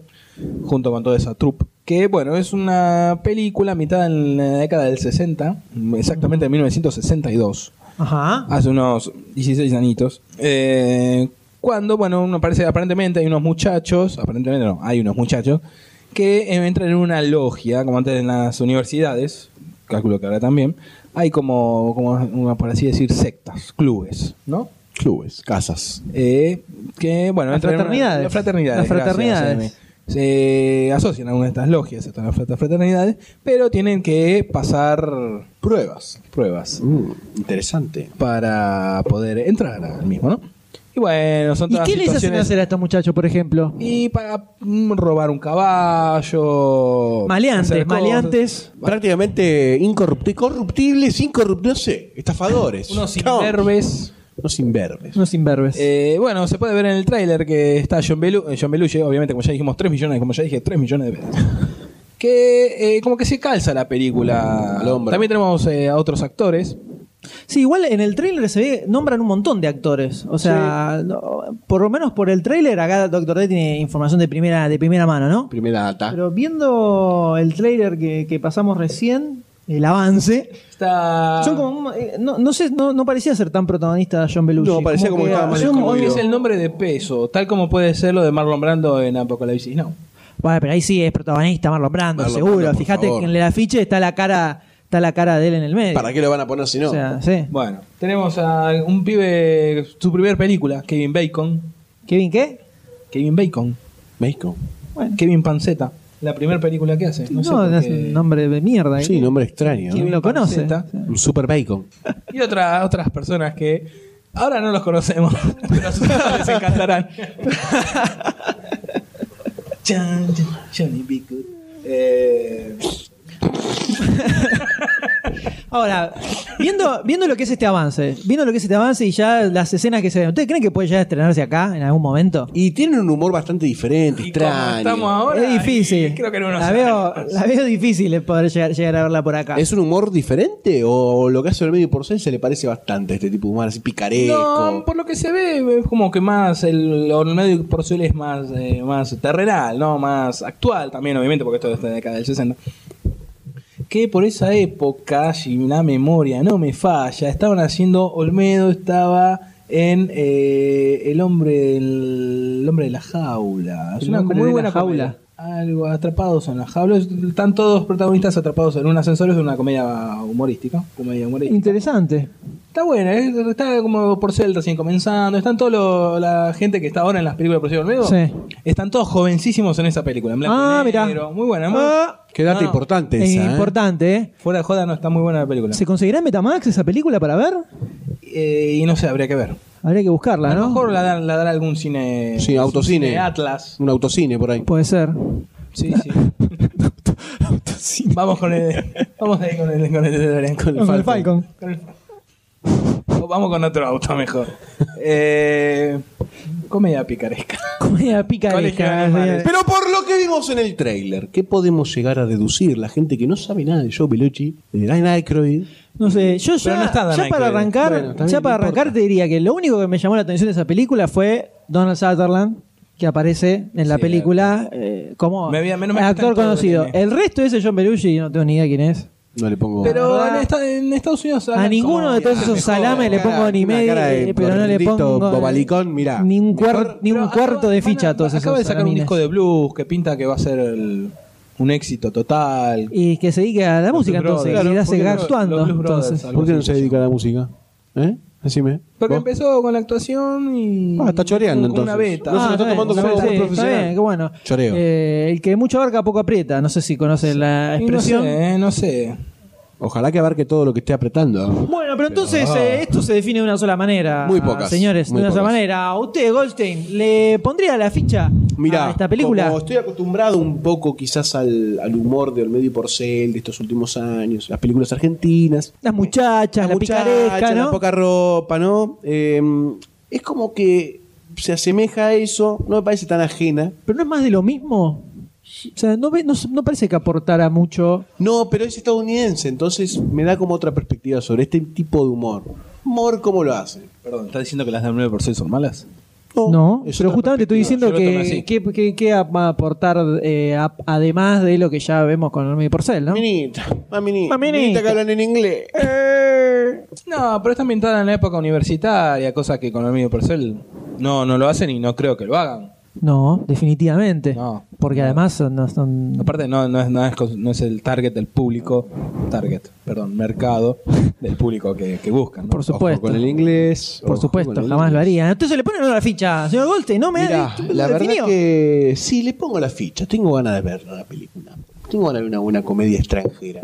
E: junto con toda esa troupe. Que bueno, es una película mitad en la década del 60, exactamente en 1962,
D: Ajá.
E: hace unos 16 añitos. eh, cuando, bueno, uno parece, aparentemente hay unos muchachos, aparentemente no, hay unos muchachos, que eh, entran en una logia, como antes en las universidades, cálculo que ahora también, hay como, como una, por así decir, sectas, clubes, ¿no?
A: Clubes, casas.
E: Eh, que bueno,
D: Las
E: entran en una-
D: fraternidades.
E: las fraternidades.
D: Las
E: gracias,
D: fraternidades.
E: Amy. se asocian a una de estas logias, a estas frat- fraternidades, pero tienen que pasar
A: Pruebas.
E: pruebas
A: Mm, interesante.
E: para poder entrar al mismo, ¿no? Y bueno, son
D: ¿Y
E: todas
D: qué les hacen
E: situaciones-
D: hacer a estos muchachos, por ejemplo?
E: Y para mm, robar un caballo. hacer
D: Maleantes,
E: cosas.
D: maleantes.
A: Prácticamente incorruptibles, corruptibles, incorruptibles, no sé, estafadores.
E: Unos
A: No,
E: imberbes.
A: Unos imberbes.
D: Unos imberbes.
E: Eh, bueno, se puede ver en el tráiler que está John, Belu eh, John Belushi, obviamente, como ya dijimos, 3 millones, como ya dije, 3 millones de veces. Que eh, como que se calza la película.
A: Al hombro.
E: También tenemos eh, a otros actores.
D: Sí, igual en el tráiler se ve, nombran un montón de actores. O sea, no- por lo menos por el tráiler, acá Doctor D tiene información de primera, de primera mano, ¿no?
A: Primera data.
D: Pero viendo el tráiler que, que pasamos recién, el avance,
A: Ah.
E: Está.
D: son como un- eh, no, no sé, no, no parecía ser tan protagonista John Belushi.
A: No, parecía como que estaba mal
E: Son como-
A: escondido.
E: es el nombre de peso, tal como puede ser lo de Marlon Brando en Apocalipsis Now.
D: Bueno, pero ahí sí es protagonista Marlon Brando,
A: Marlon
D: seguro.
A: Brando, por
D: Fíjate
A: favor.
D: que en el afiche está la cara, está la cara de él en el medio.
A: ¿Para qué lo van a poner si no?
D: O sea, sí.
E: Bueno, tenemos a un pibe, su primer película, Kevin Bacon.
D: Kevin, ¿qué?
E: Kevin Bacon.
A: México.
E: Kevin Panceta. La primera película que hace.
D: No,
E: sé por
D: es
E: qué.
D: un nombre de mierda. ¿eh?
A: Sí, nombre extraño.
D: ¿Quién
A: ¿no?
D: lo conoce?
E: Panceta.
A: Un super bacon.
E: Y otra- otras personas que ahora no los conocemos, pero a sus hijos les encantarán. Chan, chan, Johnny B. Good. Eh,
D: Ahora, viendo, viendo lo que es este avance, viendo lo que es este avance y ya las escenas que se ven, ¿ustedes creen que puede ya estrenarse acá en algún momento?
A: Y tienen un humor bastante diferente,
E: y como
A: extraño.
E: estamos ahora.
D: es difícil.
E: y Creo que no nos
D: la, veo, la veo difícil de poder llegar, llegar a verla por acá.
A: ¿Es un humor diferente o lo que hace el medio porcel se le parece bastante a este tipo de humor así picaresco?
E: No, por lo que se ve, es como que más el medio porcel es más, eh, más terrenal, ¿no? Más actual también, obviamente, porque esto es de la década del 60. Que por esa época, si la memoria no me falla, estaban haciendo Olmedo, estaba en eh, El hombre del el hombre de la jaula.
D: El hombre
E: muy
D: de la
E: buena
D: jaula.
E: comedia. Algo atrapados en la jaula. Están todos protagonistas atrapados en un ascensor, es una comedia humorística. Comedia humorística.
D: Interesante. Eh,
E: Está buena, es- está como por ser recién comenzando. Están todos la gente que está ahora en las películas de Porcel Olmedo.
D: Sí.
E: Están todos jovencísimos en esa película. En blanco
D: Ah,
E: y
D: mirá.
E: negro. Muy buena. muy-
D: Ah,
A: Qué dato
E: No,
A: importante
D: es
A: esa, ¿eh?
D: importante, ¿eh?
E: Fuera de joda, no está muy buena la película.
D: ¿Se conseguirá en Metamax esa película para ver?
E: Eh, y no sé, habría que ver.
D: Habría que buscarla,
E: A lo
D: ¿no?
E: mejor la dan- la dará algún cine.
A: Sí, autocine.
E: cine Atlas.
A: Un autocine por ahí.
D: Puede ser.
E: Sí, sí. Vamos con el. Vamos ahí con el. Con el,
D: Con el Falcon.
E: Con el- O Vamos con otro auto mejor. Eh, comedia picaresca. Colegio de
D: Comedia picaresca.
E: animales.
A: Pero por lo que vimos en el tráiler, ¿qué podemos llegar a deducir? La gente que no sabe nada de Joe Bellucci, de Dan Aykroyd.
D: No sé, yo ya,
E: no está Dan
D: ya
E: Aykroyd.
D: para arrancar,
A: Bueno, está bien,
D: ya para
A: no importa.
D: arrancar te diría que lo único que me llamó la atención de esa película fue Donald Sutherland, que aparece en la
E: Sí,
D: película eh, como
E: Me había- menos mal que
D: actor
E: está en todo
D: conocido.
E: el anime.
D: El resto ese John Belushi, no tengo ni idea quién es.
A: No le pongo.
E: Pero
D: verdad.
E: en, esta- en Estados Unidos.
D: A
E: hablan
D: ninguno
E: como-
D: de todos esos salames le
A: Una cara-
D: pongo ni
A: una
D: medio,
A: cara de
D: eh, pero no le
A: gordito
D: pongo
A: bobalicón, mirá.
D: ni un, cuar- ni un
E: Pero
D: cuarto
E: acaba-
D: de
E: van a-
D: ficha a todos esos
E: Acaba de sacar un
D: salamines.
E: disco de blues que pinta que va a ser el- un éxito total.
D: Y que se dedique a la música
E: Blues
D: entonces,
E: Brothers.
D: que
E: Claro,
D: hace
E: ¿por qué no?
D: actuando.
E: Los Blues Brothers,
D: entonces.
E: algo
A: ¿Por qué no
E: así
A: se
E: se
A: dedica a la música? ¿Eh? Decime.
E: Porque
A: ¿Vos?
E: empezó con la actuación y.
A: Ah, está choreando,
E: un- Una
A: entonces.
E: beta.
A: No se lo está
D: está
A: tomando
D: bien,
A: como
D: está
A: algo
D: bien,
A: muy
D: está
A: profesional.
D: bien, qué bueno.
A: Choreo.
D: Eh, el que mucho abarca poco aprieta, no sé si conocen la
E: Y no
D: expresión.
E: sé, eh, no sé.
A: Ojalá que abarque todo lo que esté apretando. ¿ah?
D: Bueno, pero entonces eh, esto se define de una sola manera.
A: Muy pocas,
D: Señores,
A: muy
D: de una sola
A: pocas.
D: manera. ¿Usted, Goldstein, le pondría la ficha
A: Mirá,
D: a Ah, esta película?
A: como estoy acostumbrado un poco quizás al, al humor de Olmedo y Porcel de estos últimos años, las películas argentinas,
D: Las muchachas, la,
A: muchacha,
D: picaresca, ¿no?
A: la poca ropa, ¿no? Eh, es como que se asemeja a eso, no me parece tan ajena.
D: Pero no es más de lo mismo. O sea, no, ve- no, no parece que aportara mucho.
A: No, pero es estadounidense, entonces me da como otra perspectiva sobre este tipo de humor. Humor, ¿cómo lo hace?
E: Perdón, ¿estás diciendo que las del 9% son malas?
D: No,
A: es
D: pero
A: otra
D: justamente estoy
A: perspectiva.
D: diciendo
E: yo lo tomé así.
D: que, que, que- que va a aportar eh, a- además de lo que ya vemos con Olmi Porcel, ¿no?
A: Maminita, maminita,
D: Maminita.
A: maminita que hablan en inglés.
E: No, pero está ambientada en la época universitaria, cosa que con el medio Porcel no, no lo hacen y no creo que lo hagan.
D: No, definitivamente.
E: No.
D: Porque además son, no son-
E: Aparte, no, no, es, no, es, cos- no es el target del público, target, perdón, mercado del público que, que buscan. ¿no?
D: Por supuesto.
A: Con el inglés.
D: Por
A: ojo
D: supuesto,
A: con el
D: jamás lo
A: inglés.
D: haría. Entonces le ponen una ficha, señor Goldstein, no me
A: Mirá,
D: ha-
A: Ah, la verdad
D: definió.
A: que Eh, sí, le pongo la ficha. Tengo ganas de ver la película. Tengo ganas de ver una buena comedia extranjera.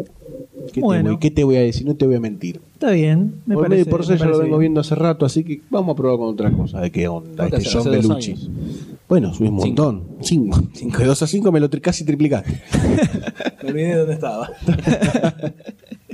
A: ¿Qué,
D: Bueno.
A: te, voy, qué te voy a decir? No te voy a mentir.
D: Está bien, me
A: Por
D: parece.
A: medio y por
D: me
A: eso ya lo
D: parece
A: vengo
D: bien.
A: viendo hace rato, así que vamos a probar con otra cosa. ¿De qué onda?
E: ¿Cuántas hace?
A: Este John
E: Hace dos
A: Belushi.
E: años.
A: Bueno, subí un montón. Cinco. Cinco. De dos a cinco me lo tri- casi triplicaste.
E: Me olvidé de dónde estaba.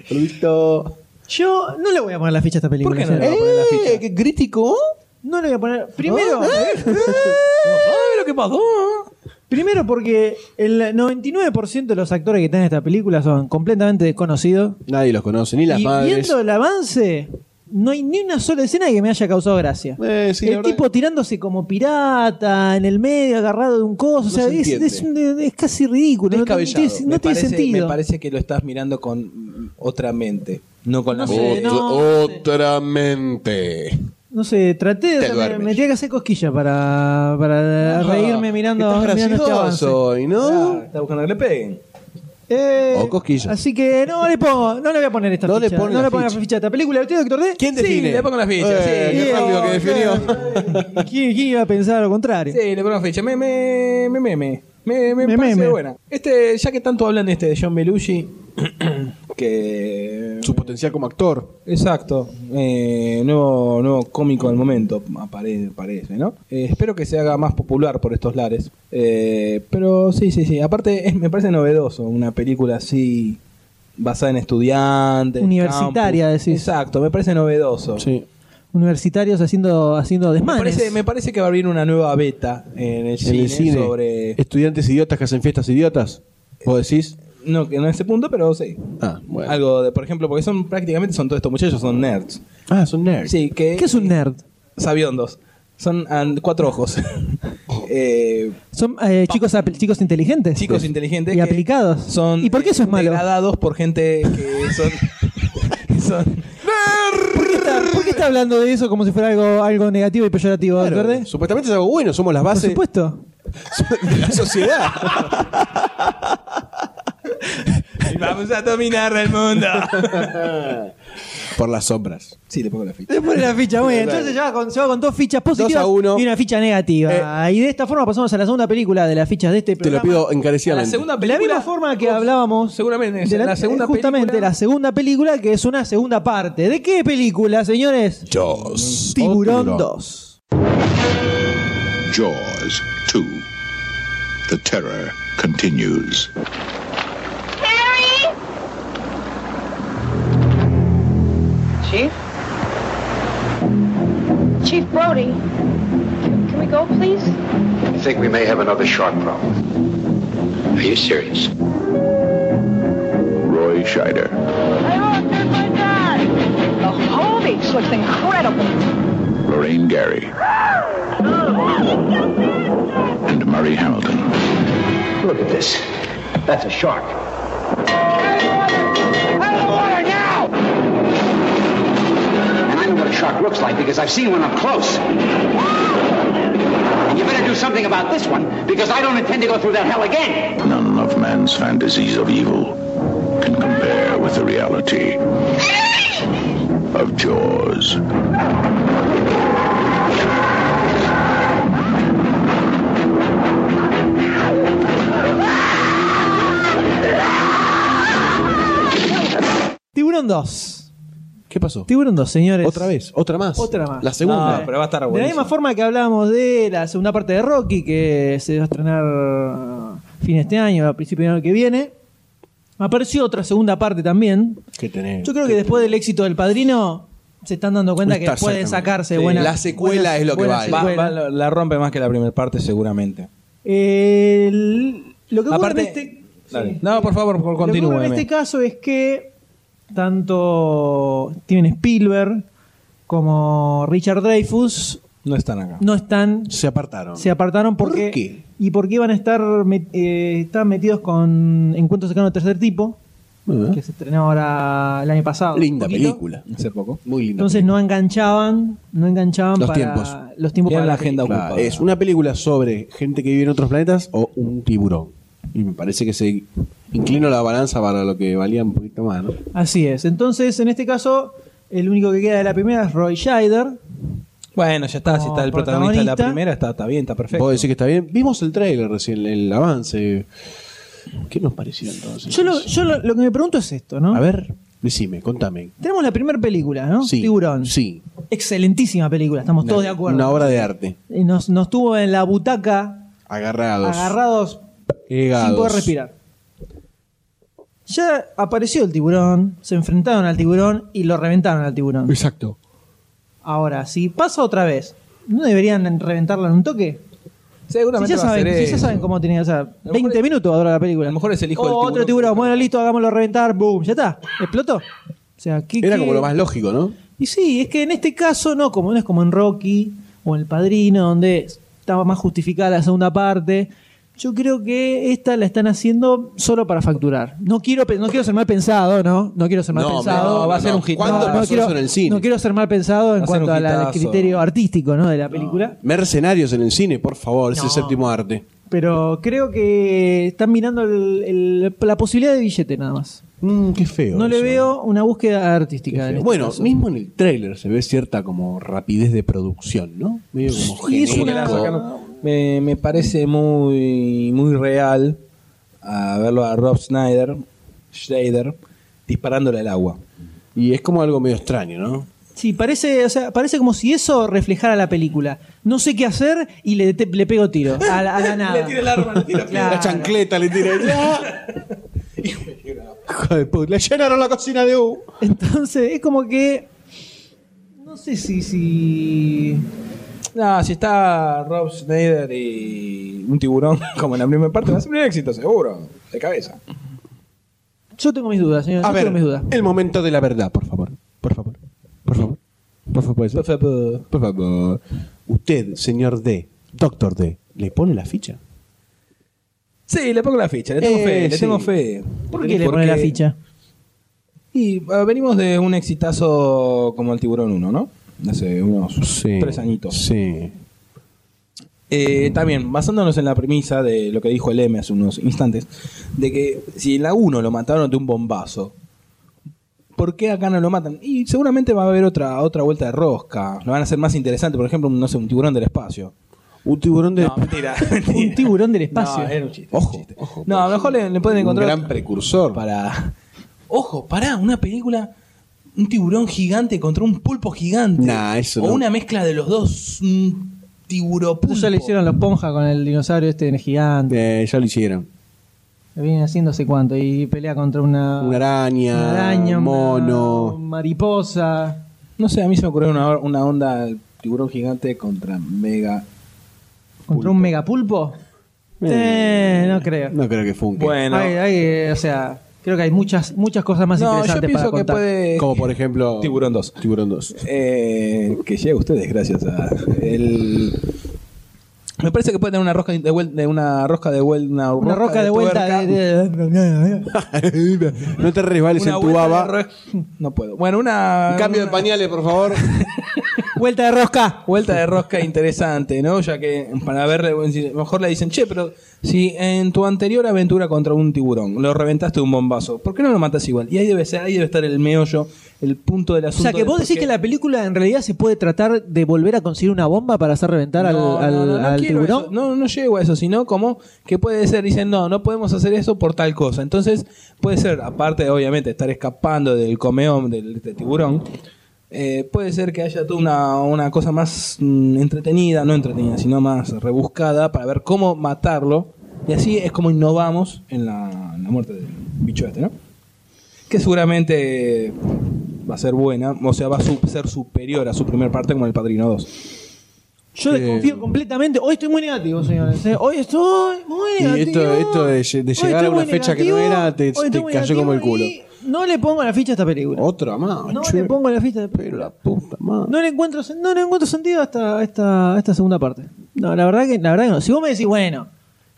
A: Listo.
D: Yo no le voy a poner la ficha a esta película.
E: qué ¿Ah? no le
D: señor.
E: Eh. va a poner la ficha?
A: ¡Eh! ¡Qué crítico!
D: No le voy a poner. Primero,
B: ¿eh?
D: eh,
E: ¡Ay, lo que pasó!
D: primero porque el 99% de los actores que están en esta película son completamente desconocidos.
A: Nadie los conoce, ni las
D: y
A: madres.
D: viendo el avance, no hay ni una sola escena que me haya causado gracia.
A: Eh, sí, la
D: el
A: verdad-
D: tipo tirándose como pirata en el medio, agarrado de un coso. o sea,
A: se
D: es,
A: entiende.
D: es un- es casi ridículo. no- no
A: Descabellado.
D: tiene- No,
E: me
D: tiene
E: parece,
D: sentido.
E: Me parece que lo estás mirando con mm, otra mente, no con la
D: No sé,
E: mente.
D: no.
L: Otra mente.
D: No sé, traté de.
L: Te
D: o sea, me,
L: duermes.
D: me tenía que hacer cosquilla para, para reírme mirando,
A: Estás
D: mirando este avance.
A: gracioso hoy,
E: Ah,
A: ¿no?
E: está buscando que le peguen.
D: Eh,
A: O cosquilla.
D: Así que no le pongo, no le voy a poner esta
A: No le
D: ficha.
A: pone
D: no
A: la
D: le pongo la
A: ficha.
D: ficha a esta película. ¿Usted, doctor D?
A: ¿Quién define?
E: Sí, le pongo las fichas.
A: Eh,
E: sí,
A: qué
E: le pongo-
A: rápido que definió.
D: ¿Quién, quién iba a pensar lo contrario?
E: Sí, le pongo las fichas. Me, me, me, me, me. Me, me
D: Me,
E: parece
D: me, me.
E: buena. Este, ya que tanto hablan de este de John Belushi, que
A: Su potencial como actor.
E: Exacto. Eh, nuevo, nuevo cómico del momento, apare- parece, ¿no? Eh, espero que se haga más popular por estos lares. Eh, pero sí, sí, sí. Aparte, es- me parece novedoso una película así basada en estudiantes.
B: Universitaria,
E: campus.
B: decís.
E: Exacto, me parece novedoso.
A: Sí.
B: Universitarios haciendo, haciendo
E: Me
B: desmanes.
E: parece, me parece que va a haber una nueva beta en el,
A: En
E: cine,
A: el cine.
E: sobre...
A: Estudiantes idiotas que hacen fiestas idiotas. ¿Vos decís?
E: No, que no en ese punto, pero sí.
A: Ah, bueno.
E: Algo de, por ejemplo, porque son prácticamente son todos estos muchachos, son nerds.
A: Ah, son nerds.
E: Sí, que,
B: ¿Qué es un nerd?
E: Sabiondos. Son and- cuatro ojos. Eh,
B: Son eh, chicos, apl- chicos inteligentes.
E: chicos inteligentes.
B: Y
E: que
B: aplicados.
E: Son
B: ¿Y por qué eso es malo?
E: Degradados por gente que son. que son-
B: ¿Por qué, está, por qué está hablando de eso como si fuera algo, algo negativo y peyorativo,
A: Claro,
B: ¿verdad?
A: Supuestamente es algo bueno, somos las
B: Por
A: bases
B: supuesto.
A: de la sociedad.
E: Vamos a dominar el mundo.
A: Por las sombras.
E: sí, le pongo la ficha.
B: Le pone la ficha, muy bien. Entonces ya va con, se va con dos fichas positivas
A: Dos a uno.
B: y una ficha
D: Eh.
B: negativa. y de esta forma pasamos a la segunda película de las fichas de este
A: Te lo
B: programa.
A: pido encarecidamente.
E: La segunda
B: De la misma
E: película-
B: forma que hablábamos.
E: Seguramente,
B: de eh,
E: la segunda
B: Justamente
E: película-
B: la segunda película, que es una segunda parte. ¿De qué película, señores?
A: Jaws.
B: Tiburón
A: Otro.
B: 2.
F: Jaws 2. The terror continues.
M: Chief? Chief Brody, can can we go, please?
N: I think we may have another shark problem. Are you serious?
F: Roy Scheider.
M: The whole beach looks incredible.
F: Lorraine Gary. And Murray Hamilton.
N: Look at this. That's a shark. Out of the water now! And I know what a shark looks like because I've seen one up close. And you better do something about this one because I don't intend to go through that hell again.
F: None of man's fantasies of evil can compare with the reality of Jaws.
B: Tiburón 2.
A: ¿Qué pasó?
B: Tiburón 2, señores.
A: Otra vez, otra más.
B: Otra más.
A: La segunda. Ah.
E: No, pero va a estar
B: De la misma
E: buenísimo.
B: forma que hablábamos de la segunda parte de Rocky, que se va a estrenar a fin de este año, a principio del año que viene, apareció otra segunda parte también.
A: ¿Qué tenés?
B: Yo creo que después del éxito del Padrino, se están dando cuenta que
A: Está
B: pueden
A: sacando.
B: sacarse
A: Sí.
B: buenas...
A: La secuela
B: buenas-
A: es lo que
B: buenas
A: vale.
E: Va-
B: secuelas.
E: va- la- la rompe más que la primera parte, seguramente.
B: El- lo que ocurre
E: Aparte.
B: en este...
E: Dale.
B: Sí.
E: No, por favor, por-
B: Lo que
E: continúe.
B: ocurre en este caso es que tanto Steven Spielberg como Richard Dreyfus
E: No están acá.
B: no están,
A: Se apartaron.
B: se apartaron porque
A: ¿Por qué?
B: y porque iban a estar met- eh, estaban metidos con Encuentros cercanos de tercer tipo
A: Ah.
B: que se estrenó ahora el año pasado.
A: Linda
B: un poquito.
A: película.
E: Hace poco.
A: Muy linda.
B: Entonces no enganchaban, no enganchaban
A: Los
B: para
A: tiempos.
B: los tiempos
E: Tienen
B: para
E: la
B: película.
E: agenda
A: película.
E: ocupada.
A: es una película sobre gente que vive en otros planetas o un tiburón. Y me parece que se inclina la balanza para lo que valía un poquito más, ¿no?
B: Así es. Entonces, en este caso, el único que queda de la primera es Roy Scheider.
E: Bueno, ya está. Si
B: Como
E: está el protagonista de la
B: protagonista.
E: primera, está, está bien, está perfecto.
A: ¿Puedo decir que está bien? Vimos el trailer recién, el avance. ¿Qué nos pareció entonces?
B: Yo, lo, yo lo, lo que me pregunto es esto, ¿no?
A: A ver, decime, contame.
B: Tenemos la primera película, ¿no?
A: Sí,
B: Tiburón.
A: sí.
B: Excelentísima película, estamos todos
A: Una-
B: de acuerdo.
A: Una obra de arte.
B: Y nos, nos tuvo en la butaca
A: Agarrados.
B: agarrados
A: pegados.
B: sin poder respirar. Ya apareció el tiburón, se enfrentaron al tiburón y lo reventaron al tiburón.
A: Exacto.
B: Ahora, si pasa otra vez, ¿no deberían reventarlo en un toque? Si
E: Seguramente
B: ya,
E: va a
B: saben,
E: ser
B: si ya
E: eso.
B: saben cómo tenía que ser.
E: mejor
B: 20
E: es-
B: minutos va a durar la película.
E: a lo mejor es el hijo
B: Oh,
E: del tiburón.
B: otro tiburón. Bueno, listo, hagámoslo reventar. Boom, ya está. Explotó. O sea, ¿qué-
A: Era
B: qué-
A: como lo más lógico, ¿no?
B: Y sí, es que en este caso no, como no es como en Rocky o en El Padrino, donde estaba más justificada la segunda parte. Yo creo que esta la están haciendo solo para facturar. No quiero, pe- no quiero ser mal pensado, ¿no? No quiero ser mal
A: No,
B: pensado.
A: no, no,
E: va a ser
A: no.
E: un hit.
A: ¿Cuándo
B: no,
A: pasó
B: quiero,
A: eso en el cine?
B: no quiero ser mal pensado en
E: Va a ser
B: cuanto
E: un
B: al al
E: hitazo.
B: criterio artístico, ¿no? De la película.
A: Mercenarios en el cine, por favor, es el
B: No.
A: séptimo arte.
B: Pero creo que están mirando el- el- la posibilidad de billete nada más.
A: Mm, qué feo.
B: No le
A: eso.
B: veo una búsqueda
A: Qué
B: artística.
A: feo.
B: en este
A: Bueno,
B: caso.
A: mismo en el tráiler se ve cierta como rapidez de producción, ¿no? Medio como
B: Y es
E: Como que
B: una-
E: la
A: genérico.
E: sacaron. Me, me parece muy, muy real a verlo a Rob Snyder, Schneider, disparándole al agua.
A: Y es como algo medio extraño, ¿no?
B: Sí, parece, o sea, parece como si eso reflejara la película. No sé qué hacer y le, te- le pego tiro a la, a la nada.
E: Le tira el arma, le tira
B: Claro.
A: La chancleta le tiré. Hijo de puta, Le llenaron la cocina de U.
B: Entonces, es como que. No sé si. si...
E: No, si está Rob Schneider y un tiburón como en la primera parte, va a ser un éxito seguro, de cabeza.
B: Yo tengo mis dudas, señor.
A: A
B: yo
A: ver,
B: tengo mis dudas.
A: el momento de la verdad, por favor. Por favor. Por favor. Por favor. ¿puede ser? Por favor. Usted, señor D, doctor D, ¿le pone la ficha?
E: Sí, le pongo la ficha, le tengo
A: Eh,
E: fe, le
A: sí.
E: tengo fe.
B: ¿Por qué le pone la ficha?
E: Y ah, venimos de un exitazo como el tiburón 1, ¿no? Hace unos tres añitos.
A: Sí.
E: Eh, también, basándonos en la premisa de lo que dijo el M hace unos instantes, de que si en la 1 lo mataron de un bombazo, ¿por qué acá no lo matan? Y seguramente va a haber otra, otra vuelta de rosca. Lo van a hacer más interesante, por ejemplo, un, no sé, un tiburón del espacio.
A: Un tiburón del
E: No, mentira, mentira.
B: Un tiburón del espacio.
E: No, era un chiste.
A: Ojo, ojo.
E: No, a lo mejor le, le pueden
A: Un
E: encontrar.
A: gran precursor.
E: Para. Ojo, pará, una película. Un tiburón gigante contra un pulpo gigante.
A: Nah, eso
E: o
A: no.
E: una mezcla de los dos. Un tiburopulpo.
B: Ya le hicieron los ponja con el dinosaurio este gigante.
A: Eh, ya lo hicieron.
B: Lo vienen haciendo sé cuánto. Y pelea contra una.
A: Una araña,
B: una araña,
A: un
B: una
A: mono.
B: mariposa.
E: No sé, a mí se me ocurrió una, una onda tiburón gigante contra mega.
B: ¿Contra un megapulpo?
A: Eh,
B: Eh, no creo.
A: No creo que funque.
E: Bueno.
B: Hay- hay, eh, o sea, creo que hay muchas, muchas cosas más
E: no, yo
B: interesantes para
E: pienso que
B: contar.
E: puede.
A: Como por ejemplo.
E: Tiburón 2.
A: Tiburón 2.
E: Eh, que llega a ustedes gracias a el me parece que puede tener una rosca de vuelta de una rosca de vuelta una,
B: Una roca de, vuelta.
E: tuerca,
B: de- de-
A: no te resbales
E: una
A: en tu
E: vuelta de
A: baba.
E: ro- no puedo bueno una
A: Cambio de
E: una
A: pañales, por favor.
B: vuelta de rosca.
E: vuelta de rosca interesante no ya que para ver mejor le dicen che pero si en tu anterior aventura contra un tiburón lo reventaste de un bombazo ¿por qué no lo matas igual? y ahí debe ser ahí debe estar el meollo el punto del
B: O
E: asunto
B: sea, que
E: de
B: vos
E: por
B: decís
E: qué-
B: que la película en realidad se puede tratar de volver a conseguir una bomba para hacer reventar al,
E: No,
B: al-
E: no, no, no
B: al
E: quiero
B: tiburón.
E: eso. No, no llego a eso, sino como que puede ser, dicen, no, no podemos hacer eso por tal cosa. Entonces, puede ser, aparte de obviamente estar escapando del comeón del, este tiburón, eh, puede ser que haya toda una, una cosa más mm, entretenida, no entretenida, sino más rebuscada para ver cómo matarlo. Y así es como innovamos en la, en la muerte del bicho este, ¿no? Que seguramente va a ser buena, o sea, va a su- ser superior a su primer parte como el Padrino 2.
B: Yo
A: Eh,
B: desconfío completamente. Hoy estoy muy negativo, señores. eh. Hoy estoy muy
A: Y
B: negativo.
A: esto- esto de lle- de
B: Hoy
A: llegar
B: estoy
A: a una
B: muy
A: fecha que no
B: negativo.
A: era, te-
B: Hoy estoy
A: te
B: muy
A: cayó como el
B: negativo
A: culo. Oh,
B: y No le pongo la ficha a esta película.
A: Otra más.
B: no
A: che.
B: le pongo la ficha a esta
A: Pero
B: película.
A: la puta madre.
B: No le encuentro, sen- no le encuentro sentido hasta esta, esta segunda parte. No, la verdad que, la verdad que no. Si vos me decís, bueno,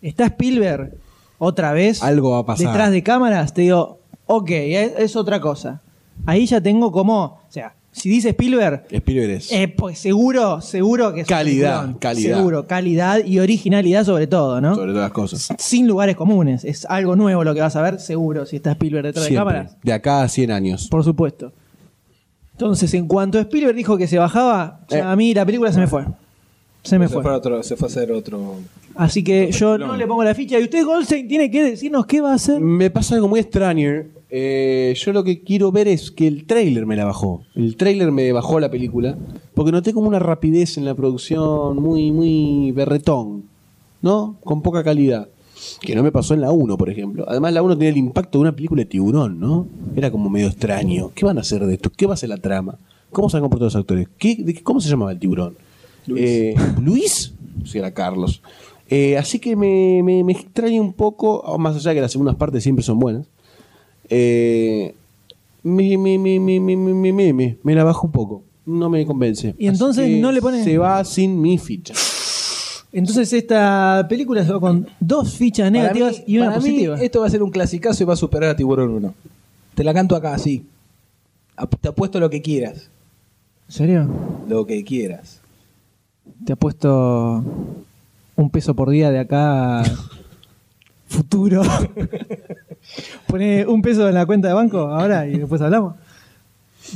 B: está Spielberg otra vez
A: Algo va a pasar.
B: detrás de cámaras, te digo, ok, es, es otra cosa. Ahí ya tengo como, o sea, si dice Spielberg,
A: Spielberg es-
B: eh, pues seguro, seguro que es un
A: Calidad,
B: peliculón.
A: calidad.
B: Seguro, calidad y originalidad sobre todo, ¿no?
A: Sobre todas las cosas.
B: Sin lugares comunes. Es algo nuevo lo que vas a ver, seguro, si está Spielberg detrás de
A: Siempre.
B: cámaras.
A: De acá a 100 años.
B: Por supuesto. Entonces, en cuanto Spielberg dijo que se bajaba, ya
A: Eh.
B: a mí la película se me fue. Se me
E: se,
B: fue.
E: fue. otro, se fue a hacer otro.
B: Así que yo no
E: pelón.
B: le pongo la ficha. Y usted, Goldstein, tiene que decirnos qué va a hacer.
A: Me pasa algo muy extraño. Eh, yo lo que quiero ver es que el tráiler me la bajó. El tráiler me bajó la película. Porque noté como una rapidez en la producción muy, muy berretón. ¿No? Con poca calidad. Que no me pasó en la 1, por ejemplo. Además, la 1 tenía el impacto de una película de tiburón, ¿no? Era como medio extraño. ¿Qué van a hacer de esto? ¿Qué va a ser la trama? ¿Cómo se han comportado los actores? ¿Qué, de qué- ¿Cómo se llamaba el tiburón? Luis. Luis, si era Carlos. Eh, así que me, me, me extraña un poco, oh, más allá de que las segundas partes siempre son buenas. Eh, me, me, me, me, me, me, me, me, me- me la bajo un poco. No me convence.
B: Y entonces
A: Así que
B: no le pone-
A: Se va sin mi ficha.
B: Entonces, esta película se va con dos fichas negativas
E: Para mí-
B: y una
E: para mí,
B: positiva.
E: esto va a ser un clasicazo y va a superar a Tiburón 1. Te la canto acá, así. Ap- Te apuesto lo que quieras.
B: ¿En serio?
E: Lo que quieras.
B: Te apuesto un peso por día de acá. a Futuro. Pone un peso en la cuenta de banco ahora y después hablamos.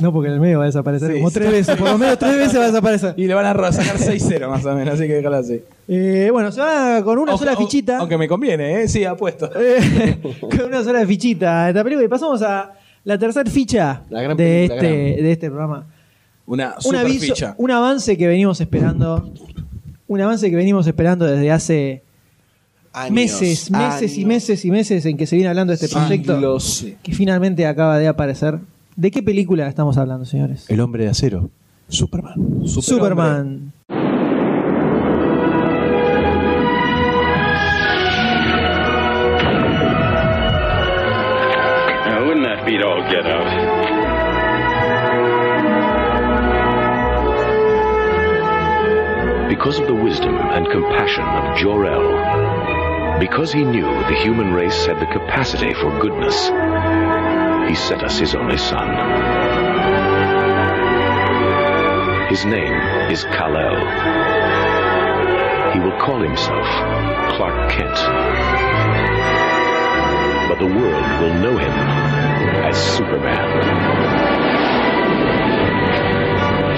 B: No, porque en el medio va a desaparecer
E: Sí,
B: como tres veces. Por lo menos tres veces va a desaparecer.
E: Y le van a ro- sacar 6-0 más o menos, así que déjala así.
B: Eh, bueno, se va con una
E: Aunque-
B: sola
E: au-
B: fichita.
E: Aunque me conviene, ¿eh? Sí, apuesto.
B: Eh, con una sola fichita a esta película. Y pasamos a La tercera ficha
E: La gran
B: de,
E: película,
B: este,
E: gran.
B: de este programa.
E: Una
B: Un
E: super
B: aviso,
E: ficha.
B: un avance que venimos esperando. Un avance que venimos esperando desde hace meses, meses y meses y meses en que se viene hablando de este proyecto. Que finalmente acaba de aparecer. ¿De qué película estamos hablando, señores?
A: El hombre de acero. Superman.
B: Superman.
O: Now, wouldn't that beat all get out?
N: Because of the wisdom and compassion of Jor-El, because he knew the human race had the capacity for goodness, he sent us his only son. His name is Kal-El. He will call himself Clark Kent. But the world will know him as Superman.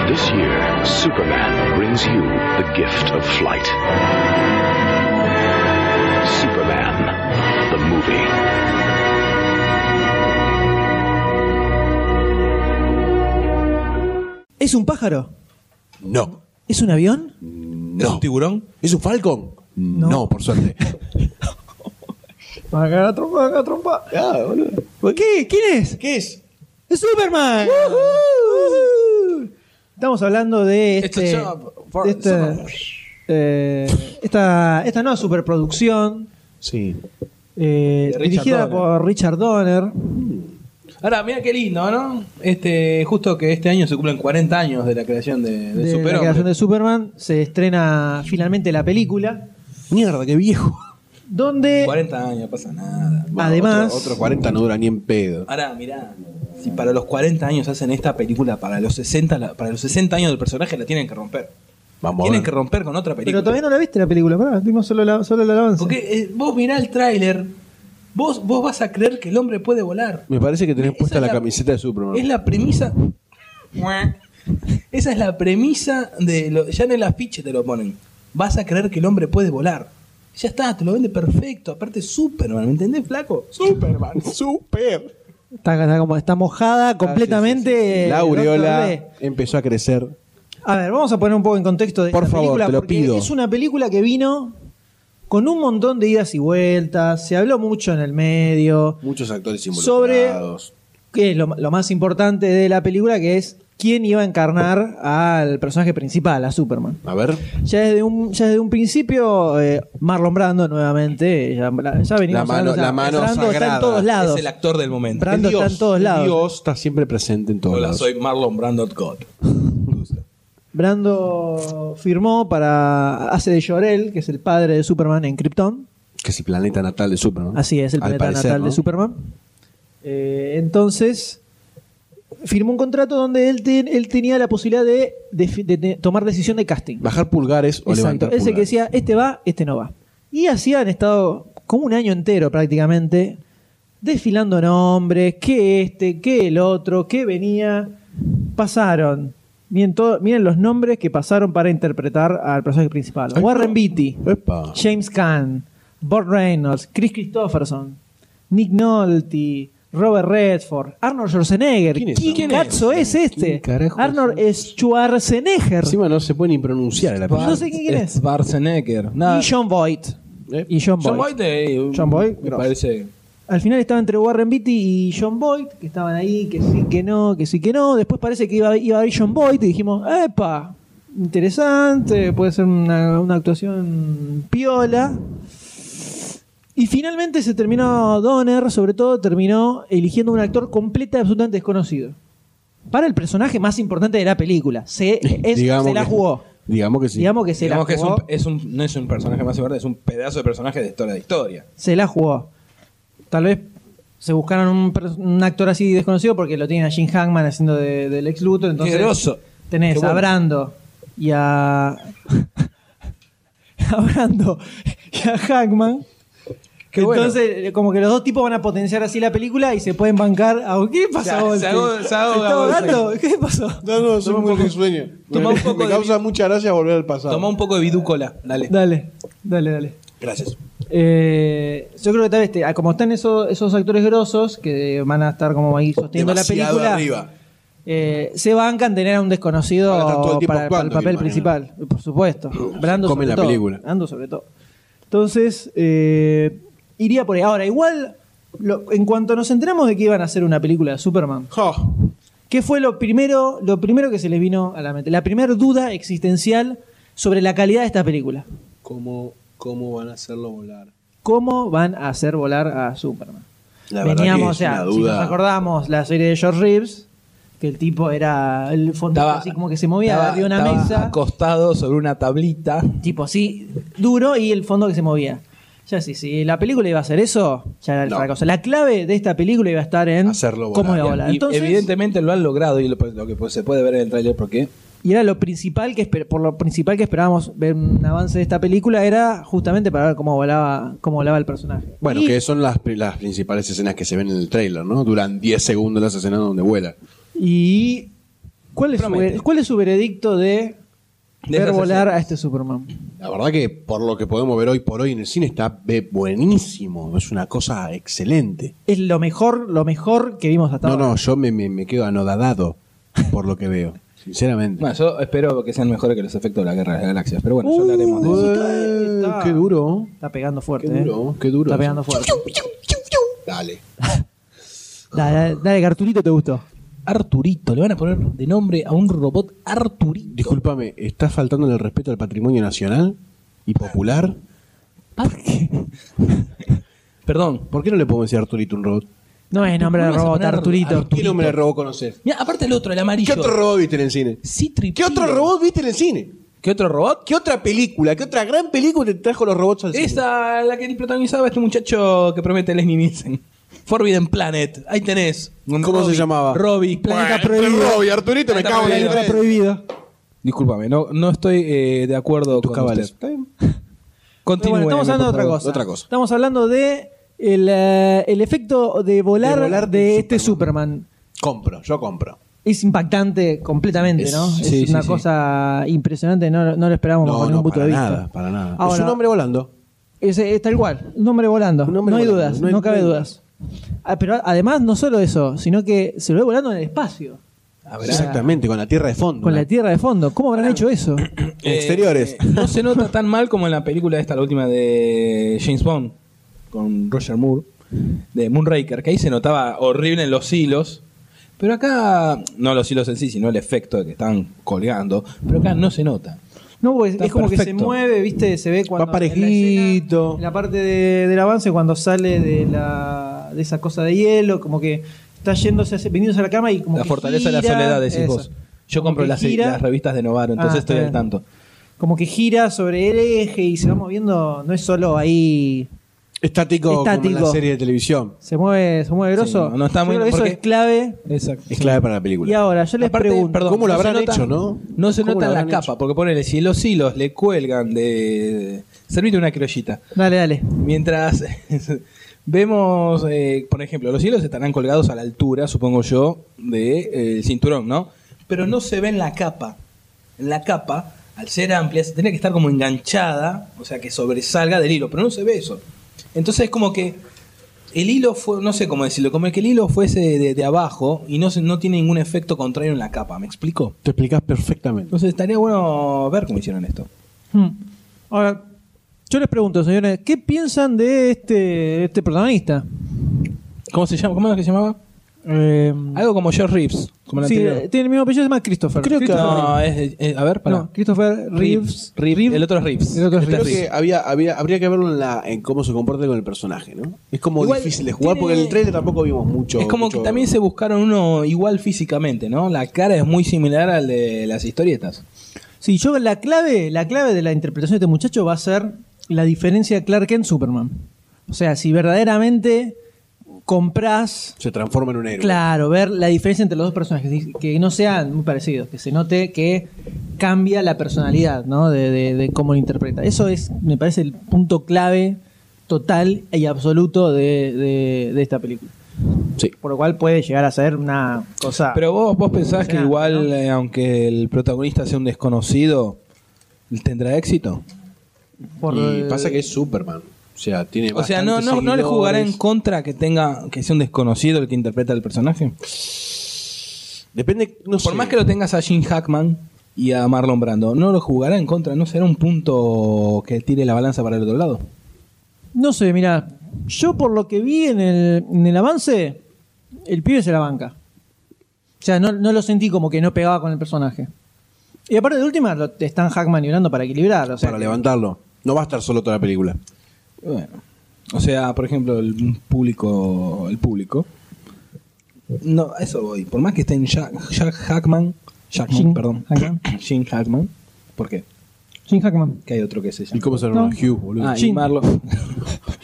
N: This year, Superman brings you the gift of flight. Superman, the movie.
B: ¿Es un pájaro?
A: No.
B: ¿Es un avión?
A: no. ¿Es un tiburón? ¿Es un falcon? No, por suerte.
B: Acá trompa, acá trompa. ¿Qué? ¿Quién es?
A: ¿Qué es?
B: ¡Es Superman! Ujú. Estamos hablando de este.
E: It's a job for
B: de este-
E: Superman.
B: eh, esta, esta nueva superproducción.
A: Sí.
B: eh,
E: De Richard
B: dirigida
E: Donner.
B: por Richard Donner.
E: Ahora, mira qué lindo, ¿no? Este, justo que este año se cumplen 40 años de la creación de, de
B: de la
E: Superhombre.
B: creación de Superman. Se estrena finalmente la película.
A: Mierda, qué viejo.
E: Eh,
B: Donde
E: 40 años, pasa nada.
B: además.
A: Otros 40 no dura ni en pedo.
E: Ahora, mirá, si para los 40 años hacen esta película, para los 60, la- para los 60 años del personaje la tienen que romper.
A: Vamos
E: tienen que romper con otra película.
B: Pero todavía no la viste la película, pará, vimos solo la, solo la alabanza.
E: Porque eh, vos mirá el tráiler, vos, vos vas a creer que el hombre puede volar.
A: Me parece que tenés puesta
E: es
A: la,
E: la-
A: camiseta de Superman.
E: Es la premisa. Esa es la premisa de. Lo, ya en el afiche te lo ponen. Vas a creer que el hombre puede volar. Ya está, te lo vende perfecto. Aparte, Superman, ¿me entendés, flaco? Superman, super.
B: Está, está como- está
A: Ah,
B: mojada completamente.
A: La
B: Doctor
A: aureola
B: D.
A: empezó a crecer.
B: A ver, vamos a poner un poco en contexto de
A: Por
B: esta
A: favor,
B: película,
A: te lo
B: porque
A: pido.
B: Es una película que vino con un montón de idas y vueltas, se habló mucho en el medio,
A: Muchos actores
B: sobre que es lo, lo más importante de la película, que es quién iba a encarnar al personaje principal, a Superman.
A: A ver,
B: Ya desde un, ya desde un principio, eh, Marlon Brando nuevamente, ya, ya venimos
A: La mano-
B: hablando, o sea,
A: la mano
B: Brando está en
A: sagrada.
B: todos lados.
E: Es el actor del momento.
B: Brando está en todos lados.
A: Dios está siempre presente en todos
E: Hola,
A: lados.
E: soy Marlon Brando God.
B: Brando firmó para hace de Llorel, que es el padre de Superman en Krypton.
A: Que es el planeta natal de Superman.
B: Así es, el
A: Al
B: planeta
A: parecer,
B: natal de
A: ¿no?
B: Superman. Eh, entonces, firmó un contrato donde él, ten- él tenía la posibilidad de, defi- de te- tomar decisión de casting.
A: Bajar pulgares o
B: Exacto.
A: levantar
B: Ese que
A: pulgares.
B: decía, este va, este no va. Y así han estado como un año entero prácticamente desfilando nombres, que este, que el otro, que venía. Pasaron. Miren, todo- miren los nombres que pasaron para interpretar al personaje principal.
A: Ay,
B: Warren Beatty,
A: Epa.
B: James Caan, Bob Reynolds, Chris Christopherson, Nick Nolte, Robert Redford, Arnold Schwarzenegger.
A: ¿Quién
B: ¿Quién,
A: es Arnold?
B: cazzo es este?
A: ¿Quién carajo
B: Arnold Schwarzenegger.
A: Encima no se puede ni pronunciar el apellido.
B: No sé quién es.
E: Schwarzenegger.
A: Ah.
B: Y John Voight. Y John Boyd.
E: John Boyd, eh,
B: John Boyd,
E: me
B: grosso.
E: parece.
B: Al final estaba entre Warren Beatty y John Boyd, que estaban ahí, que sí, que no, que sí, que no. Después parece que iba, iba a ir John Boyd y dijimos, ¡epa! Interesante, puede ser una, una actuación piola. Y finalmente se terminó Donner, sobre todo, terminó eligiendo un actor completa y absolutamente desconocido. Para el personaje más importante de la película. Se, es-
A: Digamos
B: se la
A: que-
B: jugó.
A: Digamos que sí.
B: Digamos que se
E: Digamos
B: la
E: que es
B: jugó.
E: un, es un- no es un personaje más importante, es un pedazo de personaje de historia de historia.
B: se la jugó. Tal vez se buscaron un, per- un actor así desconocido porque lo tienen a Jim Hackman haciendo de- del ex Luthor. Entonces
E: Qué groso.
B: tenés
E: Qué bueno.
B: a Brando y a. a Brando y a Hackman.
E: Qué bueno.
B: Entonces, eh, como que los dos tipos van a potenciar así la película y se pueden bancar. a- ¿Qué
E: Se-
B: pasa,
E: se
B: Volpi?
E: ahoga- se ahoga,
B: ¿Está
E: Volpi.
B: ahogando? ¿Qué pasó?
P: No, no, soy muy risueño.
E: Toma un poco
P: Me
E: de-
P: causa mucha gracia volver al pasado.
E: Toma un poco de bidúcola, dale.
B: Dale, dale, dale.
A: Gracias.
B: Eh, yo creo que tal vez, te- ah, como están esos, esos actores grosos que van a estar como ahí sosteniendo
A: Demasiado
B: la película,
A: arriba.
B: eh, se bancan tener a un desconocido
A: Van a estar todo el
B: para,
A: tiempo
B: para el
A: actuando, me
B: papel
A: imagino.
B: principal, por supuesto. Brando
A: Come
B: sobre
A: la
B: todo.
A: película.
B: Brando sobre todo. Entonces, eh, iría por ahí. Ahora, igual, lo- en cuanto nos enteramos de que iban a hacer una película de Superman, ¿qué fue lo primero, lo primero que se les vino a la mente? La primera duda existencial sobre la calidad de esta película.
A: ¿Cómo, cómo van a hacerlo volar?
B: ¿Cómo van a hacer volar a Superman?
A: La verdad
B: Veníamos, o
A: que es
B: sea,
A: una
B: si nos
A: duda.
B: acordamos la serie de George Reeves, que el tipo era el fondo
E: Estaba-
B: así como que se movía
E: Estaba-
B: de una
E: estaba
B: mesa,
E: acostado sobre una tablita.
B: tipo así duro y el fondo que se movía. Ya sí, si la película iba a hacer eso, ya era el fracaso. La clave de esta película iba a estar en cómo iba a volar.
E: Y
B: Entonces,
E: evidentemente lo han logrado y lo, lo que pues, se puede ver en el tráiler porque
B: y era lo principal que esper- por lo principal que esperábamos ver un avance de esta película era justamente para ver cómo volaba, cómo volaba el personaje.
A: Bueno,
B: Y-
A: que son las, pri- las principales escenas que se ven en el trailer, ¿no? Duran 10 segundos las escenas donde vuela.
B: ¿Y cuál es, su,
A: Promete.
B: ver- cuál es su veredicto de,
A: De
B: ver
A: esas
B: volar a este Superman?
A: La verdad que por lo que podemos ver hoy por hoy en el cine está be- buenísimo, es una cosa excelente.
B: Es lo mejor, lo mejor que vimos hasta
A: No,
B: ahora.
A: no, yo me, me, me quedo anodadado por lo que veo, sinceramente.
E: Bueno, yo espero que sean mejores que los efectos de la Guerra de las Galaxias, pero
B: Uh,
E: bueno, ya hablaremos de eso.
B: Eh, está-
A: qué duro,
B: Está pegando fuerte.
A: qué duro,
B: eh.
A: qué duro.
B: Está pegando fuerte.
A: Dale.
B: Dale, dale, dale, que Arturito te gustó.
E: Arturito, le van a poner de nombre a un robot Arturito.
A: Discúlpame, ¿estás faltando el respeto al patrimonio nacional y popular?
E: Perdón.
A: ¿Por qué no le podemos decir Arturito un robot?
B: No es nombre
E: ¿Cómo
B: de
E: vas a
B: robot,
E: poner
B: Arturito.
A: ¿Qué nombre de robot conoces?
E: Mira, aparte el otro, el amarillo.
A: ¿Qué otro robot viste en el cine? ¿Qué otro robot viste en el cine?
E: ¿Qué otro robot?
A: ¿Qué otra película? ¿Qué otra gran película te trajo los robots al cine?
E: Esta, la que protagonizaba este muchacho que promete Leslie Nielsen. Forbidden Planet, ahí tenés.
A: ¿Cómo se llamaba?
E: Robbie.
A: Planeta Prohibido. Robbie, Arturito, me cago en la
E: Planeta
A: leche.
B: prohibido.
E: Discúlpame, no, no estoy eh, de acuerdo
A: Tus
E: con
A: cabales.
E: usted. Continúe,
B: Pero bueno, estamos
E: por
B: hablando de otra
E: favor.
B: cosa. Estamos hablando de el, eh, el efecto de volar de,
A: De volar
B: este Superman.
A: Compro, yo compro.
B: Es impactante completamente,
A: Es-
B: ¿no? Es
A: sí, sí,
B: una
A: sí.
B: cosa impresionante, no, no lo esperábamos
A: No,
B: con
A: no,
B: ningún punto
A: para
B: de vista.
A: nada, para nada. es
B: Ahora-
A: un hombre volando.
B: Es, es tal cual, un hombre volando.
A: hombre
B: no hay
A: volando,
B: dudas,
A: no
B: no,
A: hay-
B: cabe
A: no hay
B: dudas. Ah, pero además, no solo eso, sino que se lo ve volando en el espacio,
A: Exactamente, con la tierra de fondo.
B: con la tierra de fondo. ¿Cómo habrán hecho eso?
E: Eh,
A: Exteriores.
E: eh, no se nota tan mal como en la película esta, la última de James Bond, con Roger Moore, de Moonraker, que ahí se notaba horrible en los hilos. Pero acá, no los hilos en sí, sino el efecto de que están colgando. Pero acá no se nota.
B: No, pues,
E: Está
B: es como que se
E: perfecto.
B: mueve, ¿viste? Se ve cuando.
A: Va
B: parejito. En la, escena, en la parte de- del avance, cuando sale de, la, de esa cosa de hielo, como que está yéndose, hacia- viniéndose a la cama y como
E: la
B: que
E: fortaleza de la
B: gira,
E: soledad, decís
B: eso.
E: vos. Yo compro
B: que
E: las,
B: gira.
E: las revistas de Novaro, entonces
B: Ah, está
E: estoy al
B: bien.
E: tanto.
B: Como que gira sobre el eje y se va moviendo, no es solo ahí.
A: Estático, como en
B: Estático.
A: la serie de televisión.
B: Se mueve, se mueve grosso.
E: no, no está
B: Yo
E: muy-
B: creo que eso
E: porque-
B: es clave.
E: Exacto.
A: Es clave para la película.
B: Y ahora, yo les
E: Aparte,
B: pregunto.
E: perdón,
A: ¿Cómo lo
E: se
A: habrán
E: nota-
A: hecho, no?
E: No se
A: ¿Cómo
E: nota
A: lo
E: la
A: habrán
E: capa, porque ponele, si los hilos le cuelgan de. Servite una criollita.
B: Dale, dale.
E: Mientras vemos, eh, por ejemplo, los hilos estarán colgados a la altura, supongo yo, del cinturón, ¿no? Pero no se ve en la capa. En la capa, al ser amplia, se tendría que estar como enganchada, o sea, que sobresalga del hilo, pero no se ve eso. Entonces es como que el hilo fue, no sé cómo decirlo, como que el hilo fuese de, de abajo y no, se, no tiene ningún efecto contrario en la capa, ¿me explico?
A: Te explicás perfectamente.
E: Entonces estaría bueno ver cómo hicieron esto.
B: Hmm. Ahora, yo les pregunto, señores, ¿qué piensan de este, este protagonista?
E: ¿Cómo se llama? ¿Cómo es que se llamaba?
B: Eh,
E: Algo como George Reeves, como el
B: sí, eh,
E: anterior.
B: tiene el mismo apellido, se llama Christopher.
E: Creo que
B: Christopher
E: no,
B: Reeves.
E: es, eh, a ver, para.
B: No, Christopher Reeves. Reeves.
E: El otro es Reeves.
B: El otro es
E: Este
A: Creo
E: es
A: que
E: Reeves.
A: había, había, habría que verlo en, la, en cómo se comporta con el personaje, ¿no? Es como
E: Igual
A: difícil de jugar
E: tiene-
A: porque en el trailer tampoco vimos mucho.
E: Es como
A: mucho-
E: que también se buscaron uno igual físicamente, ¿no? La cara es muy similar al de las historietas.
B: Sí, yo la clave, la clave de la interpretación de este muchacho va a ser la diferencia de Clark Kent Superman. O sea, si verdaderamente compras
A: se transforma en un héroe.
B: Claro, ver la diferencia entre los dos personajes, que no sean muy parecidos, que se note que cambia la personalidad, ¿no? De, de- de cómo lo interpreta. Eso es, me parece, el punto clave total y absoluto de, de- de esta película.
A: Sí.
B: Por lo cual puede llegar a ser una
A: Ah.
B: cosa.
E: Pero vos, vos pensás que
B: Impresionante,
E: igual, eh, aunque el protagonista sea un desconocido, ¿tendrá éxito?
Q: Por
A: y
Q: el-
A: pasa que es Superman. O sea, tiene
E: O sea, no,
A: bastantes
E: no, no le jugará en
A: seguidores.
E: contra que tenga que sea un desconocido el que interpreta el personaje.
A: Depende,
E: Por más que lo tengas a Jim Hackman y a Marlon Brando, no lo jugará en contra, no será un punto que tire la balanza para el otro lado.
B: No sé, mira, yo por lo que vi en el, en el avance, el pibe se la banca. O sea, no, no lo sentí como que no pegaba con el personaje. Y aparte de última, lo- te están Hackman y Brando para equilibrar. O sea,
A: Para levantarlo. No va a estar solo toda la película.
E: Bueno. O sea, por ejemplo, el público, el público. No, a eso voy. Por más que estén Jack, Jack Hackman, Jackman,
B: Jim
E: perdón, Jim Hackman. ¿Por qué?
B: Jim Hackman.
E: Que hay otro que se llama.
A: ¿Y cómo se
E: No.
A: llama? Hugh, boludo.
E: Ah, y
A: Jim.
E: Marlon.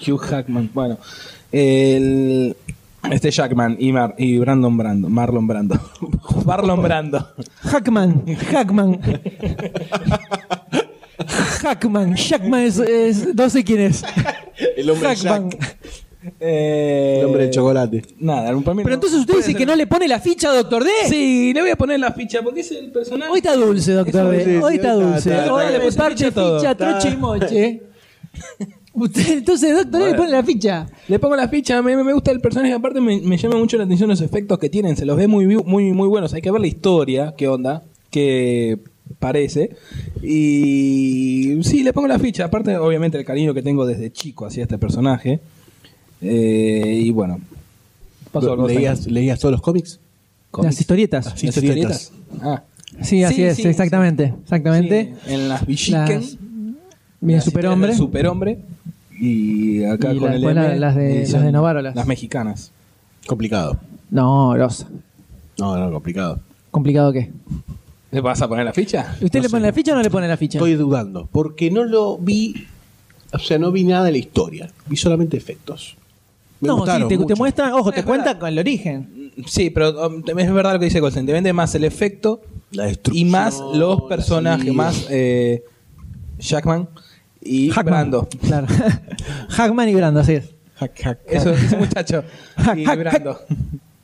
E: Hugh Hackman. Bueno, el- este Jackman y, Mar- y Brandon Brando, Marlon Brando. Marlon Brando.
B: Hackman, Hackman. Hackman, Jackman es, es- No sé quién es.
A: El hombre
B: Hackman.
E: Eh,
A: El hombre de chocolate.
E: Nada, para mí
B: Pero
E: no.
B: entonces usted
E: Puede
B: dice
E: ser.
B: que no le pone la ficha a Doctor D.
E: Sí, le voy a poner la ficha porque es el personaje.
B: Hoy está dulce, Doctor
E: Eso
B: D.
E: es,
B: Hoy está
E: hoy está-
B: dulce.
E: está- está-
B: Hoy
E: le
B: le
E: puse
B: parte
E: ficha a todo.
B: pues, ficha,
E: Está.
B: troche y moche. Usted, entonces, Doctor D le
E: Bueno.
B: pone la ficha.
E: Le pongo la ficha, me, me gusta el personaje, aparte me, me llama mucho la atención los efectos que tienen, se los ve muy, vi- muy, muy buenos, hay que ver la historia, qué onda, qué parece. Y sí, le pongo la ficha, aparte obviamente el cariño que tengo desde chico hacia este personaje. Eh, y bueno, paso al Ghost
A: ¿Leías, ¿Leías todos los cómics?
E: Cómics.
B: Las historietas.
E: Las historietas. Ah.
B: Sí, así
E: Sí,
B: es,
E: sí,
B: exactamente. Exactamente.
E: Sí, en las Villiquen,
B: Las- Bien,
E: las historias
B: superhombre.
E: del Superhombre. Y acá
B: Y
E: con
B: la-
E: el
B: después la-
E: M,
B: las de-
E: edición-
B: las de Novaro, las-
E: las mexicanas.
A: Complicado.
B: No, los
A: No, no, complicado.
B: complicado que.
E: ¿Le vas a poner la ficha?
B: ¿Usted le pone la ficha o no le pone la ficha?
A: Estoy dudando. Porque no lo vi. O sea, no vi nada de la historia. Vi solamente efectos. Me
B: no, sí,
A: gustaron
B: te, te
A: mucho. Eh,
B: muestra, ojo, te
E: Es
B: cuenta
E: verdad.
B: con el origen.
E: Sí, pero um, es verdad lo que dice Colson. Te vende más el efecto
A: La
E: y
A: destrucción.
E: más los personajes,
A: las
E: más eh, Jackman y
B: Hackman.
E: Brando.
B: Claro. Hackman y Brando, así es.
E: Hack, hack, Eso, ese muchacho.
B: Hack,
E: y
B: hack,
E: Brando.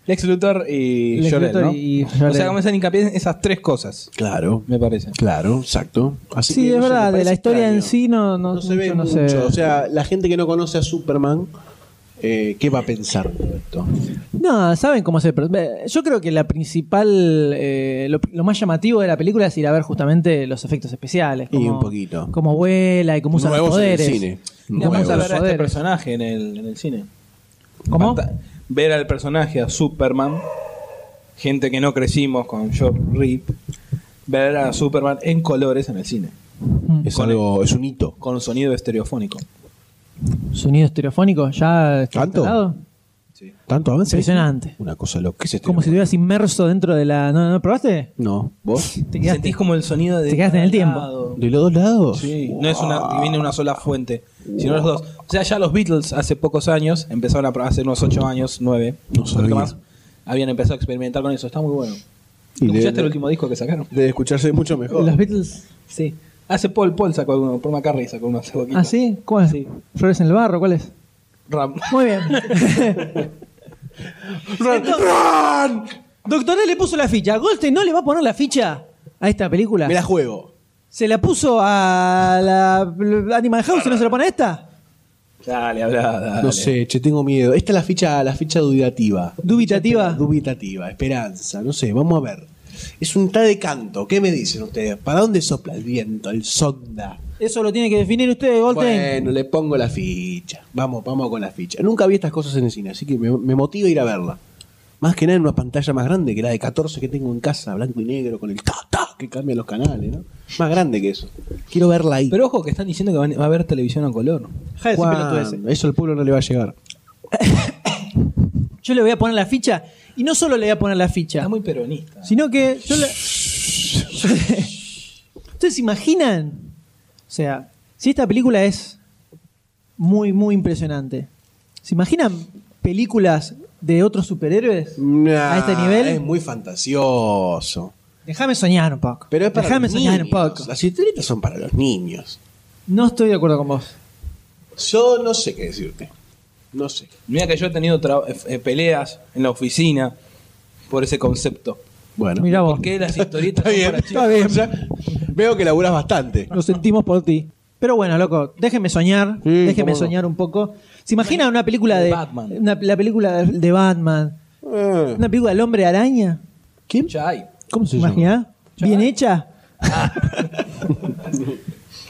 E: Lex Luthor y
B: Lex
E: Jor-El,
B: Luthor
E: ¿no?
B: y
E: O sea,
B: Jor-El.
E: como hacen hincapié en esas tres cosas,
A: Claro,
E: me parece.
A: claro, exacto. Así
B: Sí,
A: que, no
B: es
A: sé, me
B: verdad, de
A: parece
B: la historia en
A: extraño.
B: sí no, no,
A: No se ve
B: no
A: mucho. O sea, la gente que no conoce a Superman, eh, ¿qué va a pensar de esto?
B: No, saben cómo se. eh, Yo creo que la principal. eh, lo, lo más llamativo de la película es ir a ver justamente los efectos especiales.
A: Y
B: Como,
A: un poquito.
B: Cómo vuela y cómo usa los
A: Nuevos en el
B: poderes.
A: cine.
E: Y
A: Nuevos.
E: Vamos a ver a este
B: Poderes.
E: personaje en el, en el cine.
B: ¿Cómo?
E: Panta- Ver al personaje, a Superman, gente que no crecimos con Job Rip, ver a Superman en colores en el cine,
B: Mm.
E: Mm.
A: Es algo, es un hito.
E: con sonido estereofónico.
B: Sonido estereofónico, ya. está
A: ¿Tanto?
B: instalado.
A: Tanto avance.
B: Impresionante.
A: Una cosa loca. ¿Qué es este?
B: Como si estuvieras inmerso dentro de la. ¿No, no probaste?
A: No, vos.
B: Te quedaste.
E: Sentís como el sonido de.
B: Te quedaste en el
E: cada
B: tiempo.
E: lado.
A: ¿De los dos lados?
E: Sí, no es una, y viene una sola fuente, sino los dos. O sea, ya los Beatles hace pocos años, empezaron a probar, hace unos 8 años, 9,
A: No sabía.
E: más, habían empezado a experimentar con eso. Está muy bueno.
A: Y
E: ¿Escuchaste
A: debe-
E: el último disco que sacaron?
A: Debe escucharse mucho mejor.
B: Los Beatles.
E: Sí. Hace Paul, Paul sacó uno, Paul McCartney sacó uno hace poquito.
B: ¿Ah, sí? ¿Cuál?
E: Sí.
B: ¿Flores en el barro? ¿Cuál es?
E: Ram-
B: Muy bien. Entonces, Doctor D le puso la ficha. ¿Goldstein no le va a poner la ficha a esta película?
A: Me la juego.
B: ¿Se la puso a la Animal House y no se la pone a esta?
E: Dale, habla, dale.
A: No sé, che, tengo miedo. Esta es la ficha, la ficha dubitativa.
B: ¿Dubitativa?
A: Dubitativa, esperanza, no sé, vamos a ver. Es un tal de canto. ¿Qué me dicen ustedes? ¿Para dónde sopla el viento, el sonda?
B: Eso lo tiene que definir usted, Goldstein.
A: Bueno, le pongo la ficha. Vamos, vamos con la ficha. Nunca vi estas cosas en el cine, así que me, me motiva a ir a verla. Más que nada en una pantalla más grande que la de 14 que tengo en casa, blanco y negro, con el ta, ta, que cambia los canales, ¿no? Más grande que eso. Quiero verla ahí.
E: Pero ojo que están diciendo que van- va a haber televisión a color.
B: Deja de decir pelotudeces.
A: ¿Cuándo? Eso al pueblo no le va a llegar.
B: Yo le voy a poner la ficha y no solo le voy a poner la ficha,
E: Está muy peronista.
B: sino que yo le... ¿Ustedes se imaginan? O sea, si esta película es muy, muy impresionante, ¿se imaginan películas de otros superhéroes a este nivel?
A: Es muy fantasioso.
B: Déjame soñar un poco.
A: Pero es para
B: Déjame
A: los
B: soñar un
A: niños.
B: poco.
A: Las historietas son para los niños.
B: No estoy de acuerdo con vos.
A: Yo no sé qué decirte. No sé.
E: Mira que yo he tenido tra- eh, eh, peleas en la oficina por ese concepto.
A: Bueno.
B: Mirá vos.
E: ¿Por qué las historietas son para chicos?
A: O sea, veo que laburas bastante.
B: Lo sentimos por ti. Pero bueno, loco, déjenme soñar, déjenme
A: cómo no.
B: soñar un poco. ¿Se imaginan una película de,
E: Batman.
B: Una, la película de- de Batman?
A: Eh,
B: ¿Una película del hombre araña?
F: ¿Quién?
E: Chai.
F: ¿Cómo se
B: ¿Imaginá? ¿Bien hecha?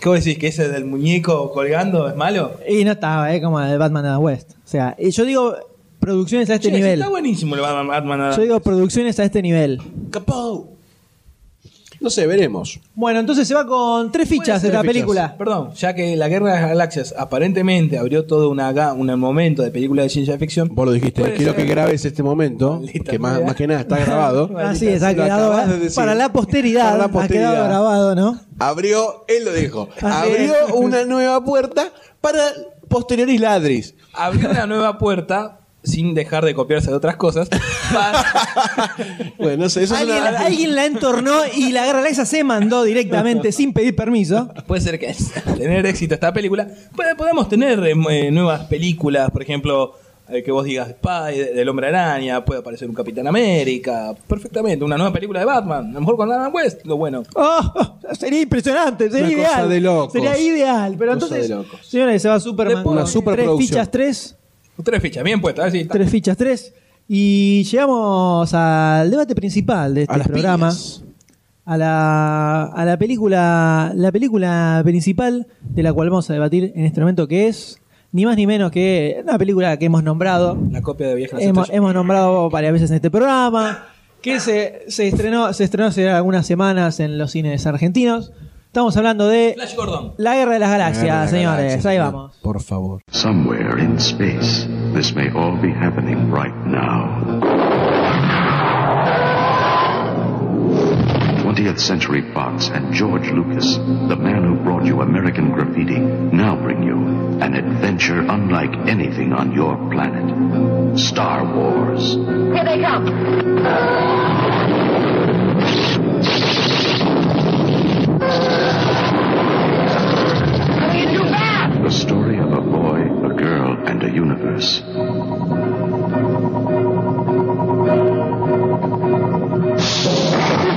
E: ¿Qué vos decís? ¿Que ese del muñeco colgando es malo?
B: Y no estaba, ¿eh? Como la de Batman Adam West. O sea, y yo digo producciones a este
E: Che,
B: nivel.
E: Está buenísimo el Batman. Batman
B: Yo digo producciones a este nivel.
E: Capó.
F: No sé, veremos.
B: Bueno, entonces se va con tres fichas esta película.
E: Perdón, ya que la Guerra de las Galaxias aparentemente abrió todo una, ga- un momento de película de ciencia ficción.
F: Vos lo dijiste,
E: Puede
F: quiero
E: ser.
F: que grabes este momento, que más,
E: sea.
F: más que nada está grabado.
B: Así es, ha
F: Lo
B: quedado
F: acabas de decir.
B: para la posteridad.
F: Para la posteridad.
B: Ha quedado grabado, ¿no?
F: Abrió, él lo dijo,
B: Así
F: abrió
B: es.
F: una nueva puerta para posteriores ladris.
E: Abrió una nueva puerta sin dejar de copiarse de otras cosas.
F: Bueno, no sé, eso es
B: Alguien,
F: una...
B: alguien la entornó y la galaxia se mandó directamente sin pedir permiso.
E: Puede ser que al tener éxito esta película, pod- podamos tener eh, eh, nuevas películas, por ejemplo, eh, que vos digas Spy, del Hombre Araña, puede aparecer un Capitán América, perfectamente, una nueva película de Batman, a lo mejor con Adam West, lo bueno.
B: Oh, sería impresionante, sería
F: Una cosa
B: ideal.
F: de locos.
B: Sería ideal. Pero
F: Cosa
B: entonces,
F: de locos.
B: señores, se va Superman.
E: Después,
B: con
E: una
B: tres
F: superproducción.
B: fichas, tres.
E: Tres fichas, bien puestas, a ver si está.
B: Tres fichas, tres. Y llegamos al debate principal de este
F: A las
B: programa.
F: piñas.
B: A la, a la película la película principal de la cual vamos a debatir en este momento, que es ni más ni menos que una película que hemos nombrado
E: la copia de Viejas
B: hemos, hemos nombrado varias veces en este programa, que se, se estrenó, se estrenó hace algunas semanas en los cines argentinos. Estamos hablando de
E: Flash Gordon.
B: La Guerra de las Galaxias, señores. Ahí vamos.
F: Por favor.
N: Somewhere in space, this may all be happening right now. 20th Century Fox and George Lucas, the man who brought you American Graffiti, now bring you an adventure unlike anything on your planet Star Wars.
R: Here they come.
N: The story of a boy, a girl, and a universe.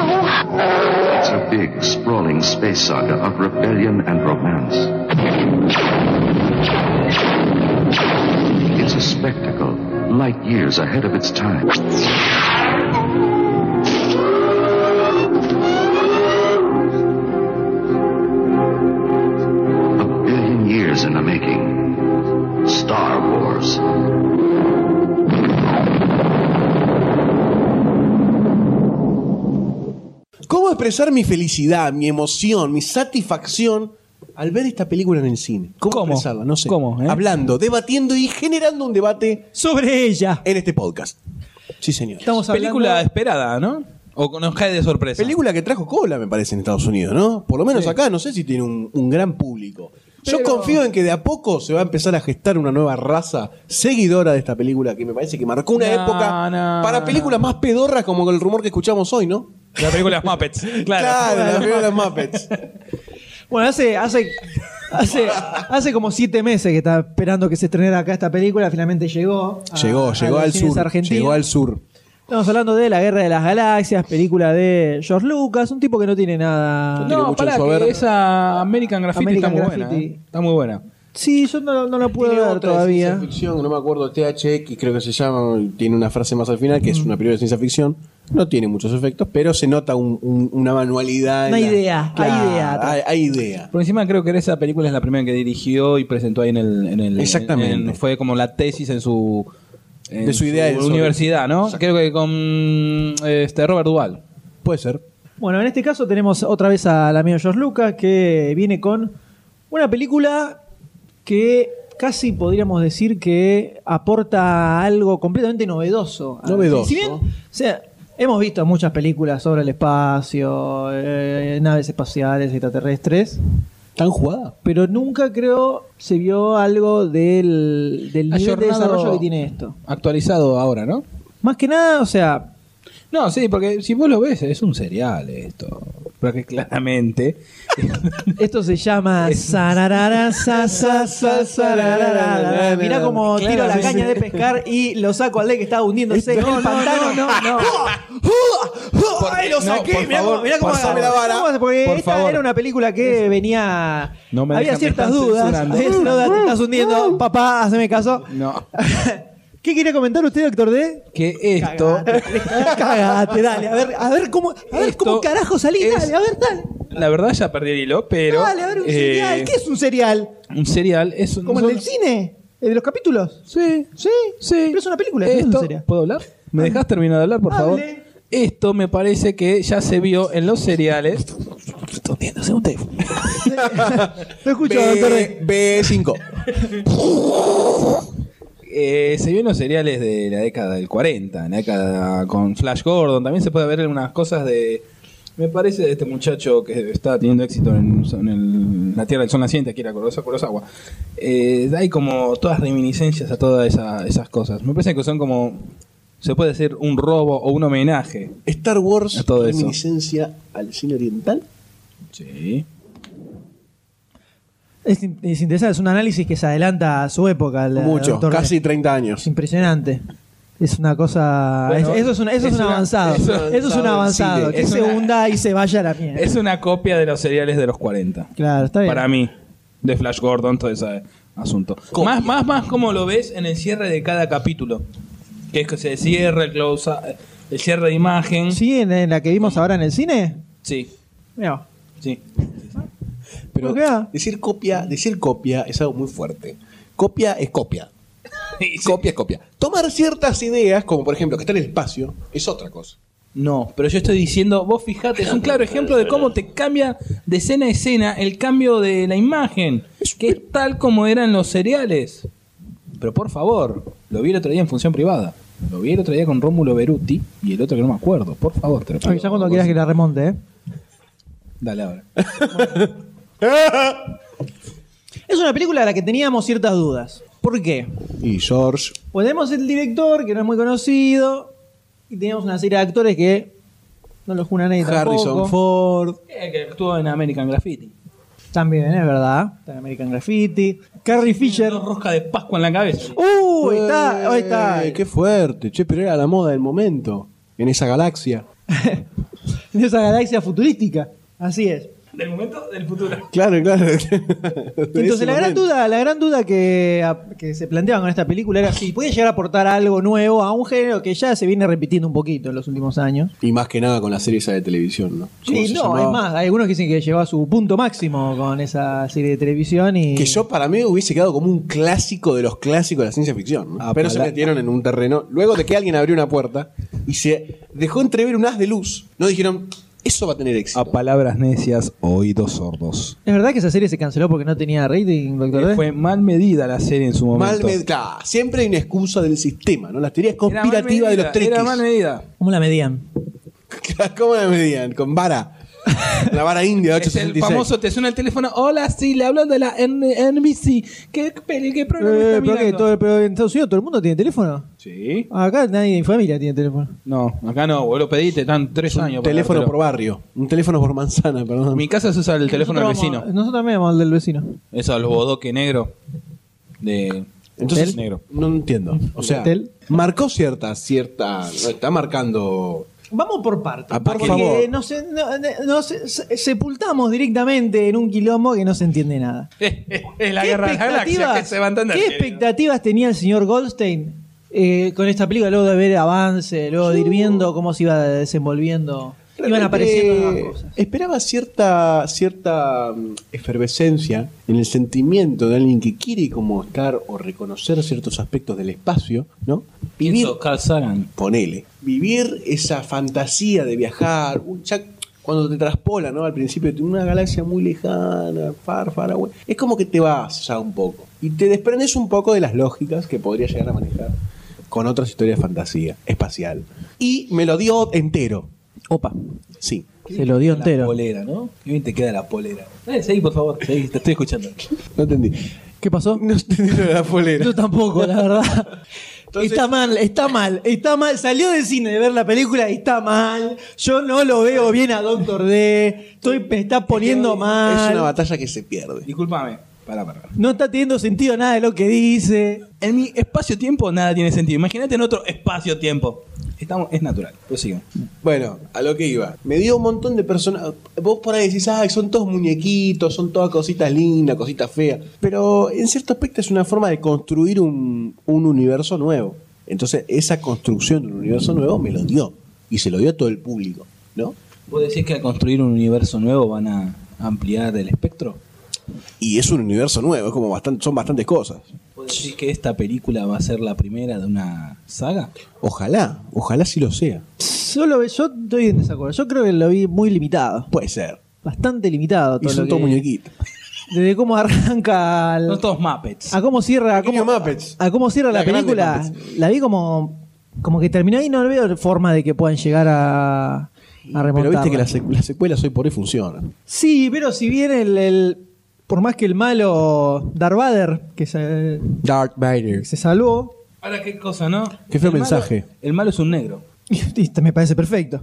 N: It's a big, sprawling space saga of rebellion and romance. It's a spectacle, light years ahead of its time. A billion years in the making. Star Wars.
F: ¿Cómo expresar mi felicidad, mi emoción, mi satisfacción al ver esta película en el cine? ¿Cómo,
E: ¿Cómo?
F: expresarla? No sé.
E: ¿Cómo, eh?
F: Hablando, debatiendo y generando un debate
B: Sobre
E: Ah.
B: ella.
F: en este podcast. Sí, señor.
B: Estamos hablando
E: película esperada, ¿no? O con nos cae de sorpresa.
F: Película que trajo cola, me parece, en Estados Unidos, ¿no? Por lo menos acá, no sé si tiene un, un gran público. Yo confío en que de a poco se va a empezar a gestar una nueva raza seguidora de esta película que me parece que marcó una
E: No,
F: época
E: no,
F: para
E: no.
F: películas más pedorras como el rumor que escuchamos hoy, ¿no?
E: La película de Muppets. Claro.
F: Claro, la película de Muppets.
B: Bueno, hace, hace, hace, hace como siete meses que estaba esperando que se estrenara acá esta película. Finalmente llegó. a-
F: Ah, Llegó,
B: a
F: llegó
B: los
F: al
B: cines
F: sur.
B: argentinos.
F: Llegó al sur.
B: Estamos hablando de La Guerra de las Galaxias, película de George Lucas, un tipo que no tiene nada.
F: tiene
E: No,
F: mucho
E: pará,
F: en su haber.
E: que esa American Graffiti
B: American
E: está muy
B: Graffiti.
E: buena. ¿eh? Está muy buena.
B: Sí, yo no, no la pude
F: Tiene
B: ver
F: otra de
B: todavía.
F: ciencia ficción, no me acuerdo, THX creo que se llama, y tiene una frase más al final, que es una película de ciencia ficción. No tiene muchos efectos, pero se nota un- un- una manualidad. en
B: Una
F: la-
B: idea, hay
F: Claro,
B: idea.
F: Hay, hay idea.
E: Por encima creo que esa película es la primera que dirigió y presentó ahí en el... en el-
F: Exactamente.
E: en- fue como la tesis en su... en
F: De su idea de-
E: universidad, ¿no?
F: Exacto.
E: Creo que con este Robert Duvall.
F: Puede ser.
B: Bueno, en este caso tenemos otra vez al amigo George Lucas que viene con una película que casi podríamos decir que aporta algo completamente novedoso.
F: Novedoso.
B: Si bien, o sea, hemos visto muchas películas sobre el espacio, eh, naves espaciales, extraterrestres,
F: ¿Tan jugada?
B: pero nunca creo se vio algo del, del nivel de
E: Ayornado-
B: desarrollo que tiene esto.
E: Actualizado ahora, ¿no?
B: Más que nada, o sea,
E: No, sí, porque si vos lo ves, es un serial esto. Porque claramente...
B: Esto se llama sararara, sa, sa, sa, sararara. Mirá como
E: Claro,
B: tiro la
E: sí,
B: caña
E: sí.
B: de pescar y lo saco al de que estaba hundiéndose en el pantano.
D: por-
B: ¡Ay, lo
D: no,
B: saqué!
D: por
B: mirá
D: favor,
B: cómo- mirá cómo
D: pasame
B: agarró.
D: la vara.
B: ¿Cómo hace? Porque
D: Por
B: esta
D: favor.
B: era una película que venía.
D: No me
B: había
D: dejan, me
B: ciertas
D: están
B: dudas.
D: censurando.
B: Es, no, te estás hundiendo. Papá, hazme caso.
E: No.
B: ¿Qué quería comentar usted, doctor D?
E: Que esto.
B: Cagate, dale. A ver, a ver cómo, a ver cómo carajo salís. Dale, a ver, dale.
E: La verdad ya perdí el hilo, pero.
B: dale, a ver, un
E: eh,
B: cereal. ¿Qué es un cereal?
E: Un cereal es un.
B: ¿Como el
E: son-
B: del cine? ¿El de los capítulos?
E: Sí.
B: Sí.
E: Sí.
B: Pero es una película, no es un
E: Esto,
B: cereal.
E: ¿Puedo hablar? ¿Me dejas terminar de hablar, por favor? Esto me parece que ya se vio en los cereales. Estoy hundiéndose un teléfono.
B: Lo escucho, doctor D.
E: B, 5 Eh, se vio en los seriales de la década del 40, en la década con Flash Gordon. También se puede ver algunas cosas de. Me parece de este muchacho que está teniendo éxito en, en el- la Tierra del Sol Naciente, aquí era Kurosa- Kurosawa. Eh, hay como todas reminiscencias a todas esa- esas cosas. Me parece que son como. Se puede decir un robo o un homenaje.
F: Star Wars,
E: A todo eso.
F: reminiscencia al cine oriental.
E: Sí.
B: Es, in- es interesante, es un análisis que se adelanta a su época. al- al
F: Mucho,
B: doctor D.
F: casi 30 años.
B: Es impresionante. Es una cosa.
E: Bueno,
B: es- eso es, un- eso es
E: es
B: un
E: una-
B: avanzado.
E: es un
B: eso es un
E: avanzado del
B: avanzado.
E: cine.
B: Que
E: Es
B: se
E: una-
B: hunda y se vaya a la mierda.
E: Es una copia de los seriales de los 40.
B: Claro, está bien.
E: Para mí, de Flash Gordon, todo ese asunto. Más, más, más como lo ves en el cierre de cada capítulo. Que es que se cierra el close el cierre de imagen.
B: ¿Sí? ¿En, en la que vimos ahora en el cine?
E: Sí,
B: Mirá.
E: sí.
F: Pero
B: Ok.
F: decir copia, decir copia es algo muy fuerte. Copia es copia. Copia es copia. Tomar ciertas ideas, como por ejemplo que está en el espacio, es otra cosa.
E: No, pero yo estoy diciendo, vos fijate, es un claro ejemplo de cómo te cambia de escena a escena el cambio de la imagen, que es tal como eran los seriales. Pero por favor, lo vi el otro día en función privada. Lo vi el otro día con Rómulo Beruti y el otro que no me acuerdo. Por favor, te lo
B: Ay,
E: pido.
B: ya cuando quieras que la remonte, ¿eh?
E: Dale ahora.
B: Es una película de la que teníamos ciertas dudas. ¿Por qué?
F: Y George.
B: Podemos el director, que no es muy conocido. Y teníamos una serie de actores que no los juna nadie
F: Harrison
B: tampoco.
F: Ford.
E: Eh, que actuó en American Graffiti.
B: También, es verdad. Está en American Graffiti. Carrie Fisher.
E: Rosca de Pascua en la cabeza.
B: ¡Uh! Ahí está, ahí está.
F: Eh, Qué fuerte, che, pero era la moda del momento. En esa galaxia.
B: En esa galaxia futurística. Así es.
E: Del momento, del futuro.
F: Claro, claro.
B: Entonces la gran duda, la gran duda que, a- que se planteaban con esta película era si podía llegar a aportar algo nuevo a un género que ya se viene repitiendo un poquito en los últimos años.
F: Y más que nada con la serie esa de televisión, ¿no? ¿Cómo
B: Sí,
F: se
B: no,
F: llamaba?
B: es más, hay algunos que dicen que llegó a su punto máximo con esa serie de televisión y
F: Que yo para mí hubiese quedado como un clásico de los clásicos de la ciencia ficción. ¿no?
B: Ah,
F: Pero se
E: pala-
F: metieron en un terreno. Luego de que alguien abrió una puerta y se dejó entrever un haz de luz, no dijeron, eso va a tener
B: Ah,
F: éxito.
E: A palabras necias, oídos sordos.
B: ¿Es verdad que esa serie se canceló porque no tenía rating, doctor D?
E: Eh, Fue mal medida la serie en su
F: Mal
E: momento.
F: med- claro, siempre hay una excusa del sistema, ¿no? Las teorías
E: Era mal
F: conspirativas de los
E: medida, Era mal
F: triquis.
E: medida.
B: ¿Cómo la medían?
F: ¿Cómo la medían? Con vara. La vara india
E: Es el
F: 866.
E: famoso, te suena el teléfono. Hola, sí, le hablo de la N- NBC. ¿Qué, peli- qué programa está
B: Eh, pero, que
E: mirando?
B: todo- pero en Estados Unidos todo el mundo tiene teléfono.
E: Sí.
B: Acá nadie en mi familia tiene teléfono.
E: No, acá no, vos lo pediste, están tres años.
F: Un
E: para
F: teléfono por
E: dártelo.
F: barrio. Un teléfono por manzana,
E: En
F: perdón.
E: mi casa se usa el teléfono del
B: Nosotros
E: vecino.
B: vamos- Nosotros también vamos al del vecino.
E: Eso, el bodoque negro. De...
F: Entonces,
E: Del negro.
F: no entiendo. O sea,
B: Del-
F: marcó cierta, cierta. no, Está marcando.
B: Vamos por partes.
F: Ah, por
B: porque
F: favor.
B: nos, no- no- nos se- sepultamos directamente en un quilombo que no se entiende nada.
E: Es la guerra de las galaxias que se va a entender.
B: qué expectativas tenía el señor Goldstein eh, con esta película? Luego de ver avance, luego de ir viendo cómo se iba desenvolviendo. Iban
F: Realmente,
B: apareciendo nuevas cosas.
F: Eh, Esperaba cierta, cierta mm, efervescencia en el sentimiento de alguien que quiere como estar o reconocer ciertos aspectos del espacio, ¿no?
E: ¿Quién
F: Vivir
E: sos, Carl Sagan?
F: ponele, vivir esa fantasía de viajar, un chac- cuando te traspola, ¿no? Al principio de una galaxia muy lejana, far, far away, es como que te vas ya un poco y te desprendes un poco de las lógicas que podría llegar a manejar con otras historias de fantasía espacial. Y me lo dio entero,
B: Opa,
F: sí.
B: se lo dio
E: La
B: entero.
E: polera, ¿no? Qué bien te queda la polera. Eh, seguí, por favor. Seguí, te estoy escuchando.
F: No entendí.
B: ¿Qué pasó?
F: No entendí lo de la polera.
B: Yo tampoco, la verdad.
F: Entonces-
B: está mal, está mal, está mal. Salió del cine de ver la película y está mal. Yo no lo veo bien a Doctor D. Estoy, me está poniendo
F: Es una
B: mal.
F: batalla que se pierde.
E: Disculpame. Pará, pará.
B: No está teniendo sentido nada de lo que dice.
E: En mi espacio-tiempo nada tiene sentido. Imagínate en otro espacio-tiempo. Estamos, es natural. Prosigo.
A: Bueno, a lo que iba. Me dio un montón de personas. Vos por ahí decís, ah, son todos muñequitos, son todas cositas lindas, cositas feas. Pero en cierto aspecto es una forma de construir un, un universo nuevo. Entonces, esa construcción de un universo nuevo me lo dio. Y se lo dio a todo el público, ¿no?
E: ¿Vos decís que al construir un universo nuevo van a ampliar el espectro?
A: Y es un universo nuevo, es como bastante, son bastantes cosas.
E: ¿Vos decís que esta película va a ser la primera de una saga?
A: Ojalá, ojalá sí lo sea.
B: Yo, lo, yo estoy en desacuerdo. Yo creo que lo vi muy limitado.
A: Puede ser.
B: Bastante limitado.
A: Y
B: Todo
A: son
B: lo
A: todos
B: que-
A: muñequitos.
B: Desde cómo arranca. al-
E: Son todos Muppets.
A: Ah.
B: a cómo cierra. A
A: Pequeños
B: cómo,
A: Muppets.
B: a cómo cierra la,
A: La grande
B: película. La vi como. Como que terminó ahí, no veo forma de que puedan llegar a, a
A: Pero
B: remontarla.
A: viste que las sec- las secuelas hoy por hoy funcionan.
B: Sí, pero si bien el, el- por más que el malo Darth Vader que se,
A: Dark Vader.
B: que se salvó
E: Ahora qué cosa, ¿no?
A: Qué feo
E: El malo-
A: mensaje.
E: el malo es un negro.
B: y, y me parece perfecto.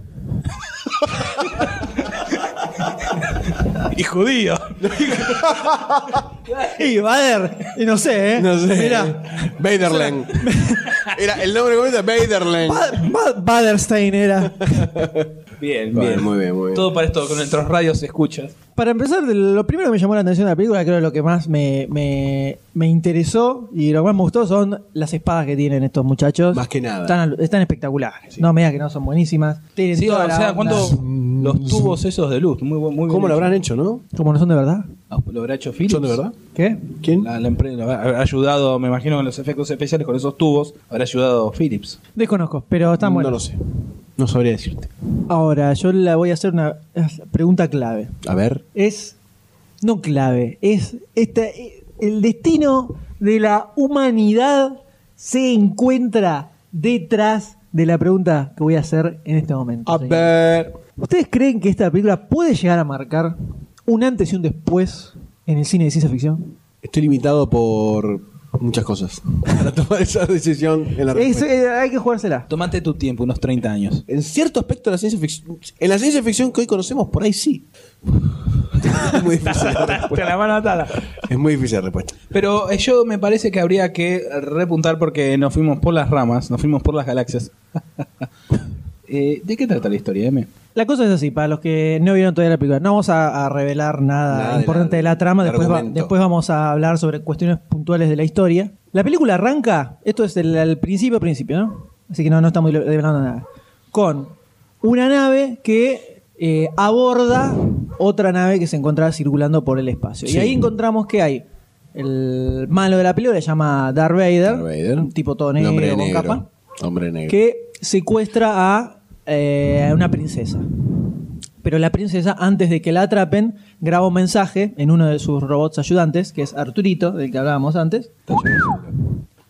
E: Y judío.
B: Y Vader, y no sé, ¿eh?
A: No sé.
B: Mirá,
A: Vaderland. Era el nombre completo Vaderland.
B: Va- Va- Vaderstein era.
E: Bien, bien.
A: Muy bien, muy bien.
E: Todo para esto con nuestros radios se escucha.
B: Para empezar, de lo primero que me llamó la atención de la película, creo que lo que más me, me- me interesó y lo que más me gustó son las espadas que tienen estos muchachos.
A: Más que nada.
B: Están, están espectaculares. No me digas que no son buenísimas. Tienen
E: Sí, o
B: toda la
E: sea,
B: onda.
E: ¿cuánto los tubos esos de luz? Muy, bu- muy bien
A: ¿Cómo
E: hecho.
A: lo habrán hecho, no?
B: Como no son de verdad.
E: Ah, ¿Lo habrá hecho Philips?
A: ¿Son de verdad?
B: ¿Qué?
A: ¿Quién?
E: La, la empresa lo habrá habrá ayudado, me imagino, con los efectos especiales, con esos tubos, habrá ayudado Philips.
B: Desconozco, pero están
A: No
B: buenos.
A: lo sé. No sabría decirte.
B: Ahora, yo le voy a hacer una eh, pregunta clave.
A: A ver.
B: Es. No clave, es. Esta, eh, el destino de la humanidad se encuentra detrás de la pregunta que voy a hacer en este momento.
A: A
B: señor.
A: ver.
B: ¿Ustedes creen que esta película puede llegar a marcar un antes y un después en el cine de ciencia ficción?
A: Estoy limitado por muchas cosas para tomar esa decisión en la
B: Es-
A: respuesta.
B: eh, hay que jugársela.
E: Tomate tu tiempo, unos 30 años.
A: En cierto aspecto de la ciencia ficción, en la ciencia ficción que hoy conocemos, por ahí sí. Es muy difícil la respuesta.
E: la van a atar.
A: Es muy difícil la respuesta.
E: Pero eh, yo me parece que habría que repuntar porque nos fuimos por las ramas, nos fuimos por las galaxias. Eh, ¿De qué trata la historia, M?
B: La cosa es así, para los que no vieron todavía la película, no vamos a, a revelar nada,
A: Nada de
B: importante
A: la-
B: de la, trama,
A: del
B: después, va-
A: argumento.
B: después vamos a hablar sobre cuestiones puntuales de la historia. La película arranca, esto es el, el principio, principio, ¿no? Así que no, no estamos revelando nada. Con una nave que eh, aborda otra nave que se encontraba circulando por el espacio.
A: Sí.
B: Y ahí encontramos que hay el malo de la película, se llama Darth Vader,
A: Darth Vader.
B: un tipo todo negro,
A: Hombre
B: con
A: negro.
B: capa
A: Hombre negro.
B: que secuestra a eh, a una princesa. Pero la princesa, antes de que la atrapen, graba un mensaje en uno de sus robots ayudantes, que es Arturito, del que hablábamos antes,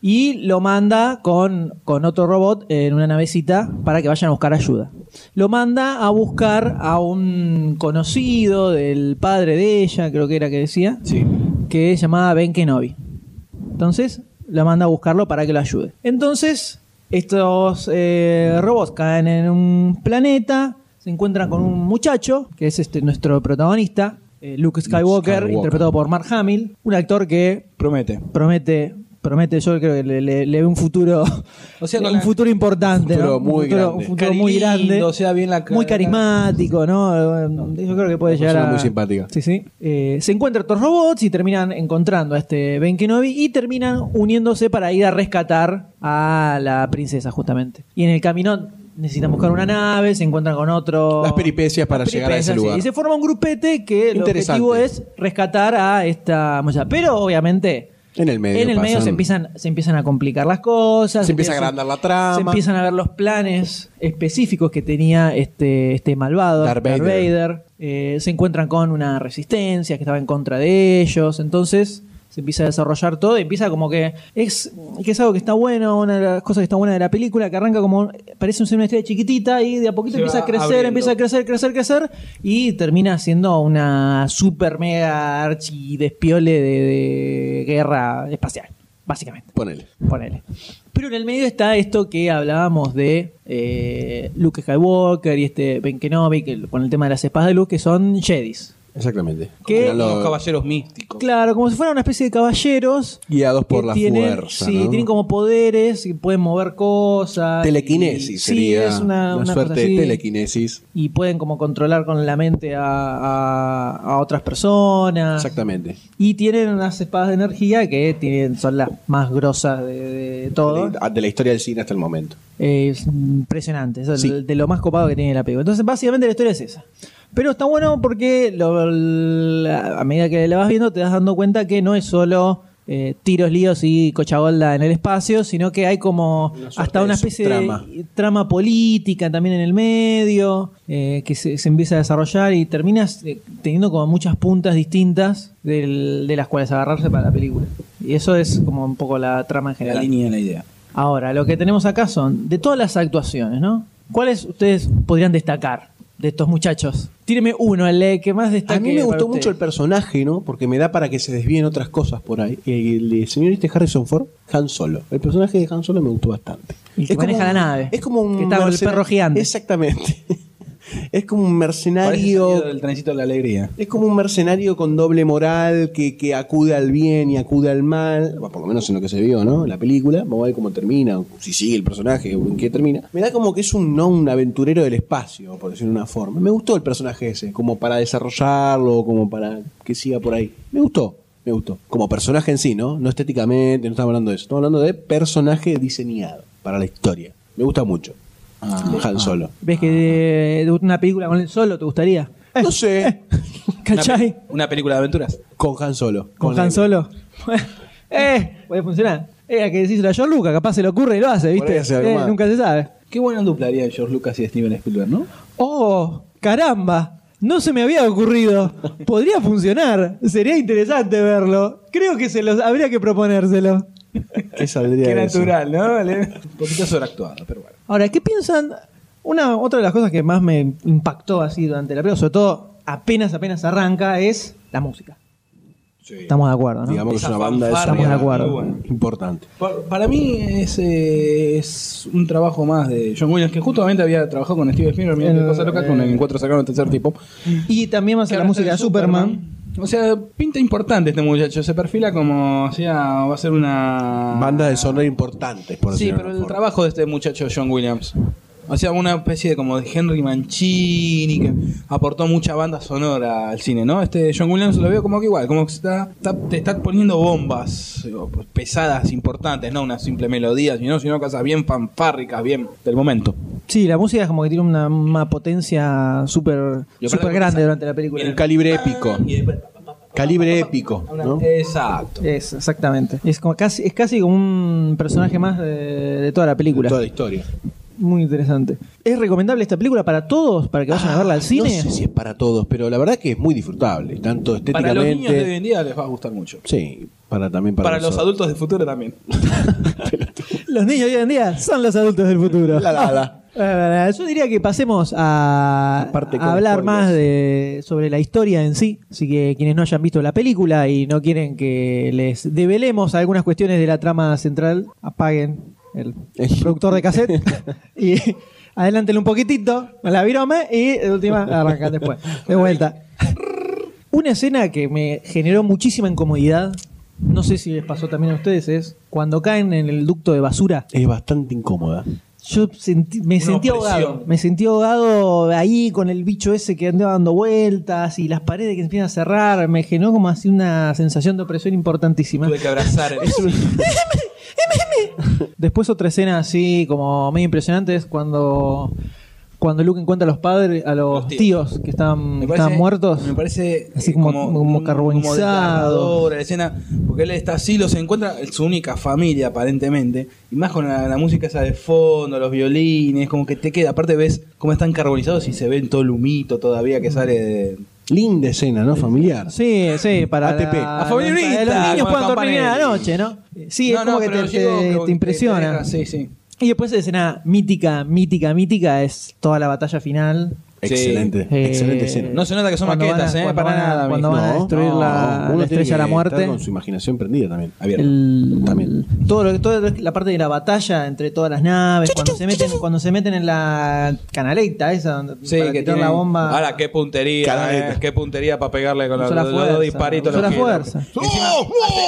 B: y lo manda con, con otro robot en una navecita para que vayan a buscar ayuda. Lo manda a buscar a un conocido del padre de ella, creo que era que decía, que se llamaba Ben Kenobi. Entonces la manda a buscarlo para que lo ayude. Entonces, estos eh, robots caen en un planeta, se encuentran con un muchacho, que es este nuestro protagonista, eh, Luke Skywalker,
A: Skywalker.
B: interpretado por Mark Hamill, un actor que
E: Promete.
B: promete, promete, yo creo que le, le- le veo un futuro,
E: O sea, con
B: un
E: la-
B: futuro importante,
A: un futuro
B: ¿no?
A: muy
B: un futuro,
A: grande.
B: un futuro muy
E: Lindo,
B: grande,
E: o sea, bien la
B: muy carismático, ¿no? Eh, Yo creo que puede
A: Una
B: llegar
A: persona
B: a
A: muy simpática.
B: Sí, sí. Eh, se encuentran otros robots y terminan encontrando a este Ben Kenobi y terminan uniéndose para ir a rescatar a la princesa justamente. Y en el camino necesitan buscar una nave, se encuentran con otro
A: Las peripecias para llegar a ese
B: peripecias, sí.
A: lugar.
B: Y se forma un grupete que el
A: Interesante.
B: objetivo es rescatar a esta moza. Pero obviamente
A: En el medio.
B: en el medio
A: pasan-
B: se empiezan, se empiezan a complicar las cosas.
A: Se empieza a agrandar la trama.
B: Se empiezan a ver los planes específicos que tenía este, este malvado,
A: Darth Vader.
B: Eh, se encuentran con una resistencia que estaba en contra de ellos. Entonces se empieza a desarrollar todo y empieza como que es, que es algo que está bueno, una de las cosas que está buena de la película, que arranca como parece ser una estrella chiquitita y de a poquito
E: Se
B: empieza
E: va
B: a crecer,
E: abriendo.
B: empieza a crecer, crecer, crecer y termina siendo una super mega archi despiole de, de guerra espacial, básicamente,
A: Ponele.
B: ponele. Pero en el medio está esto que hablábamos de eh, Luke Skywalker y este Ben Kenobi que, con el tema de las espadas de luz que son Jedis.
F: Exactamente.
B: Que-
F: Eran los-
E: Los caballeros místicos.
B: Claro, como si fuera una especie de caballeros.
F: Guiados por
B: que
F: la
B: tienen,
F: fuerza.
B: Sí,
F: ¿no?
B: tienen como poderes, y pueden mover cosas.
F: telequinesis
B: y-
F: sería.
B: Sí, es una, una
F: suerte
B: cosa
F: de
B: así. Ah.
F: telequinesis.
B: Y pueden como controlar con la mente a, a- a otras personas.
F: Exactamente.
B: Y tienen unas espadas de energía que tienen, son las más grosas de, de todo.
F: De, de la historia del cine hasta el momento.
B: Eh, es impresionante, es
F: Sí.
B: el- de lo más copado que tiene la película. Entonces, básicamente la historia es esa. Pero está bueno porque lo- la- a medida que la vas viendo te das dando cuenta que no es solo eh, tiros, líos y cochabolda en el espacio, sino que hay como hasta una
F: de
B: especie
F: subtrama.
B: de trama política también en el medio, eh, que se, se empieza a desarrollar y terminas eh, teniendo como muchas puntas distintas del- de las cuales agarrarse para la película. Y eso es como un poco la trama en general.
E: La línea de la idea.
B: Ahora, lo que tenemos acá son de todas las actuaciones, ¿no? ¿Cuáles ustedes podrían destacar de estos muchachos? Tíreme uno, el que más destaque.
F: A mí me
B: Ah, para
F: gustó
B: usted.
F: mucho el personaje, ¿no? Porque me da para que se desvíen otras cosas por ahí. El, el señor este Harrison Ford, Han Solo. El personaje de Han Solo me gustó bastante.
B: El que
F: Es como
B: maneja la
F: un-
B: nave.
F: Es como un.
B: Que está con el
F: mercen-
B: perro gigante.
F: Exactamente. Es como un
E: Parece salido
F: mercenario.
E: del trencito de la alegría.
F: Es como un mercenario con doble moral que, que acude al bien y acude al mal, Bueno, por lo menos en lo que se vio, ¿no? En la película. Vamos a ver cómo termina, o si sigue el personaje, o en qué termina. Me da como que es un no un aventurero del espacio, por decirlo de una forma. Me gustó el personaje ese, como para desarrollarlo, como para que siga por ahí. Me gustó, me gustó. Como personaje en sí, ¿no? No estéticamente, no estamos hablando de eso. Estamos hablando de personaje diseñado para la historia. Me gusta mucho. Han Solo.
B: ¿Ves que de, de una película con él solo te gustaría?
F: Eh, No sé.
B: ¿Cachai?
E: Una, pe- una película de aventuras.
F: Con Han Solo.
B: ¿Con Han Solo? eh, puede funcionar. Eh, a que decís a George Lucas, capaz se le ocurre y lo hace, ¿viste?
E: ahí hace algo
B: Eh,
E: más.
B: nunca se sabe.
E: Qué buena duplaría de George Lucas y Steven Spielberg, ¿no?
B: ¡Oh! ¡Caramba! No se me había ocurrido. Podría funcionar. Sería interesante verlo. Creo que se los habría que proponérselo.
F: ¿Qué saldría
E: Qué
F: de eso?
E: natural, ¿no? Le- Un poquito sobreactuado, pero bueno.
B: Ahora, ¿qué piensan? Una, otra de las cosas que más me impactó así durante la película, sobre todo apenas, apenas arranca, es la música. Estamos de acuerdo, ¿no?
F: Digamos que es
E: Esa
F: una banda de
E: fanfarria,
F: sonido
E: Estamos de acuerdo. muy
F: Importante.
E: Pa- Para mí es, eh, es un trabajo más de John Williams, que justamente había trabajado con Steve Spielberg, mirá qué
B: El-
E: cosa loca, con el encuentro sacaron el tercer tipo.
B: Y también más a eh. la
E: Claro,
B: música de Superman.
E: O sea, pinta importante este muchacho, se perfila como, o sea, va a ser una...
F: Bandas de sonido importantes, por
E: Sí,
F: decirlo de
E: pero
F: una
E: el
F: forma.
E: trabajo de este muchacho John Williams. O sea, una especie de como de Henry Mancini que aportó mucha banda sonora al cine, ¿no? Este John Williams lo veo como que igual, como que está, está- te está poniendo bombas digo, pesadas, importantes, no una simple melodía, sino, sino cosas bien fanfárricas, bien del momento.
B: Sí, la música es como que tiene una, una potencia súper
E: Y aparte
B: súper
E: porque
B: grande
E: sa-
B: durante la película.
F: Un calibre épico. Calibre épico, ¿no?
E: Exacto.
B: Es, exactamente. Es, como casi, es casi como un personaje más de, de toda la película.
F: Toda la historia.
B: Muy interesante. ¿Es recomendable esta película para todos? ¿Para que vayan a verla al
F: Ah, No
B: cine?
F: sé si es para todos, pero la verdad que es muy disfrutable, tanto
E: Para
F: estéticamente.
E: los niños de hoy en día les va a gustar mucho.
F: Sí, para también para,
E: Para los
F: nosotros.
E: adultos del futuro también.
B: Los niños de hoy en día son los adultos del futuro.
F: La, la, la.
B: Ah, eh, yo diría que pasemos a,
F: parte
B: a
F: con
B: hablar
F: spoilers.
B: más de, sobre la historia en sí. Así que quienes no hayan visto la película y no quieren que les develemos algunas cuestiones de la trama central, apaguen el productor de cassette y adelántenle un poquitito a la virome y de última arrancan después. De vuelta. Una escena que me generó muchísima incomodidad, no sé si les pasó también a ustedes, es cuando caen en el ducto de basura.
F: Es bastante incómoda.
B: Yo sentí- me
E: Una
B: sentí
E: opresión.
B: ahogado. Me sentí ahogado ahí con el bicho ese que andaba dando vueltas y las paredes que se empiezan a cerrar. Me generó como así una sensación de opresión importantísima.
E: Tuve que abrazar. Es un-
B: Después otra escena así como medio impresionante es cuando, cuando Luke encuentra a los padres, a los,
E: Los
B: tíos.
E: tíos.
B: que estaban,
E: Me
B: que
E: parece-
B: estaban muertos.
E: Me parece
B: Así
E: eh,
B: como- como carbonizado.
E: desgarradora la escena, porque él está así, los encuentra, es su única familia aparentemente, y más con la, la música esa de fondo, los violines, como que te queda. Aparte ves cómo están carbonizados y se ven todo el humito todavía que sale de.
F: Linda escena, ¿no? Familiar.
B: Sí, sí, para
F: ATP.
B: la-
E: A favor,
B: para los niños
E: como
B: puedan dormir bien a la
E: campanelli.
B: noche, ¿no? Sí, es
E: No,
B: como
E: no,
B: que
E: pero
B: te,
E: llegó,
B: te-
E: como que
B: te
E: te
B: impresiona.
E: deja, sí, sí.
B: Y después esa escena mítica, mítica, mítica es toda la batalla final
F: Excelente,
B: Eh,
F: excelente escena.
E: No se nota que son
B: Cuando van a-
E: maquetas, ¿eh?
B: cuando
E: Para
B: van a-
E: nada.
B: cuando van a destruir la-
F: uno
B: la
F: tiene
B: estrella de la
F: que
B: muerte.
F: estar con su imaginación prendida también, abierta.
B: también. Todo lo- toda la parte de la batalla entre todas las naves, cuando se meten, cuando se meten en la canaleta esa, donde
E: Sí,
B: para
E: que
B: tirar la
E: tienen-
B: bomba.
E: Ahora, qué puntería. eh, qué puntería para pegarle con la,
B: Usó la
E: los, los
B: fuerza,
E: disparitos.
B: usó la
E: los que-
B: fuerza.
E: Encima,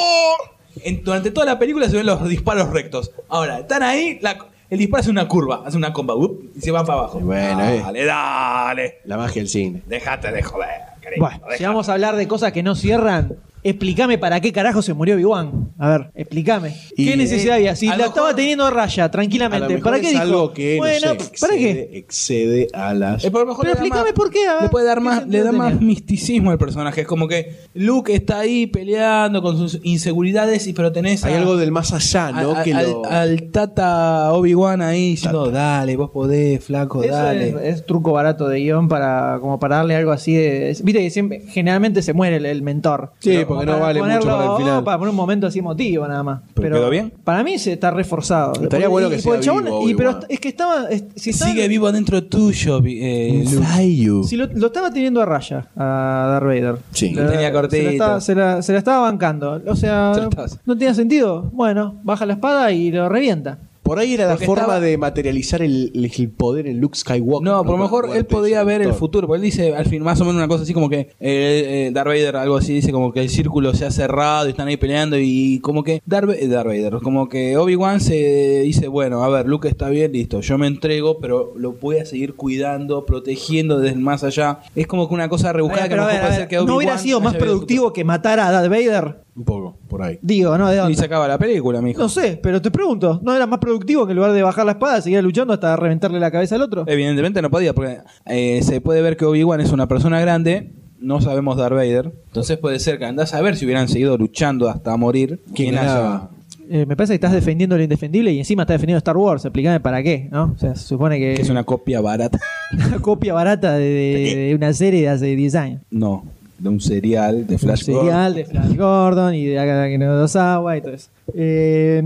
E: hace- en- durante toda la película se ven los disparos rectos. Ahora, están ahí, la- el disparo hace una curva, hace una comba, ¡up! y se va para abajo.
F: bueno, eh.
E: dale, dale.
F: La magia del cine.
E: Dejate de joder. querido,
B: Bueno,
E: dejate.
B: si vamos a hablar de cosas que no cierran, explícame para qué carajo se murió Obi-Wan. A ver, explícame.
F: Y- eh,
B: ¿Qué necesidad había? Si
F: a
B: la
F: lo
B: estaba teniendo a raya,
F: A lo
B: tranquilamente,
F: mejor
B: ¿para qué
F: es
B: dijo?
F: algo que, no
B: bueno,
F: sé,
B: pf, ¿para qué?
F: excede- Excede a las...
E: Eh, por lo mejor
B: Pero
E: le da más-
B: explícame por qué. a ver.
E: Le puede dar más, le da más misticismo al personaje. Es como que Luke está ahí peleando con sus inseguridades, y pero tenés.
F: Hay
E: a-
F: algo del más allá,
E: al-
F: ¿no?
E: al,
F: que
E: al-
F: lo...
E: al Tata Obi-Wan ahí diciendo, dale, vos podés, flaco,
B: Eso
E: dale.
B: es, es truco barato de guión para como para darle algo así de. es- Viste que siempre, generalmente se muere el, el mentor.
F: Sí,
B: Pero como
F: porque no
B: para
F: vale mucho para el
B: oh,
F: final.
B: para poner un momento así emotivo nada más.
E: ¿Pero
B: Pero
E: quedó bien?
B: Para mí se está reforzado.
F: Estaría bueno que
B: y, por el
F: sea
B: chabón-
F: vivo,
B: y- pero
F: Obi-Wan.
B: es que estaba. es- si estaba-
E: Sigue vivo adentro tuyo, vi- eh, Luke.
B: si lo, lo estaba teniendo a raya a Darth Vader.
F: Sí.
B: La-
E: Lo tenía
B: Se
E: cortito.
B: la, estaba, se la- se la estaba bancando. O sea,
E: Se la estaba-
B: no tenía sentido. Bueno, baja la espada y lo revienta.
F: Por ahí era la
E: Porque
F: forma
E: estaba-
F: de materializar el, el poder en Luke Skywalker.
E: No, por lo
F: Con
E: mejor él
F: muerte,
E: podía
F: ese
E: ver el
F: actor.
E: futuro. Porque él dice, al fin, más o menos una cosa así como que eh, eh, Darth Vader, algo así, dice como que el círculo se ha cerrado y están ahí peleando. Y como que Darth, eh, Darth Vader, como que Obi-Wan se dice, bueno, a ver, Luke está bien, listo, yo me entrego, pero lo voy a seguir cuidando, protegiendo desde el más allá. Es como que una cosa rebuscada
B: Ay, pero
E: que
B: a
E: a
B: ver,
E: lo mejor
B: a
E: puede
B: ver,
E: ser que
B: no
E: Obi-Wan
B: hubiera sido más
E: haya visto-
B: productivo que matar a Darth Vader.
F: Un poco, por ahí.
B: Digo, ¿no? ¿De
E: Y
B: dónde?
E: se acaba la película, mijo.
B: No sé, pero te pregunto, ¿no era más productivo que en lugar de bajar la espada, seguir luchando hasta reventarle la cabeza al otro?
E: Evidentemente no podía, porque eh, se puede ver que Obi-Wan es una persona grande, no sabemos Darth Vader, entonces puede ser que andás a ver si hubieran seguido luchando hasta morir.
F: ¿Quién
E: ¿Quién
F: ganaba?
B: Eh, me parece que estás defendiendo lo indefendible y encima estás defendiendo Star Wars, explícame para qué, ¿no? O sea, se supone que,
E: Que es una copia barata.
B: una copia barata de, de- de una serie de hace 10 años.
E: No, de un serial de Flash
B: Un serial de Flash Gordon y de Agatha Kurosawa y todo eso. Ah, Eh,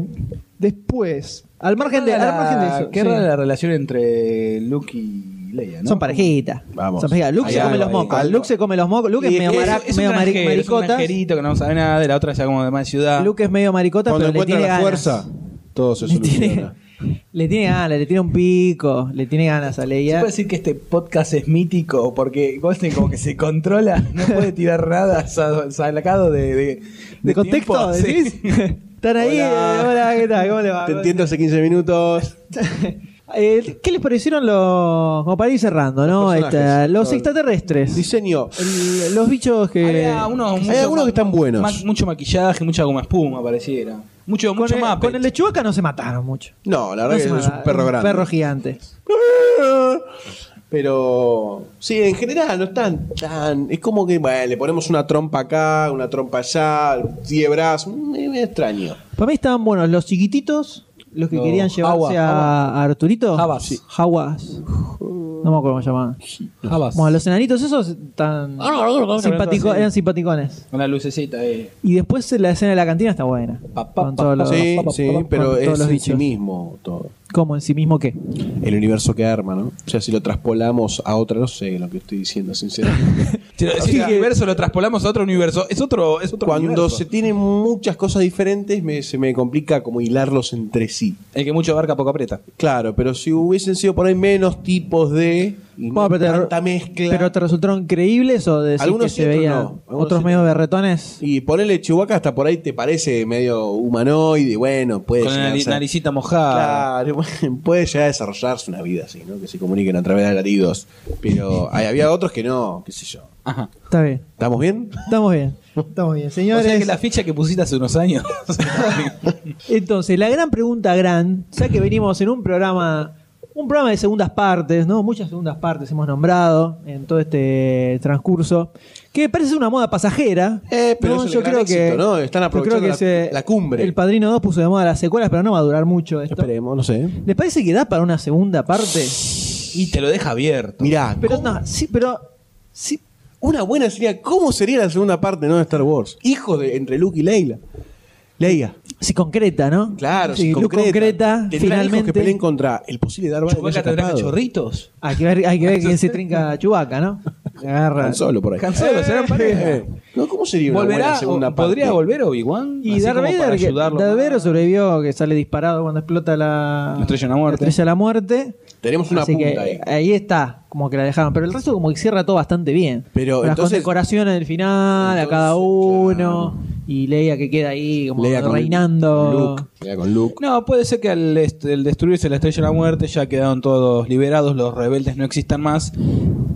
B: después, al margen de, al margen de eso,
E: Qué
B: sí.
E: rara la relación entre Luke y Leia, ¿no?
B: Son parejitas.
F: Vamos.
B: Son parejitas. Luke
E: Hay
B: se come
E: algo
B: los
E: ahí.
B: mocos.
E: Algo.
B: Luke se come los mocos. Luke es
E: Y
B: medio, mara-
E: es un
B: medio mari-
E: granjero, es un
B: maricota.
E: granjerito que no sabe nada, de la otra ya como de más ciudad.
B: Luke es medio maricota,
F: Cuando
B: pero le
F: encuentra
B: tiene
F: la
B: ganas.
F: fuerza, todo se
B: Le tiene,
F: soluciona.
B: le tiene ganas, le tiene un pico, le tiene ganas a
E: ¿Se
B: Leia.
E: puede decir que este podcast es mítico? Porque Goldstein como que se controla, no puede tirar nada sa- sacado de... De, de
B: ¿De contexto
E: tiempo, sí.
B: decís? Están ahí, eh,
F: Hola.
B: hola. ¿qué tal? ¿Cómo le va?
F: Te entiendo hace 15 minutos.
B: Eh, ¿Qué les parecieron los. como para ir cerrando, ¿no? Esta- Los,
F: personajes. Todo.
B: extraterrestres.
F: Diseño.
B: El- los bichos que.
E: Había unos,
F: Hay
E: mucho
F: algunos que están buenos.
E: ma- mucho maquillaje, mucha goma espuma, pareciera. Mucho,
B: con,
E: mucho
B: el,
E: Muppet.
B: con el de Chewbacca no se mataron mucho.
F: No, la
B: No se
F: verdad que es un
B: mataron,
F: perro grande.
B: Perro gigante.
F: Pero sí, en general no están tan. Es como que, bueno, le ponemos una trompa acá, una trompa allá, diebras. Me, me extraño.
B: Para mí estaban buenos los chiquititos, los que
E: Los
B: querían llevarse
E: Jawa,
B: a,
E: Jawa.
B: a Arturito.
E: Jawas. Sí.
B: Jawas. No me acuerdo cómo se llamaban.
E: Habas.
B: Bueno, los enanitos esos tan simpatico- eran simpaticones.
E: Con la lucecita eh. ahí.
B: Y después la escena de la cantina está buena.
E: Pa, pa,
B: Con
E: pa,
B: todos los-
F: sí,
B: con
F: sí,
B: todos
F: pero es
B: los
F: en sí
B: bichos.
F: mismo todo.
B: ¿Cómo? ¿En sí mismo qué?
F: El universo que arma, ¿no? O sea, si lo traspolamos a otra, no sé lo que estoy diciendo, sinceramente.
E: Si, lo- si el universo lo traspolamos a otro universo, es otro, es otro
F: Cuando
E: universo.
F: se tienen muchas cosas diferentes, me- se me complica como hilarlos entre sí.
E: El que mucho abarca, poco aprieta.
F: Claro, pero si hubiesen sido por ahí menos tipos de. y no
B: Bueno, pero, te,
F: tanta mezcla.
B: pero te resultaron creíbles o decís
F: Algunos
B: que
F: sí,
B: se
F: otros
B: veían
F: no. Algunos
B: otros
F: sí.
B: medio berretones?
F: Y ponerle Chihuahua hasta por ahí te parece medio humanoide, bueno, puede
E: Con la
F: llegar a
E: nari-
F: ser-
E: naricita mojada.
F: Claro, puede llegar a desarrollarse una vida así, ¿no? Que se comuniquen a través de latidos. Pero hay- había otros que no, qué sé yo.
E: Ajá.
B: Está bien.
F: ¿Estamos bien?
B: Estamos bien. Estamos bien.
E: O
B: Señores.
E: sea que la ficha que pusiste hace unos años.
B: Entonces, la gran pregunta gran, ya que venimos en un programa, un programa de segundas partes, ¿no? Muchas segundas partes hemos nombrado en todo este transcurso, que parece una moda pasajera.
F: Eh, pero
B: ¿no?
F: es el gran éxito, ¿no? Están
B: yo creo
F: aprovechando
B: que
F: la- la cumbre.
B: El Padrino 2 puso de moda las secuelas, pero no va a durar mucho esto.
F: Esperemos, no sé.
B: ¿Les parece que da para una segunda parte?
E: y te lo deja abierto.
F: Mirá,
B: Pero
F: ¿cómo-
B: no, sí, pero sí,
F: una buena sería, ¿cómo sería la segunda parte, no? De Star Wars. Hijos de, entre Luke y Leila.
A: Leia.
B: Se concreta, ¿no?
A: Claro,
B: Sí,
A: se
B: Luke concreta,
A: Tendrá hijos
B: finalmente.
A: que peleen contra el posible Darth Vader. que haya
E: Chewbacca tendrá
A: escapado.
E: cachorritos.
B: Hay que ver, hay que ver quién se trinca a Chubaca, ¿no? Agarra.
A: Han Solo por ahí.
E: Han Solo, serán pareja.
A: Eh, No, ¿Cómo sería una
E: ¿Volverá
A: buena segunda
E: o-
A: parte?
E: ¿Podría volver Obi-Wan?
B: Y
E: Así
B: Darth
E: como para
B: Vader, que-
E: ayudarlo
B: Darth
E: más.
B: Vader sobrevivió, que sale disparado cuando explota la,
E: La estrella de la muerte.
B: estrella de la muerte.
A: Tenemos una
B: Así
A: punta
B: que eh,
A: ahí.
B: está, como que la dejaron. Pero el resto como que cierra todo bastante bien.
A: Pero
B: Las
A: entonces-
B: condecoraciones del final, a cada uno. Y Leia que queda ahí como
A: Leia con
B: reinando.
A: Luke. Leia con Luke.
E: No, puede ser que al est- el destruirse la estrella de la muerte ya quedaron todos liberados, los rebeldes no existan más,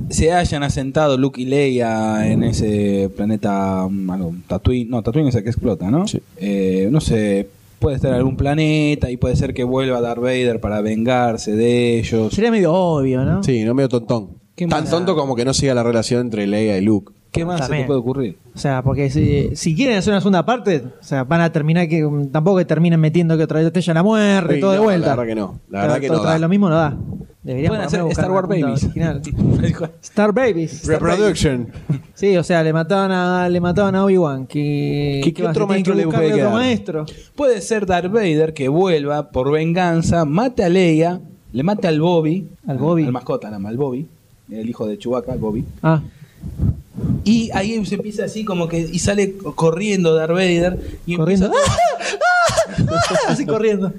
E: se hayan asentado Luke y Leia en ese planeta, mm, algo, Tatooine, no, Tatooine es el que explota, ¿no? Eh, no sé, puede estar en algún planeta y puede ser que vuelva Darth Vader para vengarse de ellos.
B: Sería medio obvio, ¿no?
A: Sí, no medio tontón.
E: ¿Qué
A: Tan
E: más?
A: tonto como que no siga la relación entre Leia y Luke.
E: ¿Qué más se
B: También.
E: te puede ocurrir?
B: O sea, porque si, si quieren hacer una segunda parte, o sea, van a terminar que tampoco que terminen metiendo que otra vez la estrella de la muerte,
A: Sí,
B: todo de
A: no,
B: vuelta.
A: La verdad que no. La verdad que
B: Otra
A: no.
B: vez
A: da.
B: lo mismo no da. Deberían
E: Pueden hacer
B: buscar
E: Star
B: una
E: Wars
B: punta
E: Babies.
B: original. Star Babies.
A: Reproduction.
B: Sí, o sea, le mataron a, le mataron a Obi-Wan. Que,
A: ¿Qué-
B: que
A: qué
B: va,
A: otro
B: se tienen
A: maestro
B: que
A: le
B: buscarle
A: puede
B: otro
A: quedar?
B: maestro.
E: Puede ser Darth Vader que vuelva por venganza, mate a Leia, le mate al Bobby,
B: Al Bobby.
E: al mascota, nada más, al Bobby, el hijo de Chewbacca, al Bobby.
B: Ah,
E: Y ahí se empieza así como que y sale corriendo Darth Vader y
B: corriendo.
E: empieza-
B: Así corriendo.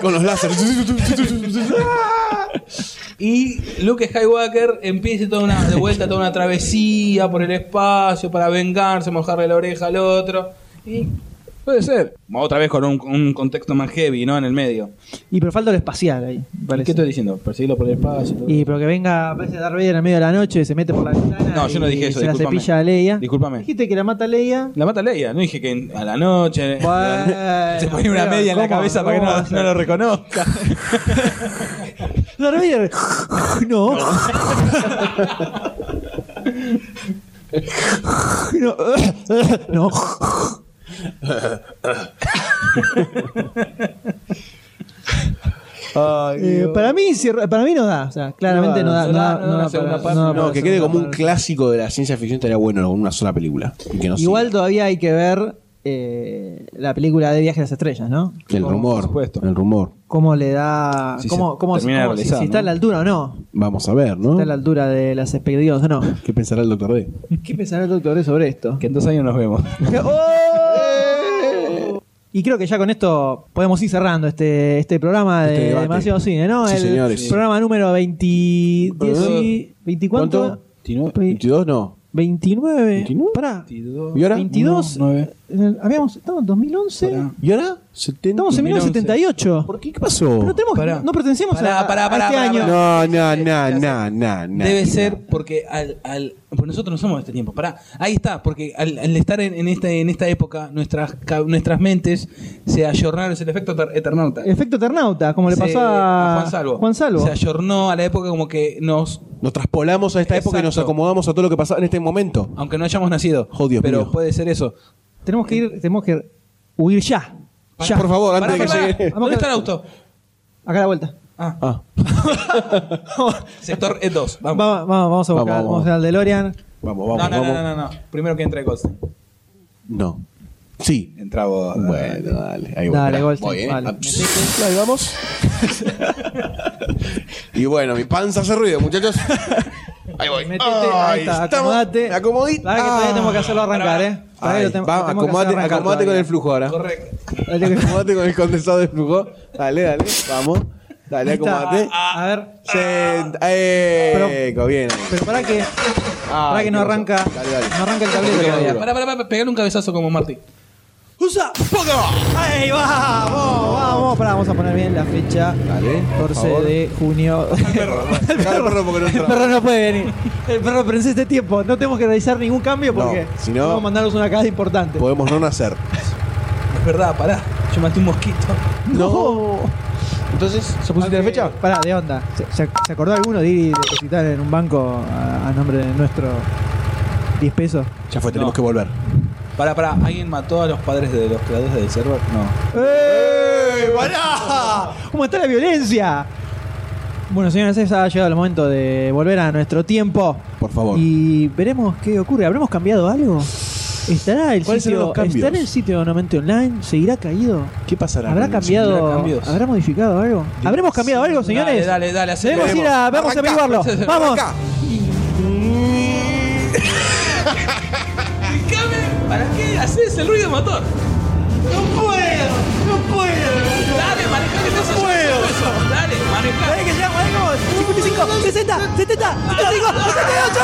A: Con los láseres.
E: y Luke Skywalker empieza toda una de vuelta toda una travesía por el espacio para vengarse, mojarle la oreja al otro y puede ser otra vez con un, un contexto más heavy, ¿no? En el medio.
B: Y pero falta lo espacial ahí. me
E: ¿Qué
B: parece.
E: estoy diciendo? Perseguirlo por el espacio. todo.
B: Y pero que venga, aparece Darth Vader en medio de la noche, se mete por la ventana.
E: No, yo no
B: y
E: dije eso,
B: Se la
E: discúlpame.
B: cepilla a Leia.
E: Discúlpame.
B: Dijiste que la mata Leia.
E: La mata Leia, no dije que en- a la noche.
B: Bueno,
E: se pone una
B: pero
E: media en la
B: ¿cómo-
E: cabeza para que
B: cómo va
E: no,
B: a ser?
E: no lo reconozca.
B: Darth Vader. No. No. No. Eh, para mí cierra- para mí no da, o sea, claramente no
E: No
B: da, no
E: da, no
B: da,
E: da, no da
B: no da
E: una segunda
B: para-
E: parte,
B: no da
E: no,
B: para
A: No, que
B: segunda
A: quede como un
B: parte.
A: clásico de la ciencia ficción estaría bueno con una sola película. Y que no
B: Igual todavía hay que ver eh, la película de Viaje a las Estrellas, ¿no?
A: siga. El rumor. El rumor.
B: Cómo le da,
A: Si se
B: cómo, cómo-
E: termina de
B: cómo- si-
E: realizar,
B: si está
E: ¿no?
B: a la altura o no,
A: Vamos a ver, ¿no?
B: está a la altura de las expectativas o no.
A: ¿Qué pensará el doctor D?
B: ¿Qué pensará el doctor D sobre esto?
E: Que en dos años nos vemos.
B: ¡Oh! Y creo que ya con esto podemos ir cerrando este, este programa de
A: Este debate.
B: Demasiado Cine, ¿no?
A: Sí,
B: el
A: señores.
B: programa número 20, 10 y- 20 ¿cuánto?
A: ¿22 no?
B: 29.
A: 29.
B: Pará.
A: ¿Y ahora?
B: 22. en el- habíamos, estamos en 2011.
E: Pará.
A: ¿Y ahora? ¿70?
B: Estamos en 1978.
A: ¿Por qué? ¿Qué pasó?
B: Pero tenemos,
E: Pará.
B: no pertenecemos
E: Pará,
B: a,
E: pará,
B: a
E: pará,
B: este
E: pará,
B: año.
E: pará.
A: No, no, no, no, no, no.
E: Debe ser porque al, al porque nosotros no somos de este tiempo. Pará, ahí está, porque al, al estar en, en esta en esta época nuestras ca- nuestras mentes se ayornaron, es el efecto ter- eternauta.
B: Efecto Eternauta, como le
E: Se-
B: pasó a,
E: Juan Salvo.
B: Juan Salvo.
E: Se ayornó a la época como que nos
A: Nos traspolamos a esta época y nos
E: Exacto.
A: acomodamos a todo lo que pasaba en este momento.
E: aunque no hayamos nacido,
A: Oh, Dios
E: pero
A: mío.
E: puede ser eso.
B: Tenemos que ir, tenemos que huir ya. Ya.
A: Por favor,
E: Pará,
A: antes de que
E: pará,
A: llegue.
E: ¿Dónde está el auto?
B: Acá a la vuelta.
E: Ah,
A: Ah,
E: sector E2, vamos.
B: Vamos, vamos, vamos a
A: Vamos,
B: buscar, vamos,
A: vamos.
B: a al DeLorean.
A: vamos, vamos,
E: no, no,
A: vamos.
E: no, no, no, no. Primero que entre Goldstein.
A: No. Sí.
E: Entra vos.
A: Bueno, dale. Ahí voy.
B: Dale,
A: Pará,
B: Goldstein.
A: voy, ¿eh?
B: vale.
A: Ah, Ahí vamos. y bueno, mi panza hace ruido, muchachos. Ahí voy.
B: Metete, ahí
A: Ay,
B: está,
A: estamos-
B: acomodate.
A: Me acomodé.
B: Pará que todavía tenemos que hacerlo arrancar, eh. Pará que
A: Ahí,
B: lo tem-
A: va,
B: lo tenemos que hacer
A: acomodate,
B: arrancar
A: acomodate con
B: todavía.
A: el flujo ahora.
E: Correcto.
B: Ahí tengo que-
A: Acomodate con el condensado de flujo. Dale, dale, vamos. Dale,
B: Ahí está. Ah,
A: acomodate.
B: A ver.
A: Senta. Eh, bien. ahí.
B: Pero pará que.
A: Ah,
B: pará que no
A: qué pasó.
B: arranca.
A: Dale, dale.
B: No arranca el tablero todavía.
E: Pará, pará, pará, pegale un cabezazo como Marty.
B: ¡Usa! ¡Ahí vamos! Vamos, pará, vamos a poner bien la fecha.
A: Dale, por
B: 14
A: favor.
B: de junio. El perro,
A: Dale, perro, porque
B: el
A: no entra.
B: perro no puede venir. El perro prensa este tiempo. No tenemos que realizar ningún cambio
A: No,
B: porque
A: si no-
B: vamos a mandarnos una cagada importante.
A: Podemos no nacer.
E: Es verdad, pará. Yo maté un mosquito.
A: No. Entonces, ¿se pusiste la fecha?
B: Pará, de onda. ¿Se, se- se acordó alguno de ir y depositar en un banco a, a nombre de nuestro 10 pesos?
A: Ya fue, tenemos
E: No.
A: que volver.
E: Pará, pará. ¿Alguien mató a los padres de los creadores del server? No.
B: ¡Eh! ¡Pará! ¿Cómo está la violencia? Bueno, señores, ha llegado el momento de volver a nuestro tiempo.
A: Por favor.
B: Y veremos qué ocurre. ¿Habremos cambiado algo? ¿Estará el
D: ¿Cuáles serán
B: sitio,
D: los cambios?
B: ¿Estará el sitio nuevamente online? ¿Seguirá caído?
D: ¿Qué pasará?
B: ¿Habrá
D: con-
B: cambiado?
D: ¿Seguirá cambios?
B: ¿Habrá modificado algo? ¿Habremos cambiado algo, señores?
E: dale, dale, así
B: Debemos
E: veremos.
B: ir a, vamos a
E: Arrancá,
B: averiguarlo.
E: entonces,
B: Vamos.
E: arrancá. ¿Para qué haces el ruido de motor? ¡No puedo! ¡No puedo! Dale, maneja que estás puedo. Dale, maneja.
B: Dale que ya, manejo. 55, 60, 70, 75, 78.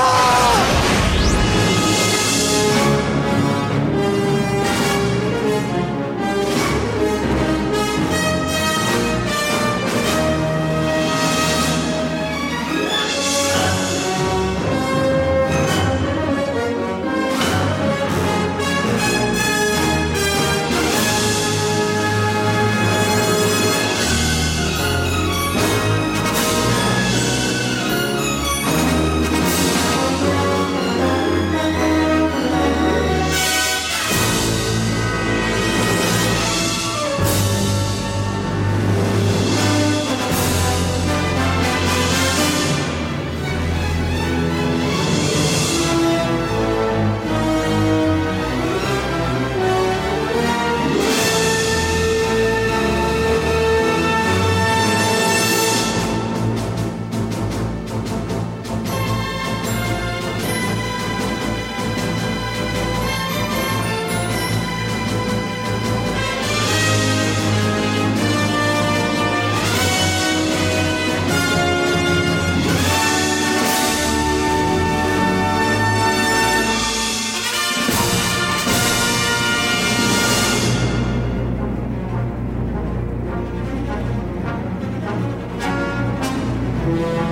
S: Thank you.